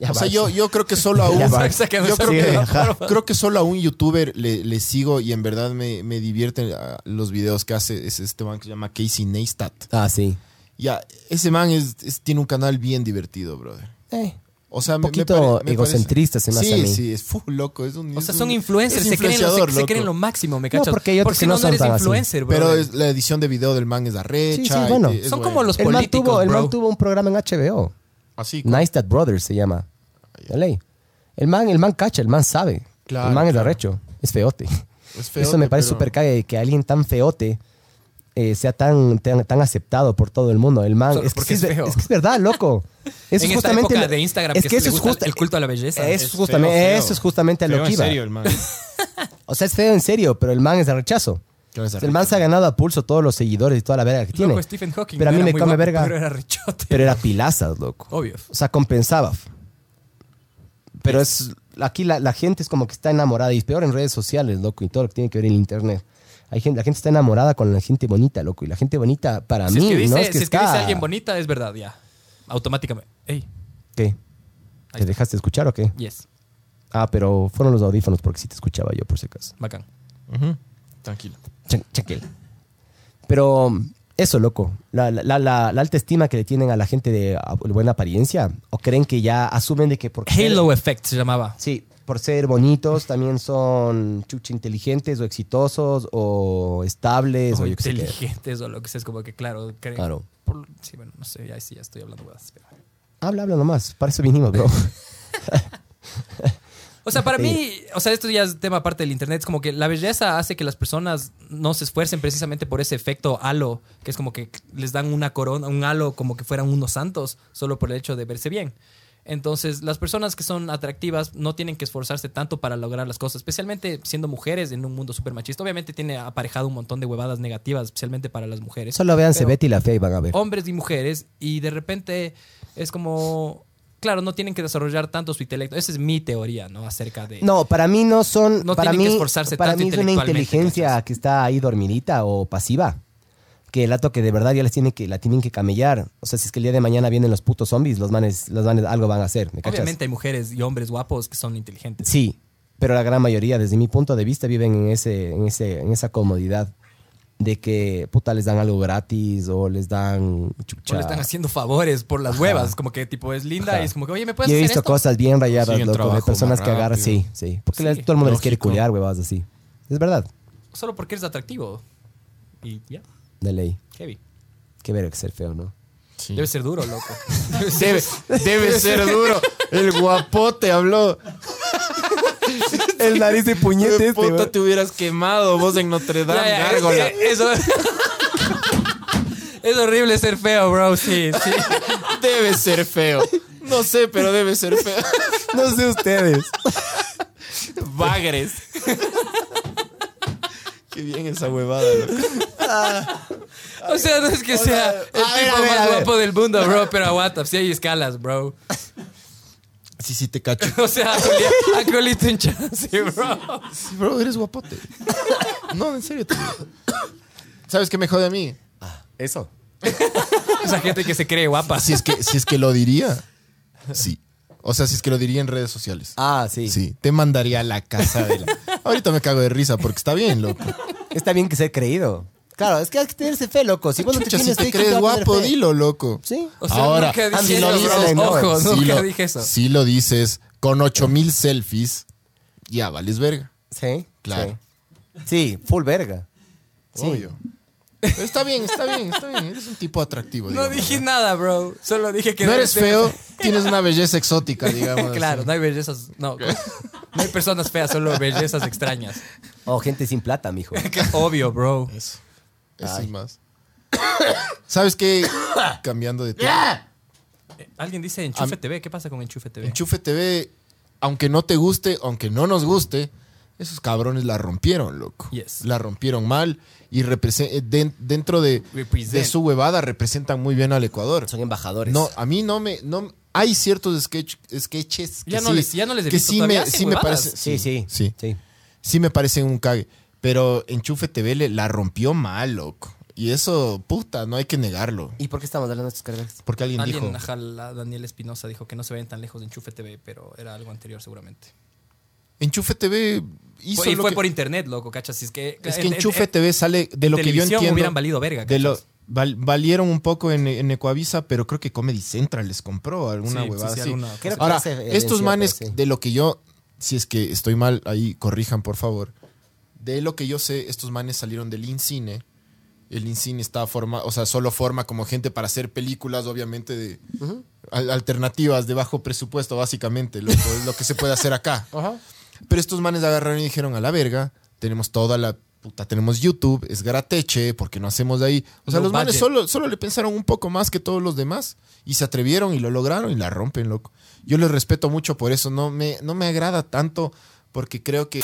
B: O sea, yo, yo creo que solo
D: [laughs]
B: a un,
C: Ya va.
D: Sáquenme,
B: yo creo,
D: sáquenme,
B: que,
C: por
B: [laughs]
D: favor.
B: creo que solo a un youtuber le, le sigo y en verdad me, me divierten ah, los videos que hace es este man que se llama Casey Neistat.
C: Ah, sí.
B: Ya, ese man es, es- tiene un canal bien divertido, brother.
C: Eh,
B: O sea,
C: Un
B: me- me
C: poquito
B: pare- me
C: egocentrista
B: parece-
C: se me hace a mí.
B: Sí, sí, es full loco. Es un,
D: O sea,
B: es
D: son
B: un-
D: influencers,
B: es
D: se creen, lo,
B: influenciador,
D: se- se creen
B: loco.
D: lo máximo, ¿me
C: No,
D: cachas?
C: porque hay otros que
D: si no,
C: no son
D: eres
C: tan así.
D: influencer, bro.
B: Pero es- la edición de video del man es arrecha.
C: Sí, sí, es bueno.
B: y- es
D: Son
B: bueno.
D: como los
C: El man,
D: políticos,
C: tuvo, el
D: bro.
C: man tuvo un programa en HBO.
B: Así,
C: Nice That Brothers se llama. La ley. El man, el man cacha, el man sabe.
B: Claro,
C: el man es
B: claro.
C: arrecho. Es feote.
B: Es feote,
C: [laughs] Eso me parece
B: pero-
C: súper cague que alguien tan feote eh, sea tan, tan, tan aceptado por todo el mundo. El man.
D: Solo
C: Es que,
D: porque
C: sí es,
D: es
C: ver-
D: feo.
C: es que es verdad, loco. Eso
D: En
C: es
D: esta
C: justamente
D: época
C: lo-
D: de Instagram que se le gusta el culto a la belleza.
C: Eso
D: Es
C: es justamente,
B: feo, feo.
C: eso es justamente a lo
B: Feo
C: que
B: en
C: iba.
B: serio, el man.
C: [laughs] O sea, es feo en serio, pero el man es arrechazo.
B: Claro, es
C: El man se ha ganado a pulso todos los seguidores y toda la verga que tiene.
D: Loco, Stephen Hawking.
C: pero a
D: no
C: mí
D: era
C: me
D: muy
C: come
D: guapo,
C: verga.
D: Pero era rechote.
C: Pero era pilazas, loco.
D: Obvio.
C: O sea, compensaba. Pero es aquí la, la gente es como que está enamorada y es peor en redes sociales, loco, y todo lo que tiene que ver en internet. Hay gente, la gente está enamorada con la gente bonita, loco, y la gente bonita para
D: Si
C: mí
D: es que dice,
C: no es que
D: si es que
C: está-
D: dice alguien bonita, es verdad, ya. Automáticamente. Ey,
C: ¿Qué?
D: Ahí
C: ¿Te
D: está.
C: dejaste escuchar o qué?
D: yes,
C: Ah, pero fueron los audífonos porque sí te escuchaba yo por si acaso.
D: bacán.
B: Tranquilo.
C: Cha- chaquel. Pero mm, eso, loco. La, la- la- la- la alta estima que le tienen a la gente de a- buena apariencia. O creen que ya asumen de que por ser-
D: Halo Effect se llamaba.
C: Sí, por ser bonitos también son chucha inteligentes o exitosos o estables
D: O
C: o yo qué sé qué.
D: inteligentes o lo que sea, es como que claro. creen-
C: Claro.
D: por- sí, bueno, no sé, ya, sí, ya estoy hablando huevadas, pero-
C: Habla, habla nomás. Para eso vinimos,
D: [laughs]
C: bro.
D: O sea, para
C: Sí.
D: mí, o sea, esto ya es tema aparte del internet, es como que la belleza hace que las personas no se esfuercen precisamente por ese efecto halo, que es como que les dan una corona, un halo como que fueran unos santos, solo por el hecho de verse bien. Entonces, las personas que son atractivas no tienen que esforzarse tanto para lograr las cosas, especialmente siendo mujeres en un mundo súper machista. Obviamente tiene aparejado un montón de huevadas negativas, especialmente para las mujeres.
C: Solo vean
D: Pero-
C: Betty y la fea y van a ver.
D: hombres y mujeres y de repente es como claro, no tienen que desarrollar tanto su intelecto. Esa es mi teoría, ¿no? Acerca de...
C: No, para mí no son.
D: No
C: para
D: tienen que
C: mí,
D: esforzarse
C: para
D: tanto
C: mí es una
D: intelectualmente,
C: inteligencia
D: gracias.
C: que está ahí dormidita o pasiva. Que el dato que de verdad ya les tiene que, la tienen que camellar. O sea, si es que el día de mañana vienen los putos zombies, los manes, los manes algo van a hacer. ¿me cachas?
D: Obviamente hay mujeres y hombres guapos que son inteligentes.
C: Sí, pero la gran mayoría, desde mi punto de vista, viven en, ese, en, ese, en esa comodidad de que puta les dan algo gratis o les dan
D: O
C: chucha.
D: le están haciendo favores por las huevas. Como que tipo es linda
C: Ajá.
D: y es como que, oye, ¿me puedes
C: Yo he
D: hacer
C: visto
D: esto?
C: cosas bien rayadas,
G: Consiguen
C: loco, de
G: trabajo
C: personas
G: más
C: que agarran,
G: rápido.
C: sí, sí. Porque
D: Sí,
C: les- todo el mundo les quiere
G: lógico.
C: culiar, huevadas así. Es verdad,
D: Solo porque eres atractivo. Y ya,
C: de ley.
D: heavy.
C: Qué ver que ser feo,
G: [laughs]
C: ¿no?
G: Sí.
D: Debe ser duro, loco.
G: Mm. Debe, debe ser duro. El guapote habló.
C: El nariz de puñete
G: Puta,
C: este, güey.
G: te hubieras quemado vos en Notre Dame,
D: [laughs] Ya, ya,
G: gárgola.
D: es- Eso... [laughs] Es horrible ser feo, bro. Sí, sí.
G: Debe ser feo. No sé, pero debe ser feo.
C: [laughs] No sé ustedes.
G: [laughs] Bagres. Qué bien esa huevada, loco.
D: O sea, no es que sea el tipo
G: a ver, a ver,
D: más
G: a ver.
D: guapo del mundo, bro, pero aguanta, si hay escalas, bro.
G: Sí, sí, te cacho.
D: O sea, acoli- acolito en chance, bro.
G: [laughs] Sí, bro, eres guapote. No, en serio. te digo. ¿Sabes qué me jode a mí?
C: Eso.
D: O sea, gente que se cree guapa.
G: Ah, Si es que, si es que lo diría. Sí. O sea, si es que lo diría en redes sociales.
C: Ah, sí.
G: Sí, te mandaría a la casa de la... Ahorita me cago de risa porque está bien, loco.
C: Está bien que sea creído. Claro, es que hay que tenerse fe, loco. Si vos no te
G: Chucha, si
C: tienes fe,
G: te
C: ¿quién
G: crees
C: va a tener
G: guapo,
C: fe?
G: dilo, loco.
C: Sí.
D: O sea,
G: Ahora,
D: nunca
C: ah,
D: dije
C: si lo
D: eso,
C: dices,
D: bro.
C: no,
D: Ojo,
G: Si
D: nunca
G: lo-
D: dije eso.
G: Si lo dices con 8000 selfies, ya vales verga.
C: Sí.
G: Claro.
C: Sí, Sí, full verga. Sí.
G: Obvio. Pero está bien, está bien, está bien. Eres un tipo atractivo.
D: No
G: digamos,
D: dije nada, bro. Solo dije que
G: No eres
D: debe-
G: feo, tienes una belleza exótica, digamos.
D: [laughs] Claro, no hay bellezas. No, no hay personas feas, solo bellezas extrañas.
C: O gente sin plata, mijo.
D: Qué obvio, bro.
G: Eso. Eso es más. [coughs] ¿Sabes qué? [coughs] Cambiando de tema.
D: Eh, Alguien dice Enchufe TV. ¿Qué pasa con Enchufe TV?
G: Enchufe TV, aunque no te guste, aunque no nos guste, esos cabrones la rompieron, loco.
D: Yes.
G: La rompieron mal y represe- eh, den- dentro de,
D: Represent.
G: de su huevada representan muy bien al Ecuador.
C: Son embajadores.
G: No, a mí no me... No, hay ciertos sketch- sketches que
D: Ya no
G: sí-
D: les- ya no les he
G: que
D: visto
G: sí
D: todavía,
G: me,
D: hacen
G: sí me
D: huevadas.
G: parece,
C: Sí, sí.
G: sí, sí me parecen un cague. Pero Enchufe TV le- la rompió mal, loco. Y eso, puta, no hay que negarlo.
C: ¿Y por qué estamos hablando de estos cargas?
G: Porque alguien,
D: Alguien,
G: dijo...
D: ajá, la Daniel Espinosa dijo que no se vayan tan lejos de Enchufe TV, pero era algo anterior seguramente.
G: Enchufe TV hizo
D: Fue- y
G: lo
D: fue
G: que-
D: por internet, loco, ¿cachas? Si es que,
G: Es
D: en-
G: que
D: en-
G: Enchufe
D: en-
G: TV sale de lo que yo
D: televisión
G: entiendo.
D: hubieran valido verga,
G: de lo-
D: ¿cachas?
G: val- valieron un poco en, en Ecuavisa, pero creo que Comedy Central les compró alguna
D: Sí, sí,
G: huevada
D: sí,
G: así.
D: alguna cosa.
C: Creo que
G: Ahora,
C: ese, eh,
G: estos
C: sí,
G: manes,
C: pero sí.
G: de lo que yo, si es que estoy mal, ahí corrijan por favor. De lo que yo sé, estos manes salieron del INCINE. El INCINE está forma, o sea, solo forma como gente para hacer películas, obviamente, de al- alternativas de bajo presupuesto, básicamente, lo, lo que se puede hacer acá. Pero estos manes agarraron y dijeron a la verga, tenemos toda la puta, tenemos YouTube, es grateche, porque no hacemos de ahí. O sea,
D: Low
G: los manes
D: budget.
G: solo, solo le pensaron un poco más que todos los demás y se atrevieron y lo lograron y la rompen, loco. Yo les respeto mucho por eso, no me, no me agrada tanto porque creo que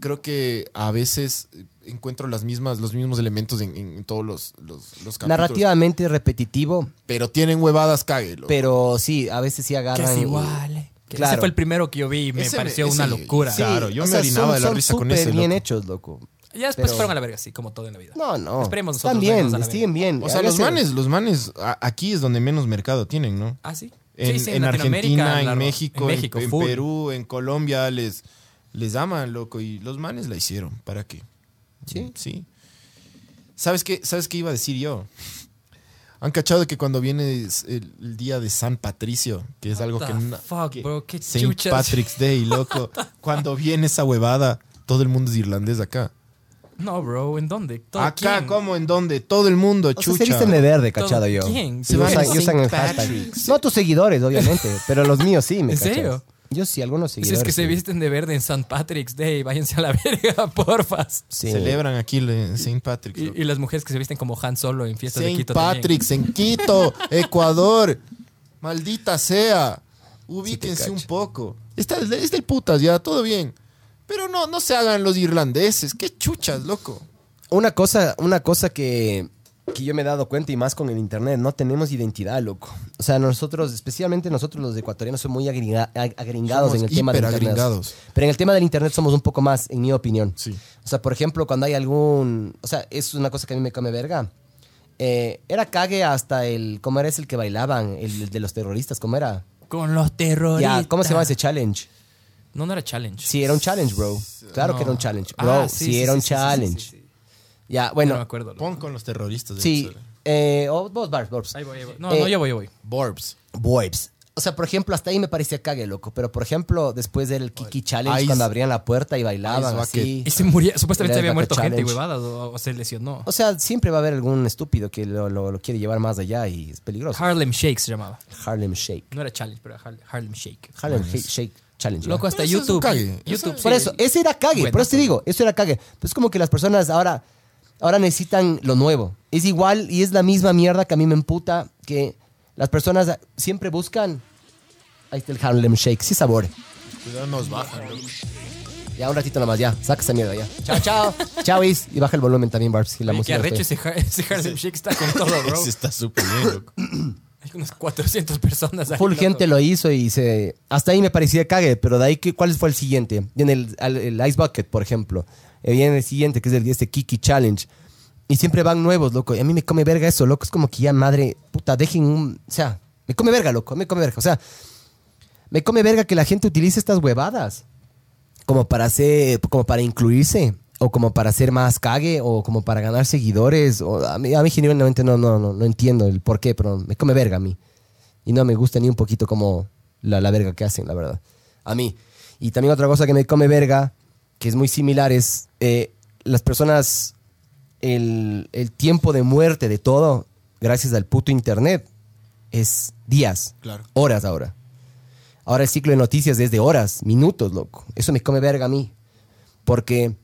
G: creo que a veces eh, encuentro las mismas, los mismos elementos en, en todos los, los, los capítulos.
C: Narrativamente repetitivo,
G: Pero tienen huevadas, cague, loco.
C: pero sí, a veces sí
D: Que
C: agarran.
D: es
C: y-
D: igual. eh. Que Ese
C: Claro.
D: fue el primero que yo vi y me
G: Ese-
D: pareció
G: ese-
D: una locura.
G: sí. Claro, yo
C: o
G: me
C: sea,
G: orinaba
C: son-
G: de la
C: son
G: risa con
C: súper
G: ese,
C: bien
G: loco.
C: hechos, loco.
D: Ya después
C: Pero-
D: fueron a la verga, sí, como todo en la vida.
C: No, no.
D: Esperemos nosotros
C: Están bien,
D: vernos a la
C: estén bien.
G: O sea,
C: Háganse-
G: los manes, los manes, a- aquí es donde menos mercado tienen, ¿no?
D: Ah, sí.
G: En,
D: sí, sí,
G: en
D: Latinoamérica,
G: Argentina, en
D: la-
G: México, en, en
D: full.
G: Perú, en Colombia, les, les aman, loco. Y los manes la hicieron. ¿Para qué? Sí. Sí. ¿Sabes qué, ¿Sabes qué iba a decir yo? Han cachado que cuando viene es el, el día de San Patricio, que es
D: What
G: algo
D: the
G: que... na-
D: fuck,
G: que-
D: bro, qué
G: Saint
D: chuchas.
G: Patrick's
D: [laughs]
G: Day, loco. cuando viene esa huevada, todo el mundo es irlandés acá.
D: No, bro, ¿en dónde? ¿Todo
G: Acá,
D: quién?
G: ¿cómo? ¿En dónde? Todo el mundo,
C: O sea,
G: chucha.
C: se visten de verde, cachado yo.
D: ¿Quién?
C: Se usan,
G: Saint
C: y usan el hashtag.
G: Patrick's.
C: No tus seguidores, obviamente, pero los míos sí, me
D: ¿En
C: cachas.
D: serio?
C: Yo sí, algunos
D: Si
C: seguidores.
D: es que se
C: sí.
D: visten de verde en San Patrick's Day, váyanse a la [laughs] verga, porfas.
C: Sí.
G: Celebran aquí el Saint Patrick's. loco.
D: Y, y las mujeres que se visten como Han Solo en fiestas de
G: Saint
D: Quito también.
G: Patrick's
D: [laughs]
G: en Quito, Ecuador. Maldita sea. Ubíquense un poco. Está, es del putas ya, todo bien. Pero no, no se hagan los irlandeses. Qué chuchas, loco.
C: Una cosa, una cosa que que yo me he dado cuenta y más con el internet, no tenemos identidad, loco. O sea, nosotros, especialmente nosotros los ecuatorianos, somos muy agringa- ag- agringados
G: Somos
C: en el tema del internet.
G: hiperagringados.
C: Pero en el tema del internet somos un poco más, en mi opinión.
G: Sí.
C: O sea, por ejemplo, cuando hay algún... O sea, es una cosa que a mí me come verga. Eh, era cague hasta el... ¿Cómo era ese el que bailaban? El, el de los terroristas, ¿cómo era?
D: Con los terroristas.
C: Ya, ¿Cómo se llama ese challenge?
D: No, no era challenge.
C: Sí, era un challenge, bro. Claro que
D: No.
C: era un challenge.
D: Ah,
C: Bro,
D: sí,
C: sí,
D: sí,
C: era
D: sí,
C: un
D: sí, sí, sí,
C: challenge.
D: sí, sí.
C: Ya,
D: no me
C: bueno,
D: acuerdo.
G: Pon con los terroristas. debe
C: sí.
G: ser.
C: Eh, o vos, Barbs, Barbs.
D: Ahí voy, ahí voy. No,
C: Eh,
D: no, yo voy, yo voy.
G: Borbs.
C: Vibes. O sea, por ejemplo, hasta ahí me parecía cague, loco. Pero, por ejemplo, después del Kiki Challenge,
G: Ice-
C: cuando abrían la puerta y
G: Ice
C: bailaban
G: Bucket.
C: así.
D: Y se murió, supuestamente
C: Era
D: había
C: el
D: muerto
C: Vaca
D: gente y
C: Challenge.
D: huevadas o, o se lesionó.
C: O sea, siempre va a haber algún estúpido que lo, lo- lo quiere llevar más allá y es peligroso.
D: Harlem Shake se llamaba.
C: Harlem Shake.
D: No era challenge, pero era Har- Harlem Shake.
C: Harlem Shake- Shake Challenge. ¿no?
D: Loco, hasta
G: Pero eso es un
D: YouTube.
G: cague.
D: YouTube.
C: Por
D: sí.
C: eso, eh. ese era cague,
D: Bueno,
C: por eso te
D: pues.
C: digo, eso era cague. Entonces como que las personas ahora, ahora necesitan lo nuevo. Es igual y es la misma mierda que a mí me emputa que las personas siempre buscan... Ahí está el Harlem Shake, sí sabor.
G: Cuidado, nos bajan. [laughs] loco.
C: Ya, un ratito nomás, ya, saca esa mierda ya. Chao, chao. chao, Is. Y baja el volumen también, Barbs, que la
D: Oye, Qué
C: música...
D: arrecho
C: estoy-
D: ese, Har- ese Harlem Shake está con todo,
G: [laughs]
D: bro.
G: Ese está súper bien, loco.
D: Hay unas 400 personas ahí,
C: Full
D: loco.
C: gente lo hizo y se... Hasta ahí me parecía cague, pero de ahí, ¿qué- ¿cuál fue el siguiente? Viene el, al- el Ice Bucket, por ejemplo. Eh, Viene el siguiente, que es el este Kiki Challenge. Y siempre van nuevos, loco. Y a mí me come verga eso, loco. Es como que ya, madre, puta, dejen un... O sea, me come verga, loco, me come verga. O sea, me come verga que la gente utilice estas huevadas. Como para hacer... Como para incluirse. O como para hacer más cague. O como para ganar seguidores. O a, mí, a mí genuinamente no, no, no, no entiendo el por qué, pero me come verga a mí. Y no me gusta ni un poquito como la, la verga que hacen, la verdad. A mí. Y también otra cosa que me come verga, que es muy similar, es eh, las personas, el, el tiempo de muerte de todo, gracias al puto internet, es días,
G: Claro.
C: horas ahora. Ahora el ciclo de noticias es de horas, minutos, loco. Eso me come verga a mí. Porque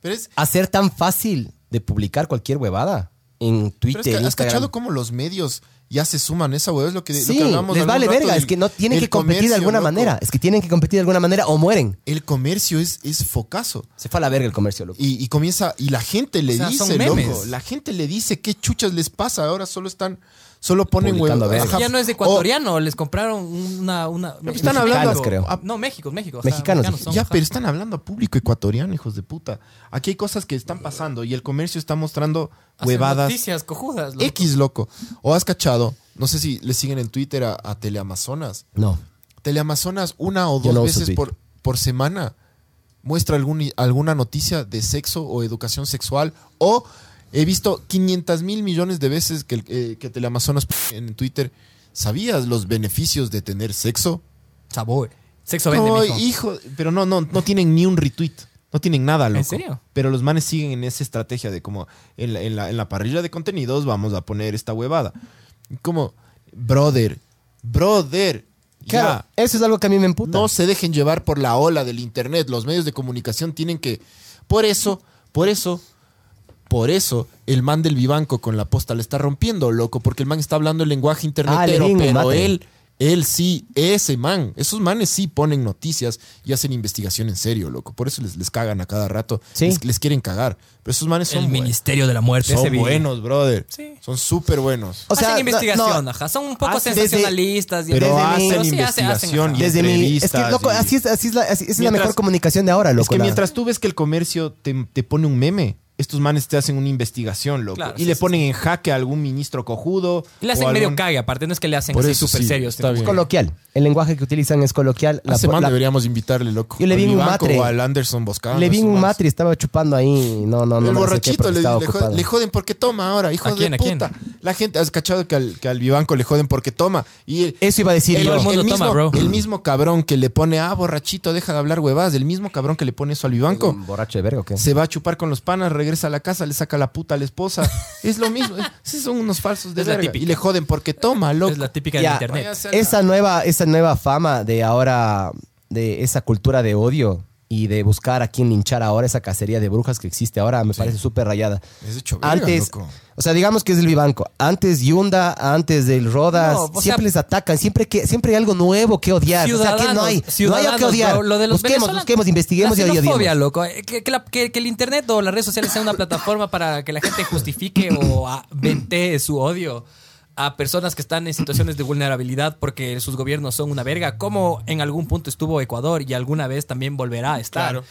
G: Pero es,
C: hacer tan fácil de publicar cualquier huevada en Twitter,
G: Pero es que has
C: Instagram,
G: cachado cómo los medios ya se suman esa hueá, es lo que, lo
C: Sí,
G: que hablamos
C: les
G: algún
C: vale
G: rato
C: verga,
G: del-
C: es que no tienen
G: del
C: que competir de
G: comercio,
C: alguna
G: loco.
C: manera, es que tienen que competir de alguna manera o mueren.
G: El comercio es, es focazo.
C: Se fue a la verga el comercio, loco.
G: Y, y comienza, y la gente le
D: O sea, son
G: dice,
D: memes.
G: loco, la gente le dice qué chuchas les pasa, ahora solo están, solo ponen
C: Publicando
G: huevos.
C: verga.
D: Ya no es ecuatoriano, les compraron una. una
G: Oh. Están
D: México.
G: hablando-
C: creo.
G: Ah,
D: No, México, México. o sea,
C: Mexicanos,
D: son,
G: Oh, ya,
D: ajá.
G: pero están hablando a público ecuatoriano, hijos de puta. Aquí hay cosas que están pasando y el comercio está mostrando
D: Hacen
G: huevadas
D: Noticias cojudas. loco.
G: X, loco. O has cachado, no sé si le siguen en Twitter a, a Teleamazonas.
C: No.
G: Teleamazonas una o
C: Yo
G: dos
C: no uso Twitter.
G: veces por, por semana muestra algún- alguna noticia de sexo o educación sexual o he visto 500 mil millones de veces que, el- eh, que Teleamazonas p- en Twitter. ¿Sabías los beneficios de tener sexo?
D: Sabor. eh. Sexo vende,
G: No,
D: mijo.
G: hijo, pero no, no, no tienen ni un retweet. No tienen nada, loco.
D: serio?
G: Pero los manes siguen en esa estrategia de como en la, en la- en la parrilla de contenidos vamos a poner esta huevada. Como, brother, brother, ya.
C: Claro, eso es algo que a mí me emputa.
G: No se dejen llevar por la ola del internet. Los medios de comunicación tienen que. Por eso, por eso, por eso, el man del Vivanco con la posta le está rompiendo, loco, porque el man está hablando el lenguaje internetero,
C: Ah, le di un
G: pero
C: mate.
G: él, él sí, ese man, esos manes sí ponen noticias y hacen investigación en serio, loco. Por eso les, les cagan a cada rato.
C: Sí.
G: Les, les quieren cagar. Pero esos manes
D: El
G: son, buen-
D: Ministerio de la Muerte.
G: son
D: ese vi.
G: buenos, brother.
D: Sí.
G: Son súper buenos.
C: O sea,
D: hacen
C: no-
D: investigación,
C: no.
D: ajá. Son un poco
C: Hacen- desde-
D: sensacionalistas. y-
G: Ah, Pero
C: desde mi-
D: pero
G: hacen
D: sí hacen,
G: investigación
D: hacen,
G: y
C: Desde mi... Es que,
G: entrevistas
C: loco,
G: y-
C: así es, así es, la, así- esa es la
G: Mientras-
C: mejor comunicación de ahora, loco.
G: Es que
C: la-
G: mientras tú ves que el comercio te, te pone un meme, estos manes te hacen una investigación, loco.
D: Claro,
G: y
D: sí,
G: le
D: sí,
G: ponen en jaque a algún ministro cojudo.
D: Y le hacen
G: o
D: medio
G: algún-
D: cague, aparte no es que le hacen
G: Por
D: así
G: eso
D: súper
G: sí,
D: serios.
G: está
C: Es
G: bien.
C: coloquial. El lenguaje que utilizan es coloquial.
G: A ese man
C: la-
G: deberíamos invitarle, loco.
C: Yo le
G: Al
C: vi en un
G: Vivanco
C: matre.
G: O al Anderson Boscán.
C: le vi
G: esos
C: un
G: manes.
C: matri, estaba chupando ahí. No, no, no.
G: el
C: me acerqué
G: borrachito
C: porque
G: le,
C: estaba
G: le jo-
C: ocupado.
G: le joden porque toma ahora, hijo
D: ¿A
G: de
D: quién, a quién?
G: puta. La gente, has cachado que al, que al Vivanco le joden porque toma. Y el,
C: Eso iba a decir
G: el-
C: yo.
D: el mundo
G: mismo,
D: toma, bro.
G: el mismo cabrón que le pone, ah, borrachito, deja de hablar huevadas. El mismo cabrón que le pone eso al Vivanco.
C: ¿Un ¿Borracho de verga o qué?
G: Se va a chupar con los panas, regresa a la casa, le saca la puta a
D: [laughs]
G: la esposa. es lo mismo. es- sí son unos falsos de
D: Es la
G: verga.
D: típica.
G: Y le joden porque toma, loco.
D: Es la típica
C: Ya.
D: del internet.
G: Vaya sea la-
C: Esa nueva, esa nueva fama de ahora, de esa cultura de odio, y de buscar a quién linchar ahora esa cacería de brujas que existe ahora me parece súper rayada.
B: Es hecho verga,
C: Antes,
B: loco.
C: o sea, digamos que es el Vivanco. Antes Yunda, antes del Rodas,
D: No, o sea-
C: siempre les atacan, siempre que siempre hay algo nuevo que odiar. O sea, que no hay, no hay algo
D: ciudadanos,
C: que odiar.
D: bro, Lo de los
C: busquemos,
D: venezolanos-
C: busquemos, investiguemos y
D: la xenofobia,
C: odiemos.
D: loco. Eh, Que, que la- que- que el internet o las redes sociales sea una plataforma para que la gente justifique o a- ventee su odio a personas que están en situaciones de vulnerabilidad porque sus gobiernos son una verga, como en algún punto estuvo Ecuador y alguna vez también volverá a estar.
B: Claro.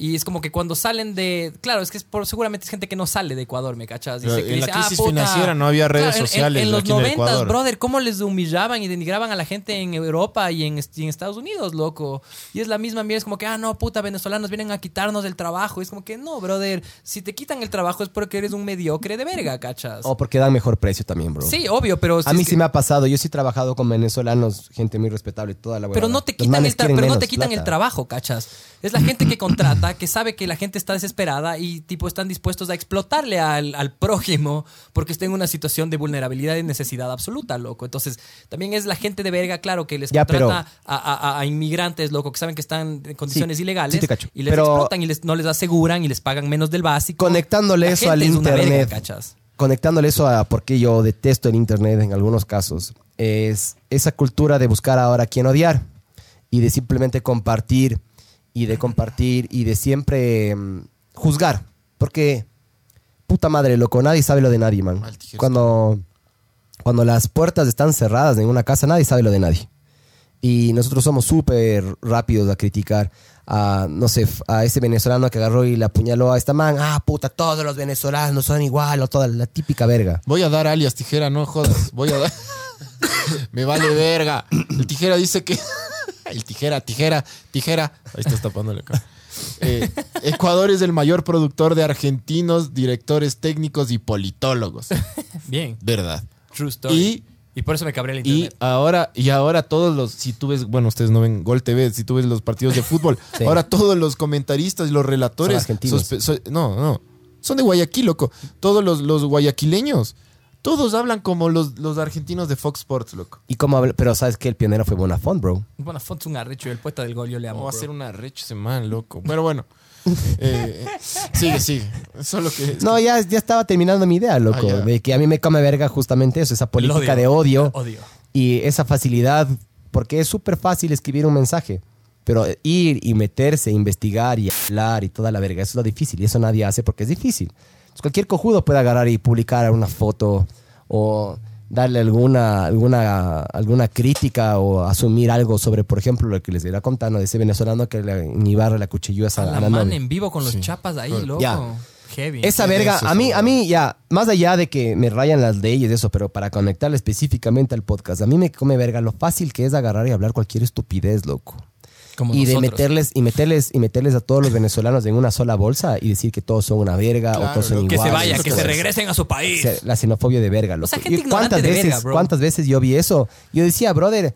D: Y es como que cuando salen de. Claro, es que es por, seguramente es gente que no sale de Ecuador, ¿me cachas? Y
B: Claro,
D: se- que
B: en la
D: dice, "Ah,
B: crisis
D: puta".
B: financiera no había redes
D: Claro, en- en-
B: sociales
D: En, los
B: aquí en el
D: 90,
B: Ecuador.
D: brother, cómo les humillaban y denigraban a la gente en Europa y en, est- y en Estados Unidos, loco. Y es la misma mierda, es como que, ah, no, puta, venezolanos vienen a quitarnos el trabajo. Y es como que, no, brother, si te quitan el trabajo es porque eres un mediocre de verga, ¿cachas?
C: O porque dan mejor precio también, bro.
D: sí, obvio, pero... si
C: a
D: es
C: mí
D: que-
C: sí me ha pasado. Yo sí he trabajado con venezolanos, gente muy respetable y toda la
D: pero
C: huevada.
D: no te
C: Los
D: quitan,
C: manes
D: el, tra-
C: quieren
D: pero no
C: menos
D: te quitan el
C: plata.
D: trabajo, ¿cachas? Es la gente que contrata, que sabe que la gente está desesperada y tipo están dispuestos a explotarle al, al prójimo porque está en una situación de vulnerabilidad y necesidad absoluta, loco. Entonces, también es la gente de verga, claro, que les
C: Ya, pero-
D: contrata a, a- a inmigrantes, loco, que saben que están en condiciones
C: Sí,
D: ilegales
C: sí te cacho.
D: y les
C: Pero-
D: explotan y les- no les aseguran y les pagan menos del básico.
C: Conectándole
D: La
C: eso
D: gente
C: al
D: es una verga,
C: internet.
D: ¿cachas?
C: conectándole eso a por qué yo detesto el internet en algunos casos, es esa cultura de buscar ahora a quién odiar y de simplemente compartir y de compartir y de siempre mm, juzgar. Porque, puta madre, loco, nadie sabe lo de nadie, man.
B: Mal dijeras.
C: Cuando, cuando las puertas están cerradas en una casa, nadie sabe lo de nadie. Y nosotros somos súper rápidos a criticar a, no sé, f- a ese venezolano que agarró y le apuñaló a esta man. Ah, puta, todos los venezolanos son igual o toda la típica verga.
B: Voy a dar alias tijera, no jodas. Voy
D: [laughs]
B: a dar. Me vale verga. El tijera dice que. [laughs] El tijera, tijera, tijera. Ahí estás tapándole acá. Eh, Ecuador es el mayor productor de argentinos, directores técnicos y politólogos.
D: Bien,
B: Verdad.
D: true story.
B: Y-
D: Y, por eso me cabré el
B: Y
D: internet.
B: ahora, y ahora todos los, si tú ves, bueno, ustedes no ven Gol TV, si tú ves los partidos de fútbol,
C: Sí.
B: ahora todos los comentaristas y los relatores.
C: Son argentinos.
B: sospe- so- no, no. Son de Guayaquil, loco. Todos los, los guayaquileños. Todos hablan como los, los argentinos de Fox Sports, loco.
C: Y como habla- pero sabes que el pionero fue Bonafont, bro.
D: Bueno, Font es un arrecho y el puesta del gol yo le amo.
G: Oh,
B: No va a
D: bro.
B: ser una recha semana, loco. Pero bueno. [laughs] eh, sigue, sigue. Solo que. es
C: No,
B: que-
C: ya, ya estaba terminando mi idea, loco.
B: Ah, ya.
C: De que a mí me come verga justamente eso, esa
D: El
C: política de odio
D: Odio.
C: y esa facilidad, porque es súper fácil escribir un mensaje. Pero ir y meterse, investigar y hablar y toda la verga, eso es lo difícil. Y eso nadie hace porque es difícil. Entonces, cualquier cojudo puede agarrar y publicar una foto o darle alguna, alguna, alguna crítica o asumir algo sobre, por ejemplo, lo que les irá contando de ese venezolano que le, en Ibarra la cuchilló a esa-
D: A
C: a
D: la,
C: la
D: man
C: novia.
D: en vivo con los chapas ahí, loco.
C: Ya.
D: Heavy.
C: Esa
B: Sí,
C: verga,
B: eso
C: a mí,
B: seguro.
C: a mí ya, más allá de que me rayan las leyes, eso, pero para conectarla específicamente al podcast, a mí me come verga lo fácil que es agarrar y hablar cualquier estupidez, loco.
D: Como
C: y de
D: nosotros.
C: meterles, y meterles, y meterles a todos los venezolanos en una sola bolsa y decir que todos son una verga o
B: Claro,
C: todos son
B: loco.
D: que
C: iguales.
D: se vaya, que
C: Eso
D: se
C: es-
D: regresen a su país.
C: se- La xenofobia de verga, loco.
D: sea, gente
C: Y ¿Cuántas
D: ignorante de
C: veces,
D: verga, bro.
C: cuántas veces yo vi eso? Yo decía, brother,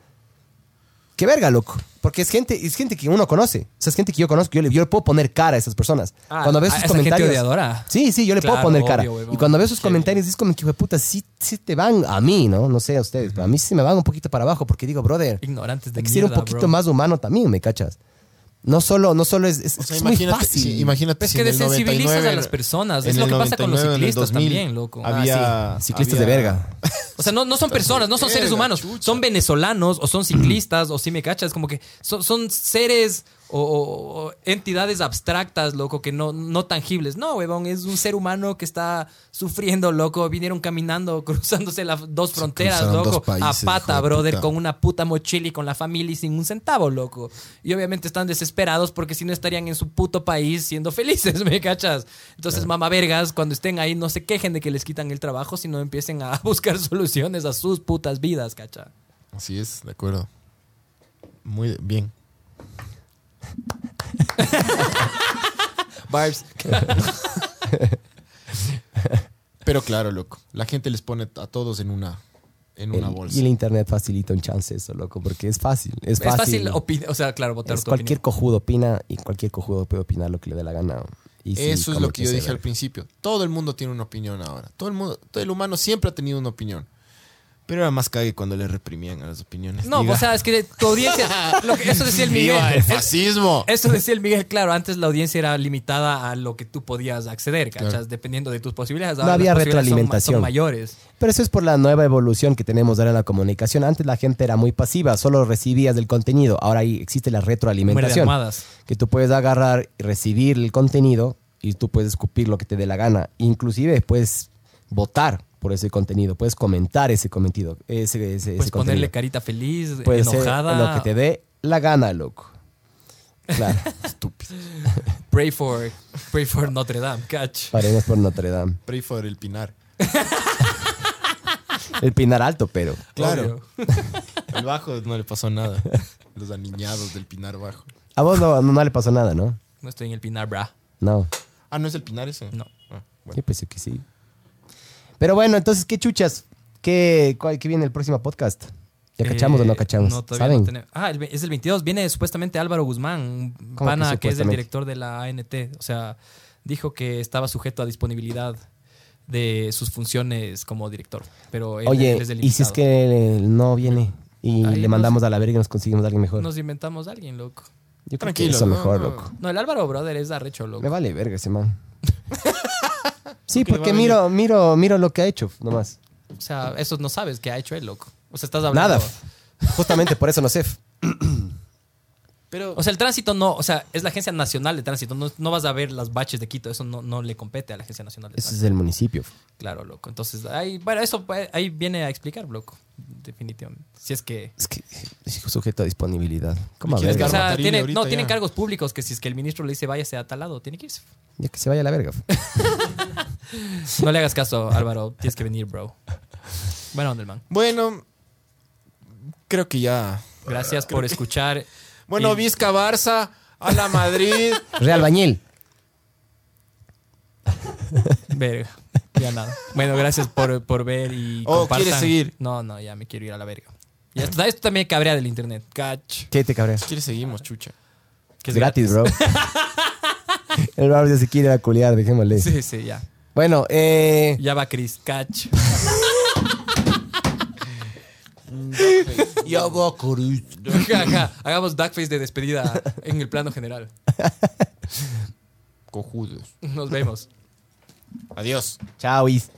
C: qué verga, loco. Porque es gente, es gente que uno conoce. O sea, es gente que yo conozco. Yo le, yo le puedo poner cara a esas personas.
D: Ah,
C: cuando ves
D: a
C: sus
D: esa gente
C: comentarios.
D: odiadora.
C: Sí, sí, yo le puedo
D: Claro,
C: poner
D: obvio,
C: cara.
D: huevón.
C: Y cuando veo sus
D: Sí.
C: comentarios, es como que, hijo de puta, sí, sí te van a mí, ¿no? No sé a ustedes, pero a mí sí me van un poquito para abajo porque digo, brother,
D: Ignorantes de
C: hay que ser un
D: mierda,
C: poquito
D: bro.
C: más humano también, ¿me cachas? No solo, no solo es, es,
B: O sea,
C: es muy
B: imagínate,
C: fácil.
B: sí, imagínate
D: Es
B: si
D: que
B: en el
D: desensibilizas
B: 99,
D: a las personas. Es
B: en
D: lo
B: el
D: que pasa con los
B: 99, en el
D: ciclistas
B: 2000,
D: también, loco. Ah,
B: Había
C: Ciclistas de
B: había-
C: verga.
D: O sea, no, no son personas, no son seres
B: verga,
D: humanos.
B: chucha.
D: Son venezolanos o son ciclistas o si me cachas. Como que son, son seres o, o- o entidades abstractas, loco, que no, no tangibles. No, huevón, es un ser humano que está sufriendo, loco. Vinieron caminando, [laughs] cruzándose las dos fronteras,
B: cruzaron
D: loco.
B: dos países,
D: a
B: hijo
D: pata,
B: de
D: brother,
B: puta.
D: con una puta mochila y con la familia y sin un centavo, loco. Y obviamente están desesperados porque si no estarían en su puto país siendo felices, [laughs] ¿me cachas? Entonces, mamá vergas, cuando estén ahí, no se quejen de que les quitan el trabajo, sino empiecen a [laughs] buscar soluciones a sus putas vidas, cacha.
B: Así es, de acuerdo. Muy de- bien.
C: [laughs] [laughs]
D: Barbs.
B: Pero claro, loco. La gente les pone a todos en una, en una
C: El-
B: bolsa.
C: y el internet facilita un chance eso, loco, porque es fácil. Es
D: Es fácil,
C: fácil.
D: opi- o sea, claro, votar
C: es
D: tu
C: cualquier cojudo opina y cualquier cojudo puede opinar lo que le dé la gana. Y sí,
B: Eso es
C: como
B: lo que yo
C: se
B: dije
C: ve.
B: al principio. Todo el mundo tiene una opinión ahora. Todo el mundo, todo el humano siempre ha tenido una opinión. Pero era más cague cuando le reprimían a las opiniones.
D: No,
G: [laughs]
B: Diga,
D: o sea, es que tu audiencia. lo que- eso decía el Miguel.
B: ¡Viva el
D: Es-
B: fascismo!
D: Eso decía el Miguel, claro, antes la audiencia era limitada a lo que tú podías acceder, ¿cachas? Dependiendo de tus posibilidades.
C: No
D: Ahora las
C: había
D: posibilidades son ma-
C: retroalimentación.
D: Son, mayores.
C: Pero eso es por la nueva evolución que tenemos ahora en la comunicación. Antes la gente era muy pasiva, solo recibías el contenido. Ahora ahí existe la
D: Número de
C: retroalimentación.
D: armadas.
C: Que tú puedes agarrar y recibir el contenido y tú puedes escupir lo que te dé la gana. Inclusive puedes votar por ese contenido, puedes comentar ese contenido. Ese, ese,
D: Puedes
C: ese
D: ponerle
C: contenido.
D: carita feliz,
C: Puedes ser
D: enojada.
C: lo que te dé la gana, loco.
D: [laughs]
C: Claro, estúpido.
D: Pray for, pray for Notre Dame, catch.
C: Paremos por Notre Dame.
B: Pray for el Pinar.
C: El Pinar Alto, pero.
B: Claro.
D: Obvio.
B: El bajo no le pasó nada. Los aniñados del Pinar bajo.
C: A vos no, no le pasó nada, ¿no?
D: No estoy en el Pinar, bra.
C: No.
B: Ah, ¿no es el Pinar ese?
D: No.
B: Ah, bueno.
C: Yo pensé que sí. Pero bueno, entonces, ¿qué chuchas? ¿Qué, cuál- qué viene el próximo podcast? ¿Ya cachamos
D: Eh,
C: o no cachamos?
D: no, todavía
C: ¿Saben?
D: no tenemos- ah, el ve- es el 22. Viene supuestamente Álvaro Guzmán, un
C: ¿Cómo que
D: pana que, es el
C: supuestamente?
D: director de la ANT. O sea, dijo que estaba sujeto a disponibilidad de sus funciones como director. Pero él,
C: Oye,
D: él es el
C: ¿y si es
D: invitado.
C: que no viene? Y
D: Ahí
C: le
D: nos-
C: mandamos a la verga y nos conseguimos a alguien mejor.
D: Nos inventamos a alguien, loco.
C: Yo creo
B: Tranquilo,
C: que eso
B: no,
C: mejor,
B: no.
C: loco.
D: No, el Álvaro Brother es arrecho,
C: Me
D: loco.
C: vale verga ese
D: [laughs]
C: man. sí,
B: Porque le va
C: porque
B: a
C: miro, miro, miro lo que ha hecho, nomás.
D: O sea, eso no sabes qué ha hecho él, loco. O sea, estás hablando.
C: Nada. Justamente por eso [laughs] no sé.
B: Pero
D: O sea, el tránsito no, o sea, es la Agencia Nacional de Tránsito. No, no vas a ver las baches de Quito. Eso no, no le compete a la Agencia Nacional de Tránsito.
C: Ese es el municipio.
D: Claro, loco. Entonces, ahí, bueno, eso pues, ahí viene a explicar, loco. Definitivamente. Si es que.
C: Es que es sujeto a disponibilidad. ¿Cómo a
B: ¿Quieres
C: verga?
D: o
B: Claro,
D: sea,
B: Matarile
D: tiene-
B: ahorita
D: no,
B: ya.
D: tienen cargos públicos que si es que el ministro le dice váyase a tal lado, tiene que irse.
C: Ya que se vaya a la verga.
D: No le hagas caso,
B: [laughs]
D: Álvaro. Tienes que venir, bro. Bueno, onda el man.
B: bueno, creo que ya.
D: Gracias por escuchar.
B: Bueno,
D: Y-
B: Vizca Barça, a la
C: [laughs]
B: Madrid.
C: Real Bañil.
D: Verga. Ya nada. Bueno, gracias por, por ver y.
B: Oh,
D: compartan.
B: ¿quieres seguir?
D: No, no, ya me quiero ir a la verga. Ya esto, esto también cabrea del internet. Cach.
C: ¿Qué te cabreas?
B: Si quieres seguimos, chucha.
D: Que
C: es gratis, [laughs] bro. El Barbs ya se quiere ir a culiar, dejémosle.
D: Sí, sí, ya.
C: Bueno, eh,
D: Ya va Chris. Cach.
B: Yo hago corri-
D: Ajá, ajá. Hagamos duckface de despedida en el plano general.
B: cojudos.
D: Nos vemos.
B: Adiós.
C: chao. Is.